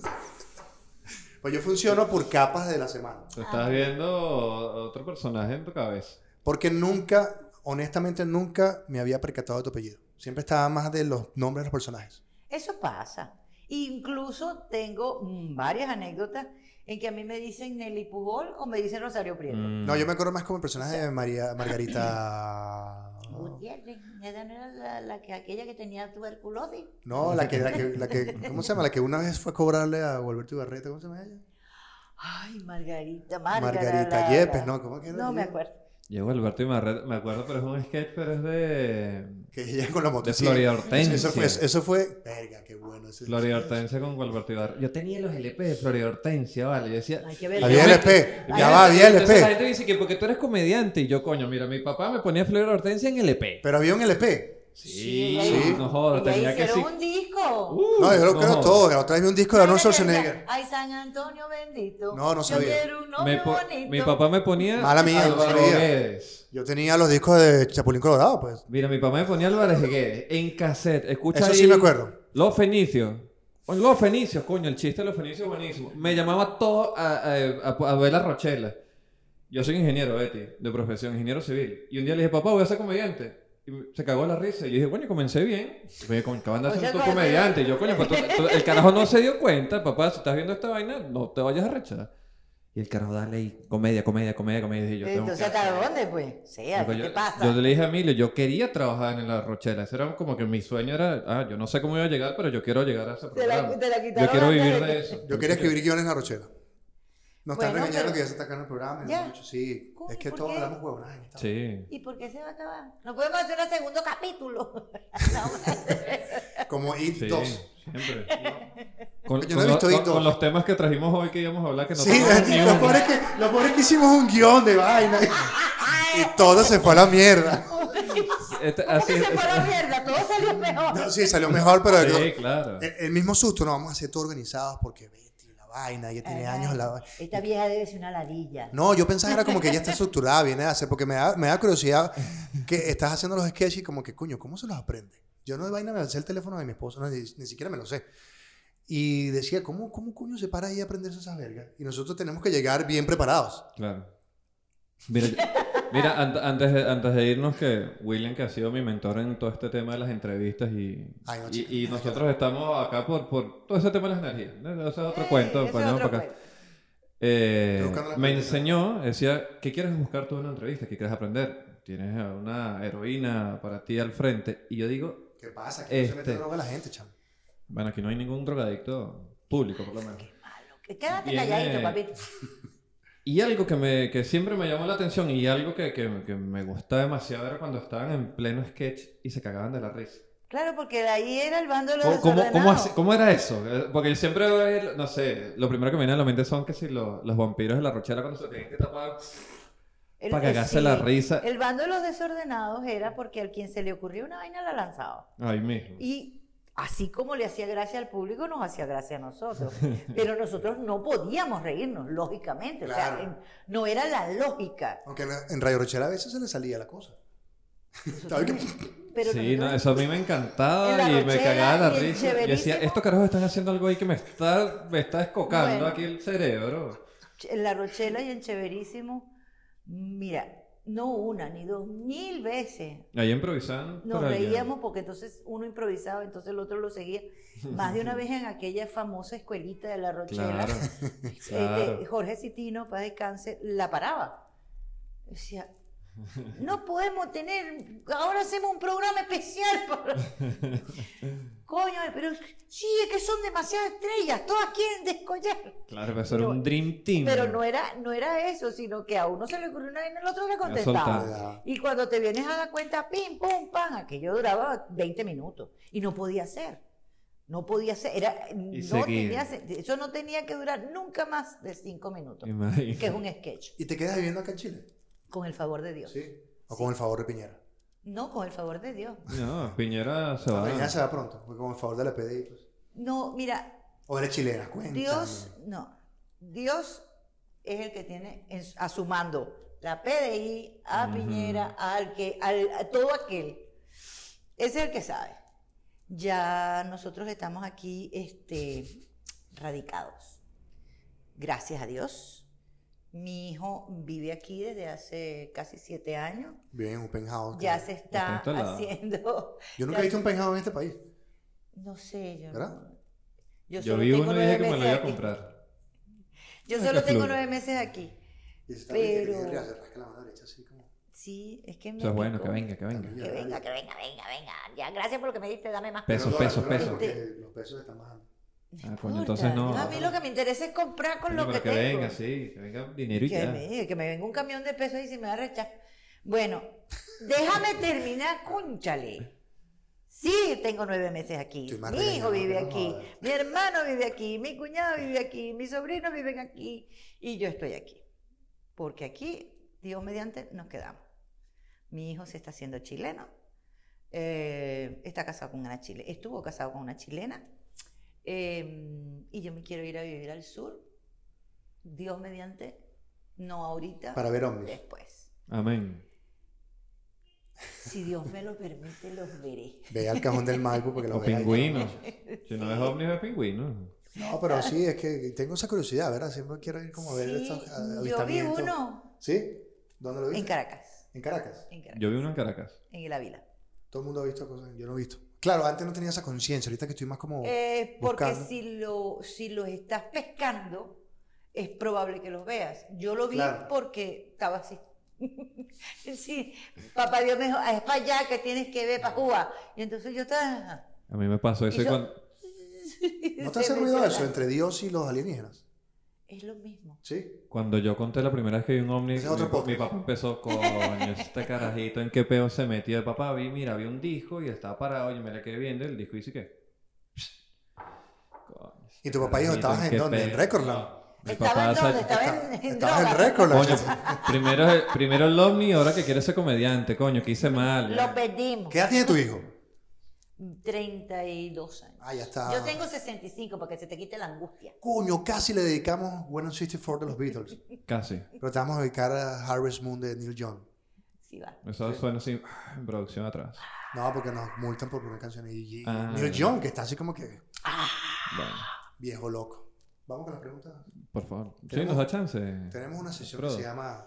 [SPEAKER 3] pues yo funciono por capas de la semana.
[SPEAKER 1] Te estás viendo otro personaje en tu cabeza.
[SPEAKER 3] Porque nunca, honestamente, nunca me había percatado de tu apellido. Siempre estaba más de los nombres de los personajes.
[SPEAKER 2] Eso pasa. Incluso tengo mm, varias anécdotas en que a mí me dicen Nelly Pujol o me dicen Rosario Prieto.
[SPEAKER 1] Mm.
[SPEAKER 3] No, yo me acuerdo más como el personaje de María,
[SPEAKER 2] (coughs)
[SPEAKER 3] Margarita.
[SPEAKER 2] Gutiérrez, esa no era la, la que, aquella que tenía tuberculosis.
[SPEAKER 3] No, la que, la que, la que, ¿cómo se llama? La que una vez fue a cobrarle a Gualberto Ibarreta, ¿cómo se llama ella?
[SPEAKER 2] Ay, Margarita, Margarita.
[SPEAKER 3] Margarita Yepes, ¿no? ¿Cómo que era?
[SPEAKER 2] No me acuerdo.
[SPEAKER 1] Llegó Alberto y me arre- me acuerdo, pero es un sketch, pero es de.
[SPEAKER 3] Que ella con la moto.
[SPEAKER 1] De Florida Hortensia.
[SPEAKER 3] Eso fue, eso fue, verga, qué bueno. Ese,
[SPEAKER 1] Florida Hortensia con Gualberto Ibarra. Yo tenía los LP de Florida Hortensia, vale. Yo decía.
[SPEAKER 2] Hay que ver.
[SPEAKER 3] Había LP,
[SPEAKER 1] La
[SPEAKER 3] ya
[SPEAKER 1] gente-
[SPEAKER 3] va, había
[SPEAKER 1] entonces La
[SPEAKER 3] LP.
[SPEAKER 1] gente dice que porque tú eres comediante. Y yo, coño, mira, mi papá me ponía Florida Hortensia en LP.
[SPEAKER 3] Pero había un LP.
[SPEAKER 1] Sí,
[SPEAKER 3] Sí.
[SPEAKER 1] no jodas,
[SPEAKER 2] Ya
[SPEAKER 1] tenía que
[SPEAKER 2] hicieron
[SPEAKER 1] sí.
[SPEAKER 2] un disco.
[SPEAKER 1] Uh,
[SPEAKER 3] No, yo lo creo
[SPEAKER 1] jodas.
[SPEAKER 3] todo. La otra vez vi un disco de Arnold
[SPEAKER 2] Ay,
[SPEAKER 3] Schwarzenegger.
[SPEAKER 2] Ay, San Antonio bendito.
[SPEAKER 3] No, no sabía.
[SPEAKER 2] Yo quiero un
[SPEAKER 1] Me
[SPEAKER 2] novio
[SPEAKER 1] po-
[SPEAKER 2] bonito.
[SPEAKER 1] mi papá me ponía.
[SPEAKER 3] Mala mía, no
[SPEAKER 1] Álvaro
[SPEAKER 3] sabía.
[SPEAKER 1] Guedes.
[SPEAKER 3] Yo tenía los discos de Chapulín Colorado, pues.
[SPEAKER 1] Mira, mi papá me ponía Álvarez Guedes en cassette. Escucha
[SPEAKER 3] Eso
[SPEAKER 1] ahí.
[SPEAKER 3] sí me acuerdo.
[SPEAKER 1] Los Fenicios. Oye, Los Fenicios, coño, el chiste de los Fenicios es buenísimo. Me llamaba todo a, a, a- a ver la Rochela. Yo soy ingeniero, Betty, de profesión, ingeniero civil. Y un día le dije, papá, voy a ser comediante. Y me- se cagó la risa. Y yo dije, bueno, y comencé bien. Me coño, acaban de
[SPEAKER 2] O
[SPEAKER 1] hacer
[SPEAKER 2] sea,
[SPEAKER 1] tu
[SPEAKER 2] cuando-
[SPEAKER 1] comediante. Y yo, coño, pues, tú- tú- el carajo no se dio cuenta. Papá, si estás viendo esta vaina, no te vayas a rechazar. Y el carajo, dale ahí, comedia, comedia, comedia, comedia. Y yo, tengo que
[SPEAKER 2] Entonces, ¿hasta
[SPEAKER 1] hacer
[SPEAKER 2] dónde, pues? Sí, ¿a
[SPEAKER 1] Digo,
[SPEAKER 2] ¿qué
[SPEAKER 1] yo,
[SPEAKER 2] te pasa?
[SPEAKER 1] yo le dije a Emilio, yo quería trabajar en la Rochela. Ese era como que mi sueño era, ah, yo no sé cómo iba a llegar, pero yo quiero llegar a ese
[SPEAKER 2] Te
[SPEAKER 1] programa.
[SPEAKER 2] la, te la
[SPEAKER 1] yo
[SPEAKER 2] quitaron
[SPEAKER 1] quiero
[SPEAKER 2] antes
[SPEAKER 1] vivir
[SPEAKER 2] que-
[SPEAKER 1] de eso.
[SPEAKER 3] Yo quería escribir guiones en la Rochela. Nos están
[SPEAKER 2] Bueno,
[SPEAKER 3] regañando
[SPEAKER 2] pero-
[SPEAKER 3] que ya se está acabando el programa. y nos
[SPEAKER 2] Ya.
[SPEAKER 3] han dicho, sí,
[SPEAKER 2] Coño,
[SPEAKER 3] es que
[SPEAKER 2] ¿por
[SPEAKER 3] todos
[SPEAKER 2] qué?
[SPEAKER 3] hablamos huevonadas en esta
[SPEAKER 1] Sí.
[SPEAKER 2] ¿Y por qué se va a acabar? No podemos hacer un segundo capítulo. (laughs)
[SPEAKER 3] vaina. Como IT
[SPEAKER 1] Sí,
[SPEAKER 3] 2.
[SPEAKER 2] (laughs)
[SPEAKER 1] siempre. Con,
[SPEAKER 3] Yo no he
[SPEAKER 1] con
[SPEAKER 3] visto
[SPEAKER 1] lo-
[SPEAKER 3] It
[SPEAKER 1] con-
[SPEAKER 3] dos.
[SPEAKER 1] con los temas que trajimos hoy que íbamos a hablar que no
[SPEAKER 3] Sí, (laughs)
[SPEAKER 1] tenemos ni
[SPEAKER 3] lo
[SPEAKER 1] uno.
[SPEAKER 3] peor, es que, lo peor es que hicimos un guión de vaina. Y todo se fue a la mierda.
[SPEAKER 1] este-
[SPEAKER 2] ¿Cómo
[SPEAKER 1] así
[SPEAKER 2] que
[SPEAKER 1] es-
[SPEAKER 2] se fue a la mierda? Todo salió mejor.
[SPEAKER 3] No, sí, salió mejor, pero
[SPEAKER 1] Sí, claro.
[SPEAKER 3] el, el mismo susto, no, vamos a ser todos organizados porque Betty, la vaina, ya tiene
[SPEAKER 2] Ay,
[SPEAKER 3] años la vaina.
[SPEAKER 2] Esta vieja debe ser una ladilla.
[SPEAKER 3] No, yo pensaba era como que ya está estructurada, viene a hacer, porque me da, me da curiosidad que estás haciendo los sketches y como que, coño, ¿cómo se los aprende? Yo no de vaina me sé el teléfono de mi esposo, no, ni, ni siquiera me lo sé. Y decía, ¿cómo, cómo coño se para ahí a aprenderse esas vergas? Y nosotros tenemos que llegar bien preparados.
[SPEAKER 1] Claro. Mira, yo- mira an- antes, de, antes de irnos, que William, que ha sido mi mentor en todo este tema de las entrevistas y,
[SPEAKER 3] Ay, no,
[SPEAKER 1] y-
[SPEAKER 3] chica.
[SPEAKER 1] y, nosotros estamos acá por, por todo ese tema de las energías. ¿no? Ese es otro
[SPEAKER 2] Eh,
[SPEAKER 1] cuento.
[SPEAKER 2] ese
[SPEAKER 1] pues,
[SPEAKER 2] es
[SPEAKER 1] ¿no?
[SPEAKER 2] otro
[SPEAKER 1] Para acá.
[SPEAKER 2] cuento.
[SPEAKER 1] Eh,
[SPEAKER 3] Estoy buscando la
[SPEAKER 1] me
[SPEAKER 3] pregunta.
[SPEAKER 1] enseñó, decía, ¿qué quieres buscar tú en una entrevista? ¿Qué quieres aprender? Tienes a una heroína para ti al frente. Y yo digo,
[SPEAKER 3] ¿Qué pasa? Que no se mete
[SPEAKER 1] Este.
[SPEAKER 3] droga a la gente, chamo.
[SPEAKER 1] bueno, aquí no hay ningún drogadicto público, por lo menos.
[SPEAKER 2] Malo. Quédate
[SPEAKER 1] Viene-
[SPEAKER 2] calladito, papito.
[SPEAKER 1] Y algo que, me, que siempre me llamó la atención y algo que, que- que me gustaba demasiado era cuando estaban en pleno sketch y se cagaban de la risa.
[SPEAKER 2] Claro, porque ahí era el bándolo
[SPEAKER 1] ¿Cómo, cómo-
[SPEAKER 2] desordenado.
[SPEAKER 1] cómo así- cómo era eso? Eh, Porque siempre, eh, no sé, lo primero que me viene a la mente son que si lo- los vampiros de la rochera cuando se tenían que tapar
[SPEAKER 2] El-
[SPEAKER 1] para
[SPEAKER 2] eh,
[SPEAKER 1] cagarse
[SPEAKER 2] sí.
[SPEAKER 1] la risa.
[SPEAKER 2] El bando de los desordenados era porque al quien se le ocurrió una vaina la lanzaba.
[SPEAKER 1] Ahí mismo.
[SPEAKER 2] Y así como le hacía gracia al público, nos hacía gracia a
[SPEAKER 3] (laughs)
[SPEAKER 2] nosotros. Pero nosotros no podíamos reírnos, lógicamente. O
[SPEAKER 3] Claro.
[SPEAKER 2] sea, en- no era la lógica.
[SPEAKER 3] Aunque en- en Radio Rochela a veces se le salía la cosa. Estaba que- (laughs)
[SPEAKER 2] Pero
[SPEAKER 1] sí, no,
[SPEAKER 2] nosotros-
[SPEAKER 1] eso a mí me encantaba
[SPEAKER 2] En la
[SPEAKER 1] y me
[SPEAKER 2] Rochela,
[SPEAKER 1] cagaba la
[SPEAKER 2] y en
[SPEAKER 1] risa. Y decía,
[SPEAKER 2] Severísimo.
[SPEAKER 1] estos carajos están haciendo algo ahí que me está, me está escocando
[SPEAKER 2] Bueno.
[SPEAKER 1] aquí el cerebro.
[SPEAKER 2] en La Rochela y en Cheverísimo, mira, no una ni dos, mil veces
[SPEAKER 1] Ahí improvisando.
[SPEAKER 2] nos
[SPEAKER 1] por allá.
[SPEAKER 2] reíamos porque entonces uno improvisaba, entonces el otro
[SPEAKER 1] (laughs)
[SPEAKER 2] lo seguía. Más de una vez en aquella famosa escuelita de La Rochela, (laughs)
[SPEAKER 1] Claro. (laughs)
[SPEAKER 2] este,
[SPEAKER 1] claro.
[SPEAKER 2] Jorge Citino, paz descanse, la paraba. Decía, no podemos tener, ahora hacemos un programa especial
[SPEAKER 1] (laughs)
[SPEAKER 2] para... Coño, pero sí, es que son demasiadas estrellas, todas quieren descollar.
[SPEAKER 1] Claro, pero eso era
[SPEAKER 2] No,
[SPEAKER 1] un dream team.
[SPEAKER 2] Pero no era, no era eso, sino que a uno se le ocurrió una vaina, el otro le
[SPEAKER 1] soltaba.
[SPEAKER 2] contestaba.
[SPEAKER 3] Ah,
[SPEAKER 2] Y cuando te vienes a dar cuenta, pim, pum, pam, aquello duraba 20 minutos. Y no podía ser. No podía ser. Era,
[SPEAKER 1] Y
[SPEAKER 2] no
[SPEAKER 1] seguía.
[SPEAKER 2] tenía, se- eso no tenía que durar nunca más de 5 minutos,
[SPEAKER 1] Imagínate.
[SPEAKER 2] que es un sketch,
[SPEAKER 3] ¿Y te quedas viviendo acá en Chile?
[SPEAKER 2] con el favor de Dios.
[SPEAKER 3] Sí. ¿O con el favor de Piñera?
[SPEAKER 2] No, con el favor de Dios.
[SPEAKER 1] No, Piñera se
[SPEAKER 2] Ah.
[SPEAKER 1] va.
[SPEAKER 3] Piñera se va pronto, porque con el favor de la PDI. pues.
[SPEAKER 2] No, mira,
[SPEAKER 3] O eres chilena, cuéntame.
[SPEAKER 2] Dios, no. Dios es el que tiene en su- a su mando la PDI, a
[SPEAKER 1] Ujú.
[SPEAKER 2] Piñera, al que, al, a todo aquel. Ese es el que sabe. Ya nosotros estamos aquí este, radicados. Gracias a Dios. Mi hijo vive aquí desde hace casi siete años.
[SPEAKER 3] Vive en un penthouse.
[SPEAKER 2] Ya
[SPEAKER 3] claro.
[SPEAKER 2] se está
[SPEAKER 1] Está instalado.
[SPEAKER 2] haciendo.
[SPEAKER 3] Yo nunca he visto un penthouse en este país.
[SPEAKER 2] No sé, yo.
[SPEAKER 3] ¿Verdad?
[SPEAKER 2] no-
[SPEAKER 1] Yo
[SPEAKER 2] solo
[SPEAKER 1] vi
[SPEAKER 2] tengo
[SPEAKER 1] uno y
[SPEAKER 2] nueve
[SPEAKER 1] dije que me lo
[SPEAKER 2] meses
[SPEAKER 1] iba a
[SPEAKER 2] aquí.
[SPEAKER 1] comprar.
[SPEAKER 2] Yo
[SPEAKER 1] Deja
[SPEAKER 2] solo
[SPEAKER 1] que
[SPEAKER 2] tengo
[SPEAKER 1] fluya.
[SPEAKER 2] nueve meses aquí.
[SPEAKER 3] Y se está
[SPEAKER 2] Pero-
[SPEAKER 3] bien, que se rasca la mano derecha, así como.
[SPEAKER 2] Sí, es que me.
[SPEAKER 1] Eso es bueno,
[SPEAKER 2] picó.
[SPEAKER 1] que venga, que venga.
[SPEAKER 2] Que venga, que venga, venga, venga. Ya, gracias por lo que me diste, dame más.
[SPEAKER 1] Pe- Pesos,
[SPEAKER 3] Pero
[SPEAKER 1] pesos,
[SPEAKER 3] dólares,
[SPEAKER 2] pesos.
[SPEAKER 3] dólares, porque Los pesos están bajando.
[SPEAKER 1] Ah,
[SPEAKER 2] No
[SPEAKER 1] coño, entonces no.
[SPEAKER 2] importa, A mí lo que me interesa es comprar con
[SPEAKER 1] Coño,
[SPEAKER 2] lo que,
[SPEAKER 1] pero que
[SPEAKER 2] tengo.
[SPEAKER 1] venga, sí, que venga dinero y
[SPEAKER 2] que,
[SPEAKER 1] ya.
[SPEAKER 2] me, que me venga un camión de pesos y se me va a rechazar. Bueno, déjame terminar, cúnchale. Sí, tengo nueve meses aquí.
[SPEAKER 3] Estoy más
[SPEAKER 2] Mi hijo
[SPEAKER 3] regañado,
[SPEAKER 2] vive
[SPEAKER 3] pero no
[SPEAKER 2] aquí,
[SPEAKER 3] jodas.
[SPEAKER 2] mi hermano vive aquí, mi cuñado vive aquí, mis sobrinos viven aquí y yo estoy aquí. Porque aquí, Dios mediante, nos quedamos. Mi hijo se está haciendo chileno, eh, está casado con una chilena, estuvo casado con una chilena eh, y yo me quiero ir a vivir al sur, Dios mediante, no ahorita,
[SPEAKER 3] Para ver hombres.
[SPEAKER 2] después.
[SPEAKER 1] Amén.
[SPEAKER 2] Si Dios me lo permite, los veré.
[SPEAKER 3] Ve al cajón del Malvo porque lo
[SPEAKER 1] O
[SPEAKER 3] ve ahí.
[SPEAKER 1] pingüinos. Si no es ovni, es pingüino.
[SPEAKER 3] No, pero sí, es que tengo esa curiosidad, ¿verdad? Siempre quiero ir como a ver
[SPEAKER 2] Sí,
[SPEAKER 3] estos a-
[SPEAKER 2] yo vi
[SPEAKER 3] avistamientos.
[SPEAKER 2] uno
[SPEAKER 3] ¿Sí? ¿Dónde lo viste?
[SPEAKER 2] en Caracas,
[SPEAKER 3] En Caracas.
[SPEAKER 2] en, Caracas,
[SPEAKER 1] Yo vi uno en Caracas.
[SPEAKER 2] en el Ávila.
[SPEAKER 3] Todo el mundo ha visto cosas, yo no he visto. Claro, antes no tenía esa conciencia, ahorita que estoy más como...
[SPEAKER 2] Eh, porque
[SPEAKER 3] buscando.
[SPEAKER 2] si, lo, si los estás pescando, es probable que los veas. Yo lo vi
[SPEAKER 3] Claro.
[SPEAKER 2] porque estaba así. (laughs) sí, papá Dios me dijo, "Ah, es para allá que tienes que ver, para Cuba. Y entonces yo estaba... (laughs)
[SPEAKER 1] A mí me pasó eso
[SPEAKER 2] Y
[SPEAKER 1] y
[SPEAKER 2] yo-
[SPEAKER 1] cuando...
[SPEAKER 3] ¿No te hace ruido eso entre Dios y los alienígenas?
[SPEAKER 2] Es lo mismo.
[SPEAKER 3] ¿Sí?
[SPEAKER 1] Cuando yo conté la primera vez que vi un ovni,
[SPEAKER 3] Ese es otro
[SPEAKER 1] mi,
[SPEAKER 3] podcast.
[SPEAKER 1] mi papá
[SPEAKER 3] (laughs)
[SPEAKER 1] empezó, coño, este carajito, ¿en qué peo se metió? Papá, vi, mira, vi un disco y estaba parado, yo me la quedé viendo, el disco hice que...
[SPEAKER 3] ¿Y tu papá dijo, estabas en dónde? ¿En Recordland?
[SPEAKER 1] Mi
[SPEAKER 2] Estaba
[SPEAKER 1] papá
[SPEAKER 2] en
[SPEAKER 1] sal-
[SPEAKER 2] droga, estaba (laughs) en, en
[SPEAKER 3] Estabas en
[SPEAKER 2] droga.
[SPEAKER 3] récord.
[SPEAKER 1] Coño, primero, primero el ovni, ahora que quiere ser comediante, coño, que hice mal.
[SPEAKER 2] Lo perdimos.
[SPEAKER 3] ¿Qué edad tiene tu hijo?
[SPEAKER 2] 32 años.
[SPEAKER 3] Ah, ya está.
[SPEAKER 2] Yo tengo 65 para que se te quite la angustia.
[SPEAKER 3] Coño, casi le dedicamos When 64 de los Beatles.
[SPEAKER 1] Casi.
[SPEAKER 3] Pero te vamos a dedicar a Harvest Moon de Neil Young.
[SPEAKER 2] Sí, va.
[SPEAKER 1] Eso suena así (sniffs) en producción atrás.
[SPEAKER 3] No, porque nos multan por poner canciones. Y, y-
[SPEAKER 1] Ah.
[SPEAKER 3] Neil Young, que está así como que
[SPEAKER 1] Bueno,
[SPEAKER 3] viejo loco. Vamos con las preguntas.
[SPEAKER 1] por favor. Sí,
[SPEAKER 3] Tenemos-
[SPEAKER 1] nos da chance.
[SPEAKER 3] Tenemos una sesión
[SPEAKER 1] Prodo.
[SPEAKER 3] que se llama.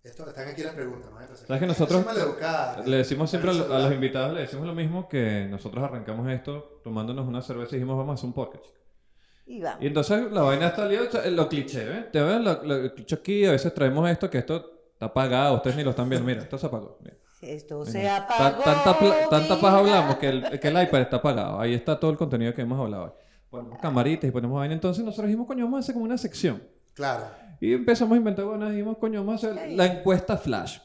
[SPEAKER 3] Esto, están aquí las preguntas, ¿no? Entonces,
[SPEAKER 1] ¿Sabes que
[SPEAKER 3] hay
[SPEAKER 1] nosotros
[SPEAKER 3] gente maleducada,
[SPEAKER 1] Le decimos siempre a, lo- a
[SPEAKER 3] celular.
[SPEAKER 1] los invitados, le decimos lo mismo que nosotros arrancamos esto tomándonos una cerveza y dijimos vamos a hacer un podcast.
[SPEAKER 2] Y va.
[SPEAKER 1] Y entonces la vaina está liada, o sea, lo cliché, ¿eh? Te ves lo, lo- el cliché aquí, a veces traemos esto que esto está apagado, ustedes ni lo están viendo. Mira, esto se apagó. Mira.
[SPEAKER 2] Esto
[SPEAKER 1] Mira.
[SPEAKER 2] se
[SPEAKER 1] Ta-
[SPEAKER 2] apagó.
[SPEAKER 1] tanta, pla-
[SPEAKER 2] mi
[SPEAKER 1] tanta paja
[SPEAKER 2] vida.
[SPEAKER 1] hablamos que el, que el iPad está apagado. Ahí está todo el contenido que hemos hablado hoy. Ponemos camaritas y ponemos vaina. Entonces nosotros dijimos, coño, vamos a hacer como una sección.
[SPEAKER 3] Claro.
[SPEAKER 1] Y empezamos a inventar vainas y dijimos, coño, vamos a hacer la encuesta flash.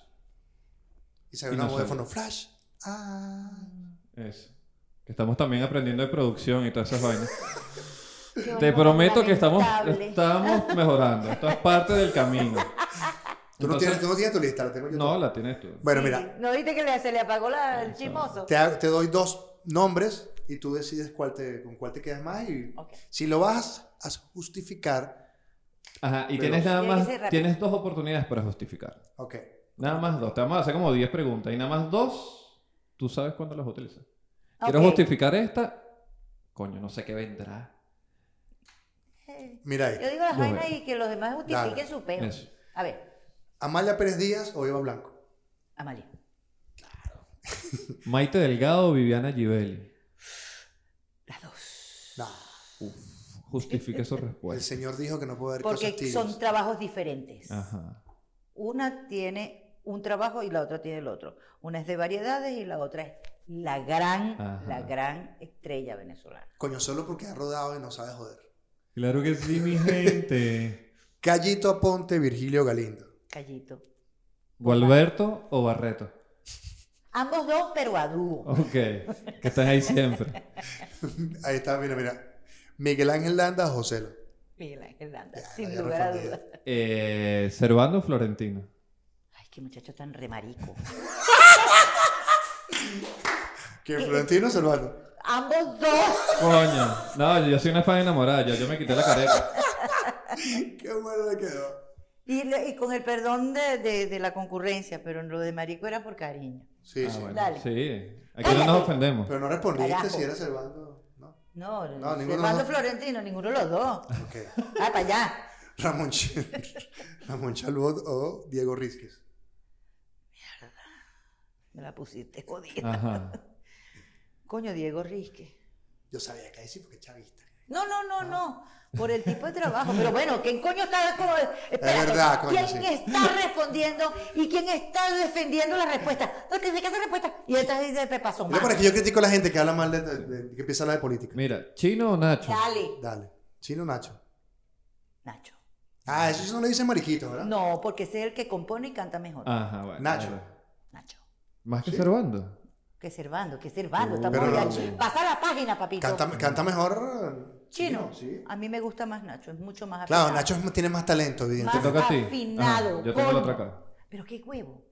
[SPEAKER 3] Y se ve
[SPEAKER 1] Y
[SPEAKER 3] una
[SPEAKER 1] no
[SPEAKER 3] voz de
[SPEAKER 1] sale.
[SPEAKER 3] fondo. Flash. Ah.
[SPEAKER 1] Eso. Que estamos también aprendiendo de producción y todas esas vainas.
[SPEAKER 2] Qué
[SPEAKER 1] Te
[SPEAKER 2] horror,
[SPEAKER 1] prometo que estamos,
[SPEAKER 2] lamentable.
[SPEAKER 1] estamos mejorando. Esto es parte del (laughs) camino.
[SPEAKER 3] Tú no,
[SPEAKER 1] Entonces-
[SPEAKER 3] tienes, tú no tienes tu lista, la tengo yo.
[SPEAKER 1] No,
[SPEAKER 3] toda.
[SPEAKER 1] la tienes tú.
[SPEAKER 3] Bueno,
[SPEAKER 2] Sí,
[SPEAKER 3] mira,
[SPEAKER 2] ¿No viste que le- se le apagó la- el chismoso?
[SPEAKER 3] te, ha- te doy dos nombres y tú decides cuál te, con cuál te quedas más. Y
[SPEAKER 2] Ok.
[SPEAKER 3] si lo vas a justificar,
[SPEAKER 1] Ajá, y
[SPEAKER 3] Pero-
[SPEAKER 1] tienes nada
[SPEAKER 2] Tiene que
[SPEAKER 1] más,
[SPEAKER 2] ser rápido.
[SPEAKER 1] tienes dos oportunidades para justificar.
[SPEAKER 3] ok.
[SPEAKER 1] Nada más dos. Te vamos a hacer como 10 preguntas y nada más dos, tú sabes cuándo las utilizas. Quiero
[SPEAKER 2] Ok.
[SPEAKER 1] justificar esta. Coño, no sé qué vendrá.
[SPEAKER 3] Mira
[SPEAKER 2] Eh, Yo
[SPEAKER 3] ahí.
[SPEAKER 2] digo las
[SPEAKER 1] Yo
[SPEAKER 2] vainas
[SPEAKER 1] veo.
[SPEAKER 2] y que los demás justifiquen
[SPEAKER 3] Dale.
[SPEAKER 2] su peo.
[SPEAKER 1] Eso.
[SPEAKER 2] A ver,
[SPEAKER 3] Amalia Pérez Díaz o Eva Blanco.
[SPEAKER 2] Amalia.
[SPEAKER 1] Maite Delgado o Viviana Givelli.
[SPEAKER 2] Las dos.
[SPEAKER 3] No.
[SPEAKER 1] Justifique su
[SPEAKER 2] (laughs)
[SPEAKER 3] El
[SPEAKER 2] Pues
[SPEAKER 1] respuesta.
[SPEAKER 3] señor dijo que no puede haber
[SPEAKER 2] Porque
[SPEAKER 3] cosas tibias.
[SPEAKER 2] son trabajos diferentes.
[SPEAKER 1] Ajá.
[SPEAKER 2] Una tiene un trabajo y la otra tiene el otro. Una es de variedades y la otra es la gran,
[SPEAKER 1] Ajá.
[SPEAKER 2] la gran estrella venezolana.
[SPEAKER 3] Coño, solo porque ha rodado y no sabe joder.
[SPEAKER 1] Claro que sí, mi gente.
[SPEAKER 3] Callito Aponte, Virgilio Galindo.
[SPEAKER 2] Callito. Pues
[SPEAKER 1] ¿Gualberto o Barreto?
[SPEAKER 2] Ambos dos, pero a dúo.
[SPEAKER 1] Ok. Que están ahí siempre.
[SPEAKER 3] Ahí está, mira, mira. Miguel Ángel Landa, Joselo.
[SPEAKER 2] Miguel Ángel Landa,
[SPEAKER 3] Ya,
[SPEAKER 2] sin
[SPEAKER 3] ya
[SPEAKER 2] lugar a
[SPEAKER 3] respondí.
[SPEAKER 2] dudas.
[SPEAKER 1] Eh, Cervando o Florentino.
[SPEAKER 2] Ay, qué muchacho tan remarico.
[SPEAKER 3] Que Florentino Servando.
[SPEAKER 2] (laughs) Ambos dos.
[SPEAKER 1] Coño. No, yo soy una fan enamorada. Ya yo me quité la careta.
[SPEAKER 3] Qué bueno le quedó.
[SPEAKER 2] Y, le- y con el perdón de, de- de la concurrencia, pero lo de marico era por cariño.
[SPEAKER 3] Sí,
[SPEAKER 1] Ah,
[SPEAKER 3] sí.
[SPEAKER 1] bueno,
[SPEAKER 2] Dale.
[SPEAKER 1] Sí. Aquí no nos ofendemos.
[SPEAKER 3] Pero no respondiste
[SPEAKER 2] Carajo.
[SPEAKER 3] si era Servando. ¿no?
[SPEAKER 2] No,
[SPEAKER 3] No,
[SPEAKER 2] no
[SPEAKER 3] ninguno
[SPEAKER 2] Fernando
[SPEAKER 3] de los-
[SPEAKER 2] Florentino, ninguno de los dos.
[SPEAKER 3] Ok. (laughs)
[SPEAKER 2] Ah, para allá.
[SPEAKER 3] Ramón, Ch- (laughs) Ramón Chalbot o Diego Rizquez.
[SPEAKER 2] Me la pusiste jodida.
[SPEAKER 1] Ajá.
[SPEAKER 2] Coño, Diego Risque.
[SPEAKER 3] Yo sabía que ahí sí porque es chavista.
[SPEAKER 2] No, no, no,
[SPEAKER 3] Ah.
[SPEAKER 2] no. Por el tipo de trabajo. Pero bueno, ¿quién coño está como- espérate,
[SPEAKER 3] verdad, coño,
[SPEAKER 2] ¿Quién
[SPEAKER 3] sí.
[SPEAKER 2] está respondiendo y quién está defendiendo la respuesta? No, que se quede la respuesta. Y esta es de Pepa
[SPEAKER 3] Yo
[SPEAKER 2] Somar.
[SPEAKER 3] por aquí yo critico a la gente que habla mal de, de- de- que empieza a hablar de política.
[SPEAKER 1] Mira, ¿chino o Nacho?
[SPEAKER 2] Dale,
[SPEAKER 3] Dale. Chino Nacho.
[SPEAKER 2] Nacho.
[SPEAKER 3] Ah, eso sí no le dicen mariquito, ¿verdad?
[SPEAKER 2] No, porque ese es el que compone y canta mejor.
[SPEAKER 1] Ajá, bueno.
[SPEAKER 3] Nacho.
[SPEAKER 1] Vale.
[SPEAKER 2] Nacho.
[SPEAKER 1] Más que Cervando.
[SPEAKER 2] Que Servando, que Servando. Estamos
[SPEAKER 3] pero
[SPEAKER 2] hablando-
[SPEAKER 3] no.
[SPEAKER 2] Pasa la página, papito.
[SPEAKER 3] Canta, canta mejor. eh,
[SPEAKER 2] Chino. Ah,
[SPEAKER 3] Sí.
[SPEAKER 2] A mí me gusta más Nacho. Es mucho más
[SPEAKER 3] Claro,
[SPEAKER 2] afinado.
[SPEAKER 3] Nacho es- tiene más talento,
[SPEAKER 1] Te
[SPEAKER 3] evidentemente.
[SPEAKER 2] Más-
[SPEAKER 1] toca a ti. Ajá,
[SPEAKER 2] Afinado,
[SPEAKER 1] Yo tengo la
[SPEAKER 2] coño.
[SPEAKER 1] otra acá.
[SPEAKER 2] Pero qué
[SPEAKER 3] (laughs)
[SPEAKER 2] huevo.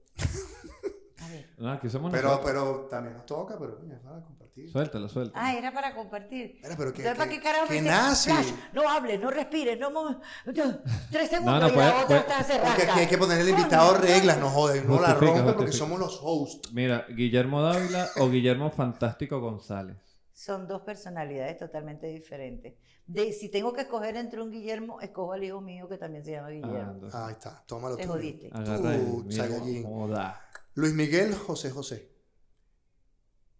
[SPEAKER 2] A ver.
[SPEAKER 1] No, aquí somos
[SPEAKER 3] Pero, pues-
[SPEAKER 1] nosotros.
[SPEAKER 3] pero también nos toca, pero coño, es para compartir.
[SPEAKER 1] Suéltala, suéltala.
[SPEAKER 2] Ah, era para compartir.
[SPEAKER 3] Mira, pero que-
[SPEAKER 2] Entonces, ¿para
[SPEAKER 3] que-
[SPEAKER 2] qué carajo
[SPEAKER 3] que
[SPEAKER 2] me dice,
[SPEAKER 3] nazi?
[SPEAKER 2] "Flash, no hables, no respires, no... mo- no, Tres segundos
[SPEAKER 1] no,
[SPEAKER 2] y
[SPEAKER 1] puede-
[SPEAKER 2] la otra
[SPEAKER 1] puede-
[SPEAKER 2] está cerrada.
[SPEAKER 3] Porque aquí hay que ponerle al invitado reglas, no joden, no la
[SPEAKER 1] Justifica,
[SPEAKER 3] rompe porque
[SPEAKER 1] justifica.
[SPEAKER 3] somos los hosts.
[SPEAKER 1] Mira, Guillermo Dávila o Guillermo Fantástico González.
[SPEAKER 2] Son dos personalidades totalmente diferentes. De, si tengo que escoger entre un Guillermo, escojo al hijo mío que también se llama Guillermo.
[SPEAKER 1] Ah,
[SPEAKER 3] Ahí está, tómalo
[SPEAKER 2] Te
[SPEAKER 3] tú.
[SPEAKER 2] jodiste.
[SPEAKER 1] agarra ahí,
[SPEAKER 3] Tú,
[SPEAKER 1] mira,
[SPEAKER 3] Sagallín.
[SPEAKER 1] joda.
[SPEAKER 3] Luis Miguel, José José.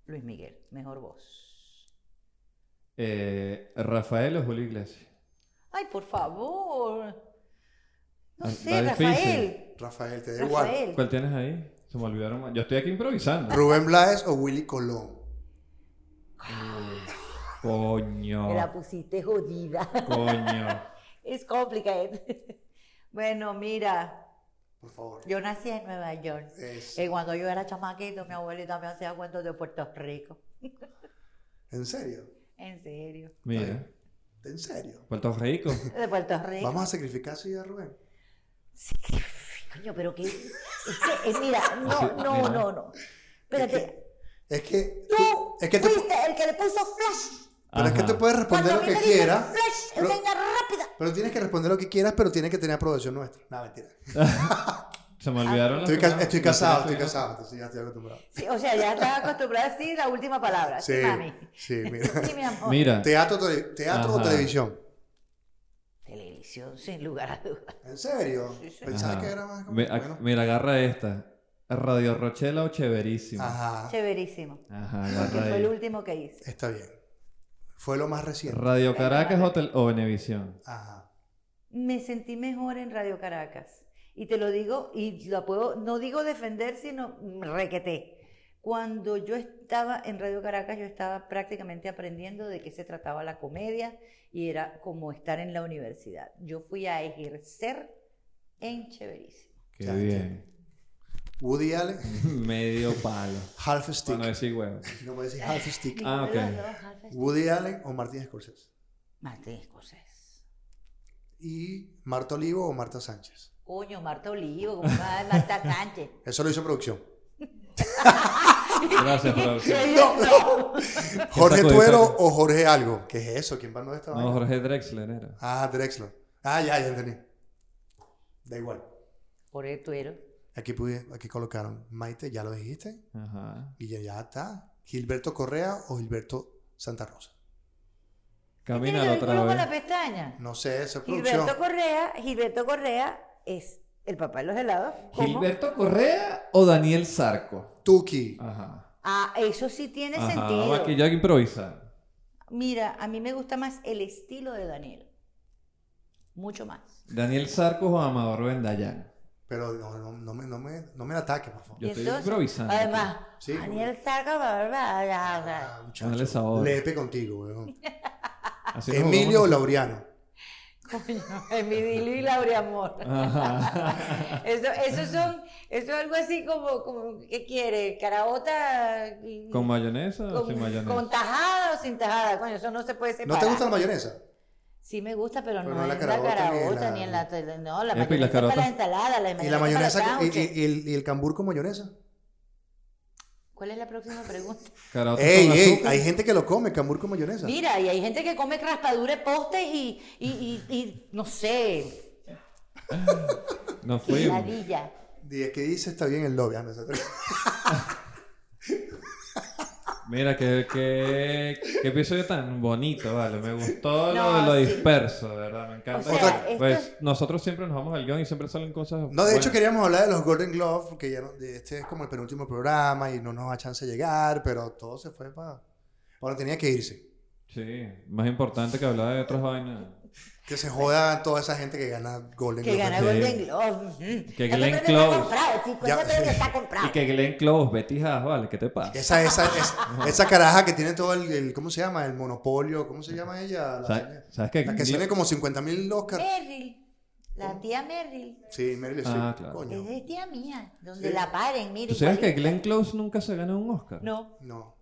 [SPEAKER 2] Luis Miguel, mejor voz.
[SPEAKER 1] Eh, Rafael o Julio Iglesias.
[SPEAKER 2] Ay, por favor. No
[SPEAKER 1] Ah,
[SPEAKER 2] sé,
[SPEAKER 1] está difícil.
[SPEAKER 2] Rafael.
[SPEAKER 3] Rafael, te da igual.
[SPEAKER 2] Rafael.
[SPEAKER 1] ¿Cuál tienes ahí? Se me olvidaron. Yo estoy aquí improvisando.
[SPEAKER 3] Rubén Blades o Willy Colón.
[SPEAKER 1] Coño.
[SPEAKER 2] Me la pusiste jodida. (laughs)
[SPEAKER 1] Coño.
[SPEAKER 2] Es complicado. (laughs) Bueno, mira,
[SPEAKER 3] Por favor.
[SPEAKER 2] yo nací en Nueva York.
[SPEAKER 3] Es-
[SPEAKER 2] Y cuando yo era chamaquito, mi abuelita me hacía cuentos de Puerto Rico.
[SPEAKER 3] ¿En serio?
[SPEAKER 2] En serio.
[SPEAKER 1] Mira.
[SPEAKER 3] ¿En serio?
[SPEAKER 1] Puerto Rico.
[SPEAKER 2] De Puerto Rico.
[SPEAKER 3] ¿Vamos a sacrificar su vida, Rubén?
[SPEAKER 2] Sí, qué- coño, pero que. eh,
[SPEAKER 1] (laughs)
[SPEAKER 2] mira,
[SPEAKER 1] Así,
[SPEAKER 2] no, no,
[SPEAKER 1] mira.
[SPEAKER 2] no, no. Espérate,
[SPEAKER 3] Es que.
[SPEAKER 2] tú
[SPEAKER 3] Es que te-
[SPEAKER 2] fuiste el que le puso flash.
[SPEAKER 3] Pero es que
[SPEAKER 1] Ajá.
[SPEAKER 3] tú puedes responder
[SPEAKER 2] Cuando a
[SPEAKER 3] lo
[SPEAKER 2] mí
[SPEAKER 3] que
[SPEAKER 2] me dicen
[SPEAKER 3] quieras.
[SPEAKER 2] Flash,
[SPEAKER 3] pero-
[SPEAKER 2] venga rápida.
[SPEAKER 3] Pero tienes que responder lo que quieras, pero tienes que tener aprobación nuestra. No, mentira.
[SPEAKER 1] Se me olvidaron las
[SPEAKER 3] Estoy, ca-
[SPEAKER 1] palabras.
[SPEAKER 3] estoy
[SPEAKER 1] Las
[SPEAKER 3] casado,
[SPEAKER 1] palabras.
[SPEAKER 3] estoy casado, entonces ya estoy acostumbrado.
[SPEAKER 2] Sí, o sea, ya estás acostumbrada a decir la última palabra. Sí,
[SPEAKER 3] Sí,
[SPEAKER 2] mami.
[SPEAKER 3] sí,
[SPEAKER 2] (laughs)
[SPEAKER 3] mira.
[SPEAKER 2] Sí, mi amor.
[SPEAKER 1] Mira,
[SPEAKER 3] Teatro, tele- teatro o
[SPEAKER 1] Ajá.
[SPEAKER 3] televisión.
[SPEAKER 2] Televisión, sin lugar a dudas.
[SPEAKER 3] ¿En serio?
[SPEAKER 2] Sí, sí.
[SPEAKER 3] Pensaba
[SPEAKER 1] Ajá.
[SPEAKER 3] que era más como-
[SPEAKER 1] me- a-
[SPEAKER 3] bueno.
[SPEAKER 1] mira, agarra esta. Radio Rochela o Cheverísimo. Ajá,
[SPEAKER 3] Ajá,
[SPEAKER 2] Chéverísimo. Que
[SPEAKER 1] agarra
[SPEAKER 2] fue
[SPEAKER 1] ahí.
[SPEAKER 2] el último que hice.
[SPEAKER 3] está bien. Fue lo más reciente.
[SPEAKER 1] Radio Caracas o, tel- o Venevisión.
[SPEAKER 3] Ajá.
[SPEAKER 2] Me sentí mejor en Radio Caracas. Y te lo digo, y lo puedo, no digo defender, sino requeté. Cuando yo estaba en Radio Caracas, yo estaba prácticamente aprendiendo de qué se trataba la comedia y era como estar en la universidad. Yo fui a ejercer en Chéverísimo.
[SPEAKER 1] Qué
[SPEAKER 3] Ya,
[SPEAKER 1] bien. (laughs)
[SPEAKER 3] Woody Allen,
[SPEAKER 1] Medio palo.
[SPEAKER 3] Half
[SPEAKER 1] Para no
[SPEAKER 3] Stick.
[SPEAKER 1] decir huevo.
[SPEAKER 3] No voy a decir Half Stick.
[SPEAKER 1] Ah,
[SPEAKER 2] Ninguno de
[SPEAKER 1] ok.
[SPEAKER 2] los dos, Alfred.
[SPEAKER 3] Woody Allen o Martín Scorsese.
[SPEAKER 2] Martín Scorsese.
[SPEAKER 3] Y Marta Olivo o Marta Sánchez.
[SPEAKER 2] Coño, Marta Olivo, compadre, Marta
[SPEAKER 1] (laughs)
[SPEAKER 2] Sánchez.
[SPEAKER 3] Eso lo hizo (laughs) producción.
[SPEAKER 1] Gracias, producción.
[SPEAKER 2] No.
[SPEAKER 3] Jorge
[SPEAKER 1] sacó de
[SPEAKER 3] Tuero
[SPEAKER 1] saco?
[SPEAKER 3] o Jorge Algo. ¿Qué es eso? ¿Quién mandó esta
[SPEAKER 1] No,
[SPEAKER 3] vaina?
[SPEAKER 1] Jorge Drexler era.
[SPEAKER 3] Ah, Drexler. Ah, ya, ya entendí. Da igual.
[SPEAKER 2] Por el tuero.
[SPEAKER 3] Aquí, pude, aquí colocaron Maite, ya lo dijiste.
[SPEAKER 1] Ajá.
[SPEAKER 3] Y ya, ya está. Gilberto Correa o Gilberto Santa Rosa.
[SPEAKER 2] ¿Tiene que
[SPEAKER 1] Camina
[SPEAKER 2] ver
[SPEAKER 1] otra
[SPEAKER 2] Este culo con
[SPEAKER 1] vez.
[SPEAKER 2] la pestaña?
[SPEAKER 3] No sé, eso es producción.
[SPEAKER 2] Gilberto Correa, Gilberto Correa es el papá de los helados. ¿Cómo?
[SPEAKER 1] ¿Gilberto Correa o Daniel Sarco?
[SPEAKER 3] Tuki.
[SPEAKER 1] Ajá.
[SPEAKER 2] Ah, eso sí tiene
[SPEAKER 1] Ajá,
[SPEAKER 2] sentido.
[SPEAKER 1] aquí ya que improvisa.
[SPEAKER 2] Mira, a mí me gusta más el estilo de Daniel. Mucho más.
[SPEAKER 1] Daniel Sarco o Amador Bendayán.
[SPEAKER 3] Pero no, no, no me, no, me, no me la ataques, por favor.
[SPEAKER 1] Yo
[SPEAKER 2] Y
[SPEAKER 1] estoy
[SPEAKER 2] entonces,
[SPEAKER 1] improvisando.
[SPEAKER 2] Además,
[SPEAKER 3] Sí,
[SPEAKER 2] Daniel saca barba.
[SPEAKER 3] Ah, muchacho,
[SPEAKER 1] Dale sabor.
[SPEAKER 3] Lepe contigo, weón.
[SPEAKER 1] Así nos
[SPEAKER 3] Emilio o
[SPEAKER 1] vamos
[SPEAKER 3] Laureano.
[SPEAKER 2] (laughs) Coño, Emilio y Laura Amor.
[SPEAKER 1] a- Ajá.
[SPEAKER 2] Eso, eso son, eso es algo así como, como ¿qué quiere? ¿Caraota? y-
[SPEAKER 1] ¿Con mayonesa o
[SPEAKER 2] con-
[SPEAKER 1] sin mayonesa?
[SPEAKER 2] con tajada o sin tajada? Coño, eso no se puede
[SPEAKER 3] ¿No
[SPEAKER 2] separar.
[SPEAKER 3] te gusta la mayonesa?
[SPEAKER 2] Sí me gusta, pero,
[SPEAKER 3] Pero
[SPEAKER 2] no,
[SPEAKER 3] no la
[SPEAKER 2] es la
[SPEAKER 3] caraota ni
[SPEAKER 2] caraota
[SPEAKER 3] la-
[SPEAKER 2] ni en la... tele- No, la
[SPEAKER 1] Epa, ¿y
[SPEAKER 2] mayonesa
[SPEAKER 1] la
[SPEAKER 2] es para
[SPEAKER 1] carota?
[SPEAKER 2] la ensalada, la
[SPEAKER 3] ¿Y
[SPEAKER 2] mayonesa
[SPEAKER 3] la
[SPEAKER 2] es para
[SPEAKER 3] mayonesa?
[SPEAKER 2] los
[SPEAKER 3] ¿Y,
[SPEAKER 2] sándwiches.
[SPEAKER 3] y- y el, y el cambur con mayonesa?
[SPEAKER 2] ¿Cuál es la próxima
[SPEAKER 3] (laughs)
[SPEAKER 2] pregunta?
[SPEAKER 1] Caraotas
[SPEAKER 3] Ey,
[SPEAKER 1] con
[SPEAKER 3] ey,
[SPEAKER 1] azúcar.
[SPEAKER 3] hay gente que lo come, cambur con mayonesa.
[SPEAKER 2] Mira, y hay gente que come raspadura de postes y, y, y, y, no sé,
[SPEAKER 1] Nos fuimos.
[SPEAKER 2] ladilla.
[SPEAKER 3] Y es que dice, está bien el lobby. Ah, no, eso-
[SPEAKER 1] Mira, qué, qué, qué episodio tan bonito, vale. Me gustó lo, de
[SPEAKER 2] No,
[SPEAKER 1] lo
[SPEAKER 2] sí.
[SPEAKER 1] disperso, de verdad. Me encanta.
[SPEAKER 2] O
[SPEAKER 3] sea,
[SPEAKER 1] que-
[SPEAKER 2] esto
[SPEAKER 1] pues
[SPEAKER 2] es-
[SPEAKER 1] nosotros siempre nos vamos al guión y siempre salen cosas.
[SPEAKER 3] No, de hecho
[SPEAKER 1] buenas.
[SPEAKER 3] queríamos hablar de los Golden Glove, porque ya no- de- este es como el penúltimo programa y no nos da chance de llegar, pero todo se fue para... Bueno, tenía que irse.
[SPEAKER 1] Sí, más importante que hablar de otras vainas.
[SPEAKER 3] Que se joda toda esa gente que gana Golden
[SPEAKER 2] Que
[SPEAKER 3] Glove.
[SPEAKER 2] gana
[SPEAKER 1] sí.
[SPEAKER 2] Golden Globe.
[SPEAKER 1] Que
[SPEAKER 2] Ese
[SPEAKER 1] Glenn
[SPEAKER 2] premio
[SPEAKER 1] Close.
[SPEAKER 2] Está comprado, chico,
[SPEAKER 3] Ya,
[SPEAKER 2] ese premio
[SPEAKER 3] sí.
[SPEAKER 2] está comprado.
[SPEAKER 1] Y que Glenn Close, Betty Haas, vale, ¿qué te pasa?
[SPEAKER 3] Esa, esa,
[SPEAKER 1] (laughs)
[SPEAKER 3] esa, esa caraja que tiene todo el, el- ¿cómo se llama? El monopolio, ¿cómo se llama ella? La,
[SPEAKER 1] ¿Sabes, sabes qué?
[SPEAKER 3] la que tiene como 50 mil Oscars.
[SPEAKER 2] Merrill, la tía Merrill,
[SPEAKER 3] Sí, Meryl Streep,
[SPEAKER 1] Ah, claro.
[SPEAKER 2] es
[SPEAKER 3] coño.
[SPEAKER 2] de tía mía, donde
[SPEAKER 3] Sí.
[SPEAKER 2] la paren, mire.
[SPEAKER 1] ¿Tú sabes que
[SPEAKER 2] igualita.
[SPEAKER 1] Glenn Close nunca se ganó un Oscar?
[SPEAKER 2] No, (laughs)
[SPEAKER 3] No.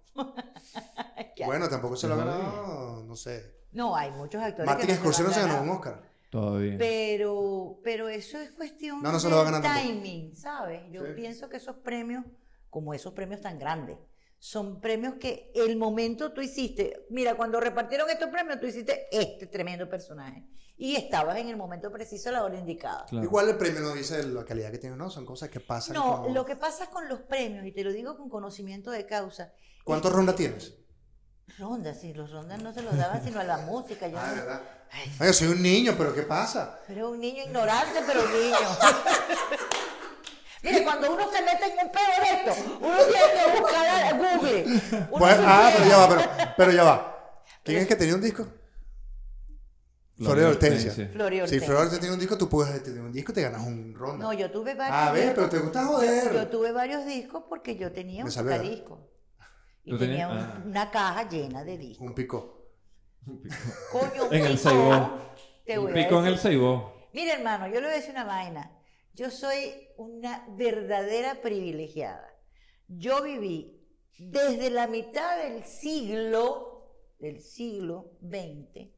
[SPEAKER 2] Qué
[SPEAKER 3] Bueno, tampoco se lo ha
[SPEAKER 1] Ajá.
[SPEAKER 3] ganado, no sé.
[SPEAKER 2] no, hay muchos actores que
[SPEAKER 3] Martin Scorsese no se ganó
[SPEAKER 2] ganado.
[SPEAKER 3] un Oscar.
[SPEAKER 1] Todavía.
[SPEAKER 2] Pero, pero eso es cuestión
[SPEAKER 3] No, no se
[SPEAKER 2] del
[SPEAKER 3] lo va a ganar tampoco.
[SPEAKER 2] timing, ¿sabes? Yo
[SPEAKER 3] Sí.
[SPEAKER 2] pienso que esos premios, como esos premios tan grandes, son premios que el momento tú hiciste, mira, cuando repartieron estos premios, tú hiciste este tremendo personaje. Y estabas en el momento preciso a la hora indicada.
[SPEAKER 1] Claro.
[SPEAKER 3] Igual el premio no dice la calidad que tiene, no, son cosas que pasan.
[SPEAKER 2] No,
[SPEAKER 3] como-
[SPEAKER 2] lo que pasa con los premios, y te lo digo con conocimiento de causa,
[SPEAKER 3] ¿Cuántas rondas tienes?
[SPEAKER 2] rondas, si los rondas no se los daban sino a la música. Yo
[SPEAKER 3] Ah,
[SPEAKER 2] no-
[SPEAKER 3] ¿verdad?
[SPEAKER 2] Ay,
[SPEAKER 3] Ay, yo soy un niño, pero ¿qué pasa?
[SPEAKER 2] Pero un niño ignorante, pero un niño. Mire, cuando uno se mete en un pedo de esto, uno tiene que buscar a Google. Uno
[SPEAKER 3] Pues, ah,
[SPEAKER 2] googlea.
[SPEAKER 3] pero ya va, pero, pero ya va. ¿Quién es que tenía un disco? Florio Hortensia.
[SPEAKER 2] Florio
[SPEAKER 3] Si
[SPEAKER 2] Ortega.
[SPEAKER 3] Flor te tiene un disco, tú puedes tener un disco y te ganas un ronda.
[SPEAKER 2] No, yo tuve varios.
[SPEAKER 3] ah, ves,
[SPEAKER 2] discos.
[SPEAKER 3] pero te gusta
[SPEAKER 2] Yo,
[SPEAKER 3] joder.
[SPEAKER 2] tuve varios discos porque yo tenía
[SPEAKER 3] Me
[SPEAKER 2] un
[SPEAKER 3] salvé, ¿verdad?
[SPEAKER 2] disco. Y
[SPEAKER 1] ¿Tú
[SPEAKER 2] tenía
[SPEAKER 1] tenías?
[SPEAKER 2] un-
[SPEAKER 1] Ah.
[SPEAKER 2] una caja llena
[SPEAKER 1] (laughs)
[SPEAKER 2] de discos.
[SPEAKER 3] Un pico.
[SPEAKER 2] Coño, un
[SPEAKER 1] En el
[SPEAKER 2] pico,
[SPEAKER 1] Ceibó.
[SPEAKER 2] Te voy a
[SPEAKER 1] Pico en
[SPEAKER 2] decir.
[SPEAKER 1] el Ceibó.
[SPEAKER 2] Mira, hermano, yo le voy a decir una vaina. Yo soy una verdadera privilegiada. Yo viví desde la mitad del siglo, del siglo XX,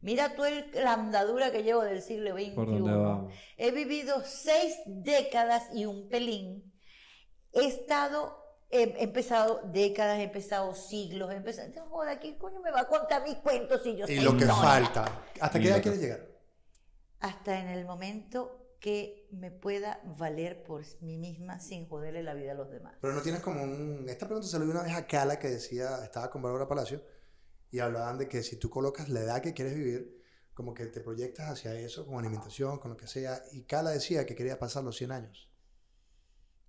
[SPEAKER 2] Mira tú el- la andadura que llevo del siglo XXI.
[SPEAKER 1] ¿Por dónde
[SPEAKER 2] (laughs)
[SPEAKER 1] vamos?
[SPEAKER 2] He vivido seis décadas y un pelín. He estado, he empezado décadas, he empezado siglos, he empezado. No joda, ¿quién coño me va a contar mis cuentos si yo
[SPEAKER 3] Y
[SPEAKER 2] soy
[SPEAKER 3] lo que
[SPEAKER 2] sola?
[SPEAKER 3] falta. ¿Hasta
[SPEAKER 1] Y
[SPEAKER 3] qué
[SPEAKER 1] lo
[SPEAKER 3] edad
[SPEAKER 1] que-
[SPEAKER 3] quieres llegar?
[SPEAKER 2] Hasta en el momento que me pueda valer por mí misma sin joderle la vida a los demás.
[SPEAKER 3] Pero no tienes como un... Esta pregunta se lo vi una vez a Cala que decía, estaba con Bárbara Palacio y hablaban de que si tú colocas la edad que quieres vivir, como que te proyectas hacia eso, con alimentación, con lo que sea. Y Cala decía que quería pasar los 100 años.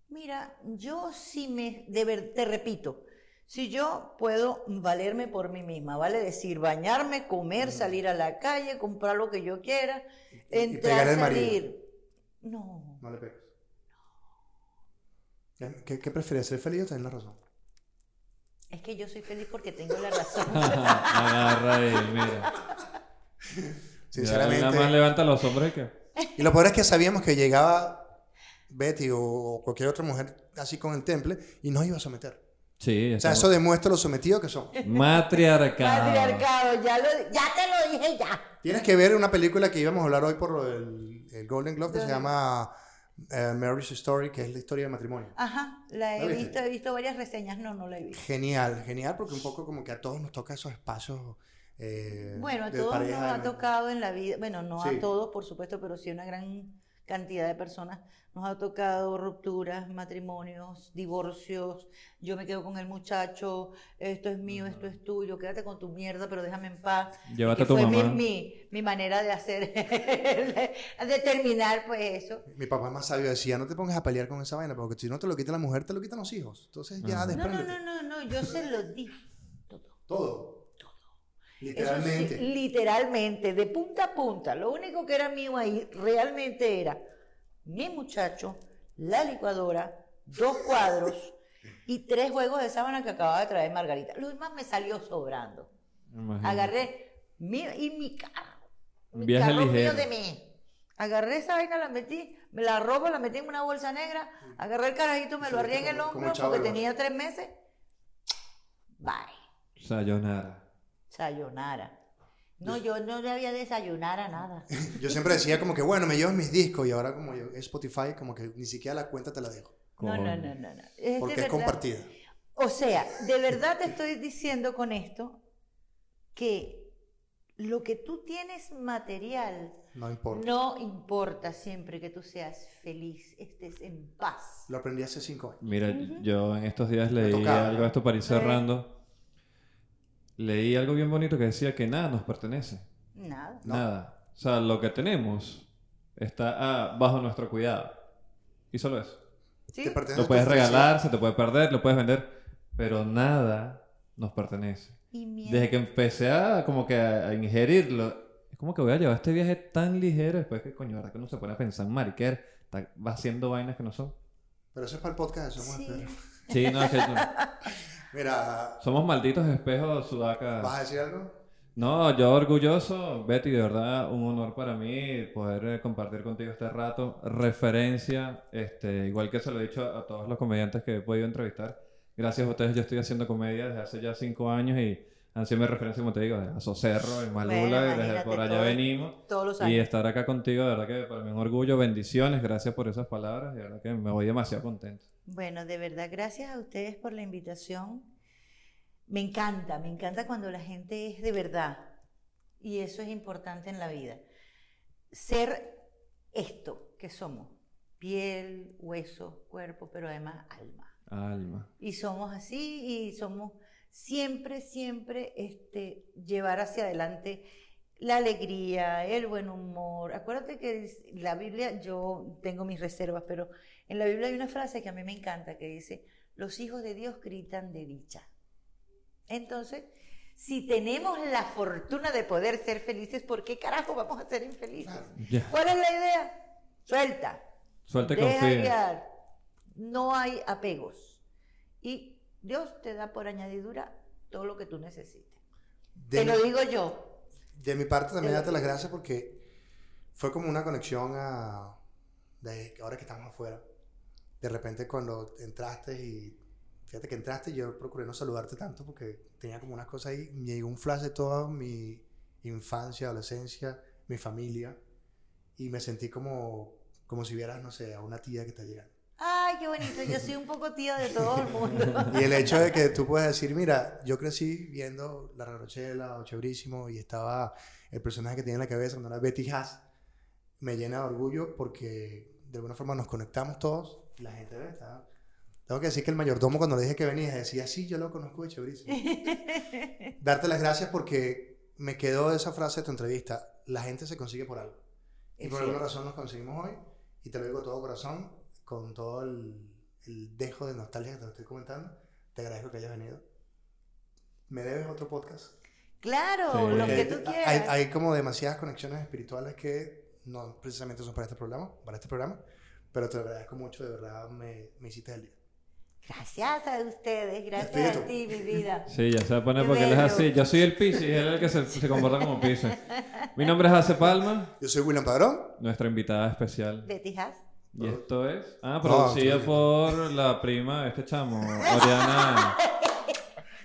[SPEAKER 2] Mira, yo sí me, de ver- te repito, si yo puedo valerme por mí misma, vale decir, bañarme, comer, salir a la calle, comprar lo que yo quiera,
[SPEAKER 3] Mm. Y- y
[SPEAKER 2] entrar,
[SPEAKER 3] pegarle al marido.
[SPEAKER 2] salir. No,
[SPEAKER 3] No le pegues. ¿Qué- ¿Qué, qué prefieres, ser feliz o tener la razón?
[SPEAKER 2] es que yo soy feliz porque tengo la
[SPEAKER 3] (laughs)
[SPEAKER 2] razón.
[SPEAKER 1] Agarra ahí, mira. Ya Nada más
[SPEAKER 3] Sinceramente.
[SPEAKER 1] levanta los hombros y que...
[SPEAKER 3] Y lo peor es que sabíamos que llegaba Betty o, o cualquier otra mujer así con el temple y nos iba a someter.
[SPEAKER 1] Sí,
[SPEAKER 3] O sea, eso demuestra lo sometidos que son.
[SPEAKER 1] Matriarcado.
[SPEAKER 2] Patriarcado, ya, lo- ya te lo dije ya.
[SPEAKER 3] Tienes que ver una película que íbamos a hablar hoy por lo del- el Golden Globe que se llama eh, Marriage Story, que es la historia de matrimonio.
[SPEAKER 2] Ajá, la he
[SPEAKER 3] ¿La viste?
[SPEAKER 2] visto, he visto varias reseñas, no, no la he visto.
[SPEAKER 3] Genial, genial, porque un poco como que a todos nos toca esos espacios. eh,
[SPEAKER 2] Bueno, a
[SPEAKER 3] de
[SPEAKER 2] todos nos
[SPEAKER 3] pareja,
[SPEAKER 2] ha
[SPEAKER 3] ¿no?
[SPEAKER 2] tocado en la vida, bueno, no
[SPEAKER 3] Sí.
[SPEAKER 2] a todos, por supuesto, pero sí a una gran cantidad de personas. Nos ha tocado rupturas, matrimonios, divorcios, yo me quedo con el muchacho, esto es mío, esto es tuyo, quédate con tu mierda, pero déjame en paz.
[SPEAKER 1] Llévate
[SPEAKER 2] Que
[SPEAKER 1] a tu
[SPEAKER 2] fue mi,
[SPEAKER 1] mamá.
[SPEAKER 2] mi, mi manera de hacer, (laughs) de terminar pues eso.
[SPEAKER 3] Mi papá más sabio decía, no te pongas a pelear con esa vaina, porque si no te lo quita la mujer, te lo quitan los hijos. Entonces ya
[SPEAKER 1] Ajá.
[SPEAKER 2] No,
[SPEAKER 3] despréndete.
[SPEAKER 2] no, no, no, no, yo se lo dije todo.
[SPEAKER 3] Todo.
[SPEAKER 2] Eso sí,
[SPEAKER 3] Literalmente.
[SPEAKER 2] literalmente, de punta a punta. Lo único que era mío ahí realmente era mi muchacho, la licuadora, dos cuadros y tres juegos de sábana que acababa de traer Margarita. Lo demás me salió sobrando.
[SPEAKER 1] Imagínate.
[SPEAKER 2] Agarré mi, y mi carro.
[SPEAKER 1] Un
[SPEAKER 2] Mi
[SPEAKER 1] viaje
[SPEAKER 2] carro
[SPEAKER 1] ligero.
[SPEAKER 2] mío de mí. Agarré esa vaina, la metí, me la robo, la metí en una bolsa negra, agarré el carajito, me lo
[SPEAKER 3] Sí,
[SPEAKER 2] arrié en el
[SPEAKER 3] como- como
[SPEAKER 2] hombro
[SPEAKER 3] Chavo
[SPEAKER 2] porque
[SPEAKER 3] del Ocho.
[SPEAKER 2] tenía tres meses. Bye.
[SPEAKER 1] Sayonara.
[SPEAKER 2] Sayonara. No, yo no le había desayunar a nada.
[SPEAKER 3] (laughs) Yo siempre decía como que, bueno, me llevo mis discos y ahora como yo, Spotify, como que ni siquiera la cuenta te la dejo.
[SPEAKER 2] No, no,
[SPEAKER 1] Cojones.
[SPEAKER 2] no, no. no. Es de
[SPEAKER 3] Porque es
[SPEAKER 2] verdad.
[SPEAKER 3] compartida.
[SPEAKER 2] O sea, de verdad te estoy diciendo con esto que lo que tú tienes material
[SPEAKER 3] No importa.
[SPEAKER 2] no importa siempre que tú seas feliz, estés en paz.
[SPEAKER 3] Lo aprendí hace cinco años.
[SPEAKER 1] Mira, yo en estos días leí
[SPEAKER 3] tocaba.
[SPEAKER 1] algo de esto para ir
[SPEAKER 2] Sí.
[SPEAKER 1] cerrando. Leí algo bien bonito que decía que nada nos pertenece.
[SPEAKER 2] Nada.
[SPEAKER 3] No.
[SPEAKER 1] Nada. O sea, lo que tenemos está ah, bajo nuestro cuidado. Y solo eso.
[SPEAKER 2] ¿Sí?
[SPEAKER 3] Te pertenece
[SPEAKER 1] Lo puedes
[SPEAKER 3] tu felicidad.
[SPEAKER 1] regalar, se te puede perder, lo puedes vender, pero nada nos pertenece.
[SPEAKER 2] Y mien-
[SPEAKER 1] Desde que empecé a como que a ingerirlo, es como que voy a llevar este viaje tan ligero después que coño, ¿verdad que uno se pone a pensar en mariquer? Está, va haciendo vainas que no son.
[SPEAKER 3] Pero eso es para el podcast, eso es
[SPEAKER 2] Sí.
[SPEAKER 3] más-
[SPEAKER 1] Sí, no, es que no.
[SPEAKER 3] Mira,
[SPEAKER 1] somos malditos espejos sudacas.
[SPEAKER 3] ¿vas a decir algo?
[SPEAKER 1] No, yo orgulloso, Betty, de verdad, un honor para mí poder eh, compartir contigo este rato. Referencia, este, igual que se lo he dicho a todos los comediantes que he podido entrevistar. Gracias a ustedes, yo estoy haciendo comedia desde hace ya cinco años y han sido mi referencia, como te digo, de Azocerro, en Malula,
[SPEAKER 2] Bueno,
[SPEAKER 1] y desde
[SPEAKER 2] imagínate
[SPEAKER 1] por allá
[SPEAKER 2] todo.
[SPEAKER 1] venimos.
[SPEAKER 2] Todos los
[SPEAKER 1] Y
[SPEAKER 2] años.
[SPEAKER 1] estar acá contigo, de verdad que para mí es un orgullo, bendiciones, gracias por esas palabras, de verdad que me voy demasiado contento.
[SPEAKER 2] Bueno, de verdad, gracias a ustedes por la invitación. Me encanta, me encanta cuando la gente es de verdad. Y eso es importante en la vida. Ser esto que somos, piel, hueso, cuerpo, pero además alma.
[SPEAKER 1] Alma.
[SPEAKER 2] Y somos así y somos siempre, siempre este, llevar hacia adelante la alegría, el buen humor. Acuérdate que es- la Biblia, yo tengo mis reservas, pero en la Biblia hay una frase que a mí me encanta que dice, los hijos de Dios gritan de dicha. Entonces, si tenemos la fortuna de poder ser felices, ¿por qué carajo vamos a ser infelices?
[SPEAKER 1] Ya.
[SPEAKER 2] ¿Cuál es la idea? Suelta.
[SPEAKER 1] Suerte y
[SPEAKER 2] Deja
[SPEAKER 1] confía.
[SPEAKER 2] guiar. No hay apegos. Y Dios te da por añadidura todo lo que tú necesites.
[SPEAKER 3] De
[SPEAKER 2] te
[SPEAKER 3] mi,
[SPEAKER 2] lo digo yo.
[SPEAKER 3] de mi parte también
[SPEAKER 2] de-
[SPEAKER 3] date las gracias porque fue como una conexión a... De ahora que estamos afuera. De repente cuando entraste y... Fíjate que entraste y yo procuré no saludarte tanto porque tenía como unas cosas ahí. Me llegó un flash de toda mi infancia, adolescencia, mi familia, y me sentí como, como si vieras, no sé, a una tía que está llegando.
[SPEAKER 2] Ay, qué bonito. Yo soy un poco tía de todo el
[SPEAKER 3] (laughs)
[SPEAKER 2] mundo.
[SPEAKER 3] Y el hecho de que tú puedes decir, mira, yo crecí viendo La Rochela o Chéverísimo y estaba el personaje que tenía en la cabeza cuando era Betty Haas, me llena de orgullo porque de alguna forma nos conectamos todos y la gente ve, está... Tengo que decir que el mayordomo cuando le dije que venía decía, sí, yo lo conozco de Chéverísimo. Darte las gracias porque me quedó esa frase de tu entrevista, la gente se consigue por algo. Y por
[SPEAKER 2] Sí.
[SPEAKER 3] alguna razón nos conseguimos hoy y te lo digo de todo corazón, con todo el, el dejo de nostalgia que te lo estoy comentando. Te agradezco que hayas venido. Me debes otro podcast.
[SPEAKER 2] Claro,
[SPEAKER 1] Sí.
[SPEAKER 2] lo que
[SPEAKER 3] Porque
[SPEAKER 2] tú
[SPEAKER 3] Hay,
[SPEAKER 2] quieras.
[SPEAKER 3] hay como demasiadas conexiones espirituales que no precisamente son para este programa, para este programa, pero te lo agradezco mucho, de verdad me, me hiciste el día.
[SPEAKER 2] Gracias a ustedes, gracias
[SPEAKER 3] Espíritu.
[SPEAKER 2] a ti, mi vida.
[SPEAKER 1] Sí, ya se va a poner
[SPEAKER 2] Qué
[SPEAKER 1] porque él es
[SPEAKER 2] bello.
[SPEAKER 1] así. Yo soy el Pisis, él es el que se, se comporta como Pisis. Mi nombre es Ace Palma,
[SPEAKER 3] Yo soy William Padrón.
[SPEAKER 1] nuestra invitada especial.
[SPEAKER 2] Betty Haas.
[SPEAKER 1] Y esto es. Ah,
[SPEAKER 3] No,
[SPEAKER 1] producida
[SPEAKER 3] sí.
[SPEAKER 1] por la prima de este chamo, Oriana.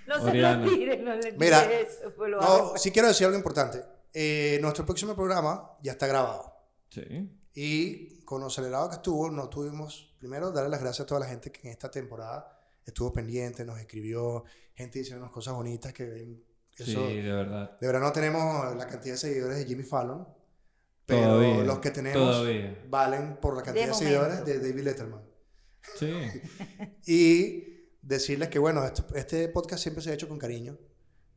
[SPEAKER 2] No
[SPEAKER 1] Oriana.
[SPEAKER 2] se lo tiren, no le tiren
[SPEAKER 3] Mira,
[SPEAKER 2] eso. Pues lo hago.
[SPEAKER 3] No, sí quiero decir algo importante. Eh, nuestro próximo programa ya está grabado.
[SPEAKER 1] Sí.
[SPEAKER 3] Y con lo acelerado que estuvo, no tuvimos, primero, darle las gracias a toda la gente que en esta temporada estuvo pendiente, nos escribió, gente dice unas cosas bonitas que ven. Eso,
[SPEAKER 1] Sí, de verdad.
[SPEAKER 3] De verdad no tenemos la cantidad de seguidores de Jimmy Fallon, pero
[SPEAKER 1] Todavía,
[SPEAKER 3] los que tenemos
[SPEAKER 1] Todavía.
[SPEAKER 3] valen por la cantidad de,
[SPEAKER 2] momento.
[SPEAKER 3] seguidores de David Letterman.
[SPEAKER 1] Sí.
[SPEAKER 3] Y decirles que, bueno, esto- este podcast siempre se ha hecho con cariño,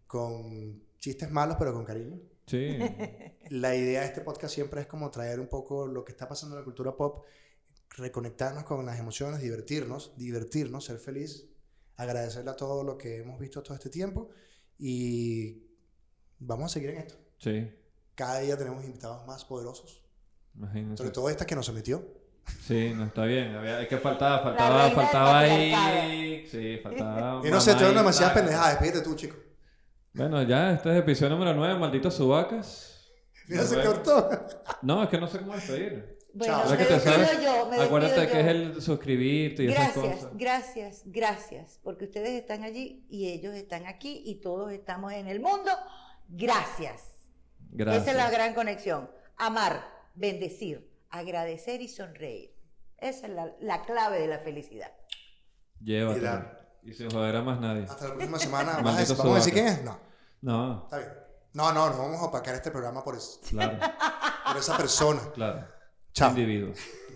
[SPEAKER 3] con chistes malos, pero con cariño. (laughs)
[SPEAKER 1] Sí.
[SPEAKER 3] La idea de este podcast siempre es como traer un poco lo que está pasando en la cultura pop, reconectarnos con las emociones, divertirnos, divertirnos, ser feliz, agradecerle a todo lo que hemos visto todo este tiempo y vamos a seguir en esto.
[SPEAKER 1] Sí.
[SPEAKER 3] Cada día tenemos invitados más poderosos, sobre
[SPEAKER 1] Imagínense.
[SPEAKER 3] todo esta que nos sometió.
[SPEAKER 1] Sí, no está bien. Había, es que faltaba, faltaba,
[SPEAKER 2] reina del
[SPEAKER 1] faltaba ahí.
[SPEAKER 2] patriarcado.
[SPEAKER 1] Sí, faltaba.
[SPEAKER 3] (laughs) Y no sé,
[SPEAKER 1] mamá
[SPEAKER 3] te dan
[SPEAKER 1] ahí,
[SPEAKER 3] demasiadas
[SPEAKER 1] taca.
[SPEAKER 3] pendejadas, despídete tú, chico.
[SPEAKER 1] Bueno, ya, este es episodio número 9, malditos subacas.
[SPEAKER 3] Mira,
[SPEAKER 1] Nos
[SPEAKER 3] se
[SPEAKER 1] vemos.
[SPEAKER 3] cortó.
[SPEAKER 1] No, es que no sé cómo despedir.
[SPEAKER 2] Bueno,
[SPEAKER 3] Chao.
[SPEAKER 2] me
[SPEAKER 1] Ahora que te
[SPEAKER 2] despido
[SPEAKER 1] sabes,
[SPEAKER 2] yo, me
[SPEAKER 1] Acuérdate
[SPEAKER 2] despido
[SPEAKER 1] que es
[SPEAKER 2] yo.
[SPEAKER 1] el suscribirte y esas
[SPEAKER 2] Gracias,
[SPEAKER 1] cosas.
[SPEAKER 2] gracias, gracias, porque ustedes están allí y ellos están aquí y todos estamos en el mundo. Gracias.
[SPEAKER 1] Gracias.
[SPEAKER 2] Esa es la gran conexión. Amar, bendecir, agradecer y sonreír. Esa es la, la clave de la felicidad.
[SPEAKER 1] Llévatelo.
[SPEAKER 3] Y dar.
[SPEAKER 1] Y sin joder a más nadie.
[SPEAKER 3] Hasta la próxima (laughs) semana. ¿vas a-
[SPEAKER 1] Maldito
[SPEAKER 3] ¿Vamos a decir
[SPEAKER 1] sobaco.
[SPEAKER 3] quién es? No,
[SPEAKER 1] No,
[SPEAKER 3] está bien. No, no,
[SPEAKER 2] (laughs)
[SPEAKER 3] no vamos a opacar este programa por, es-
[SPEAKER 1] claro,
[SPEAKER 3] (laughs) por esa persona.
[SPEAKER 1] claro.
[SPEAKER 3] Chao.
[SPEAKER 1] Individuos.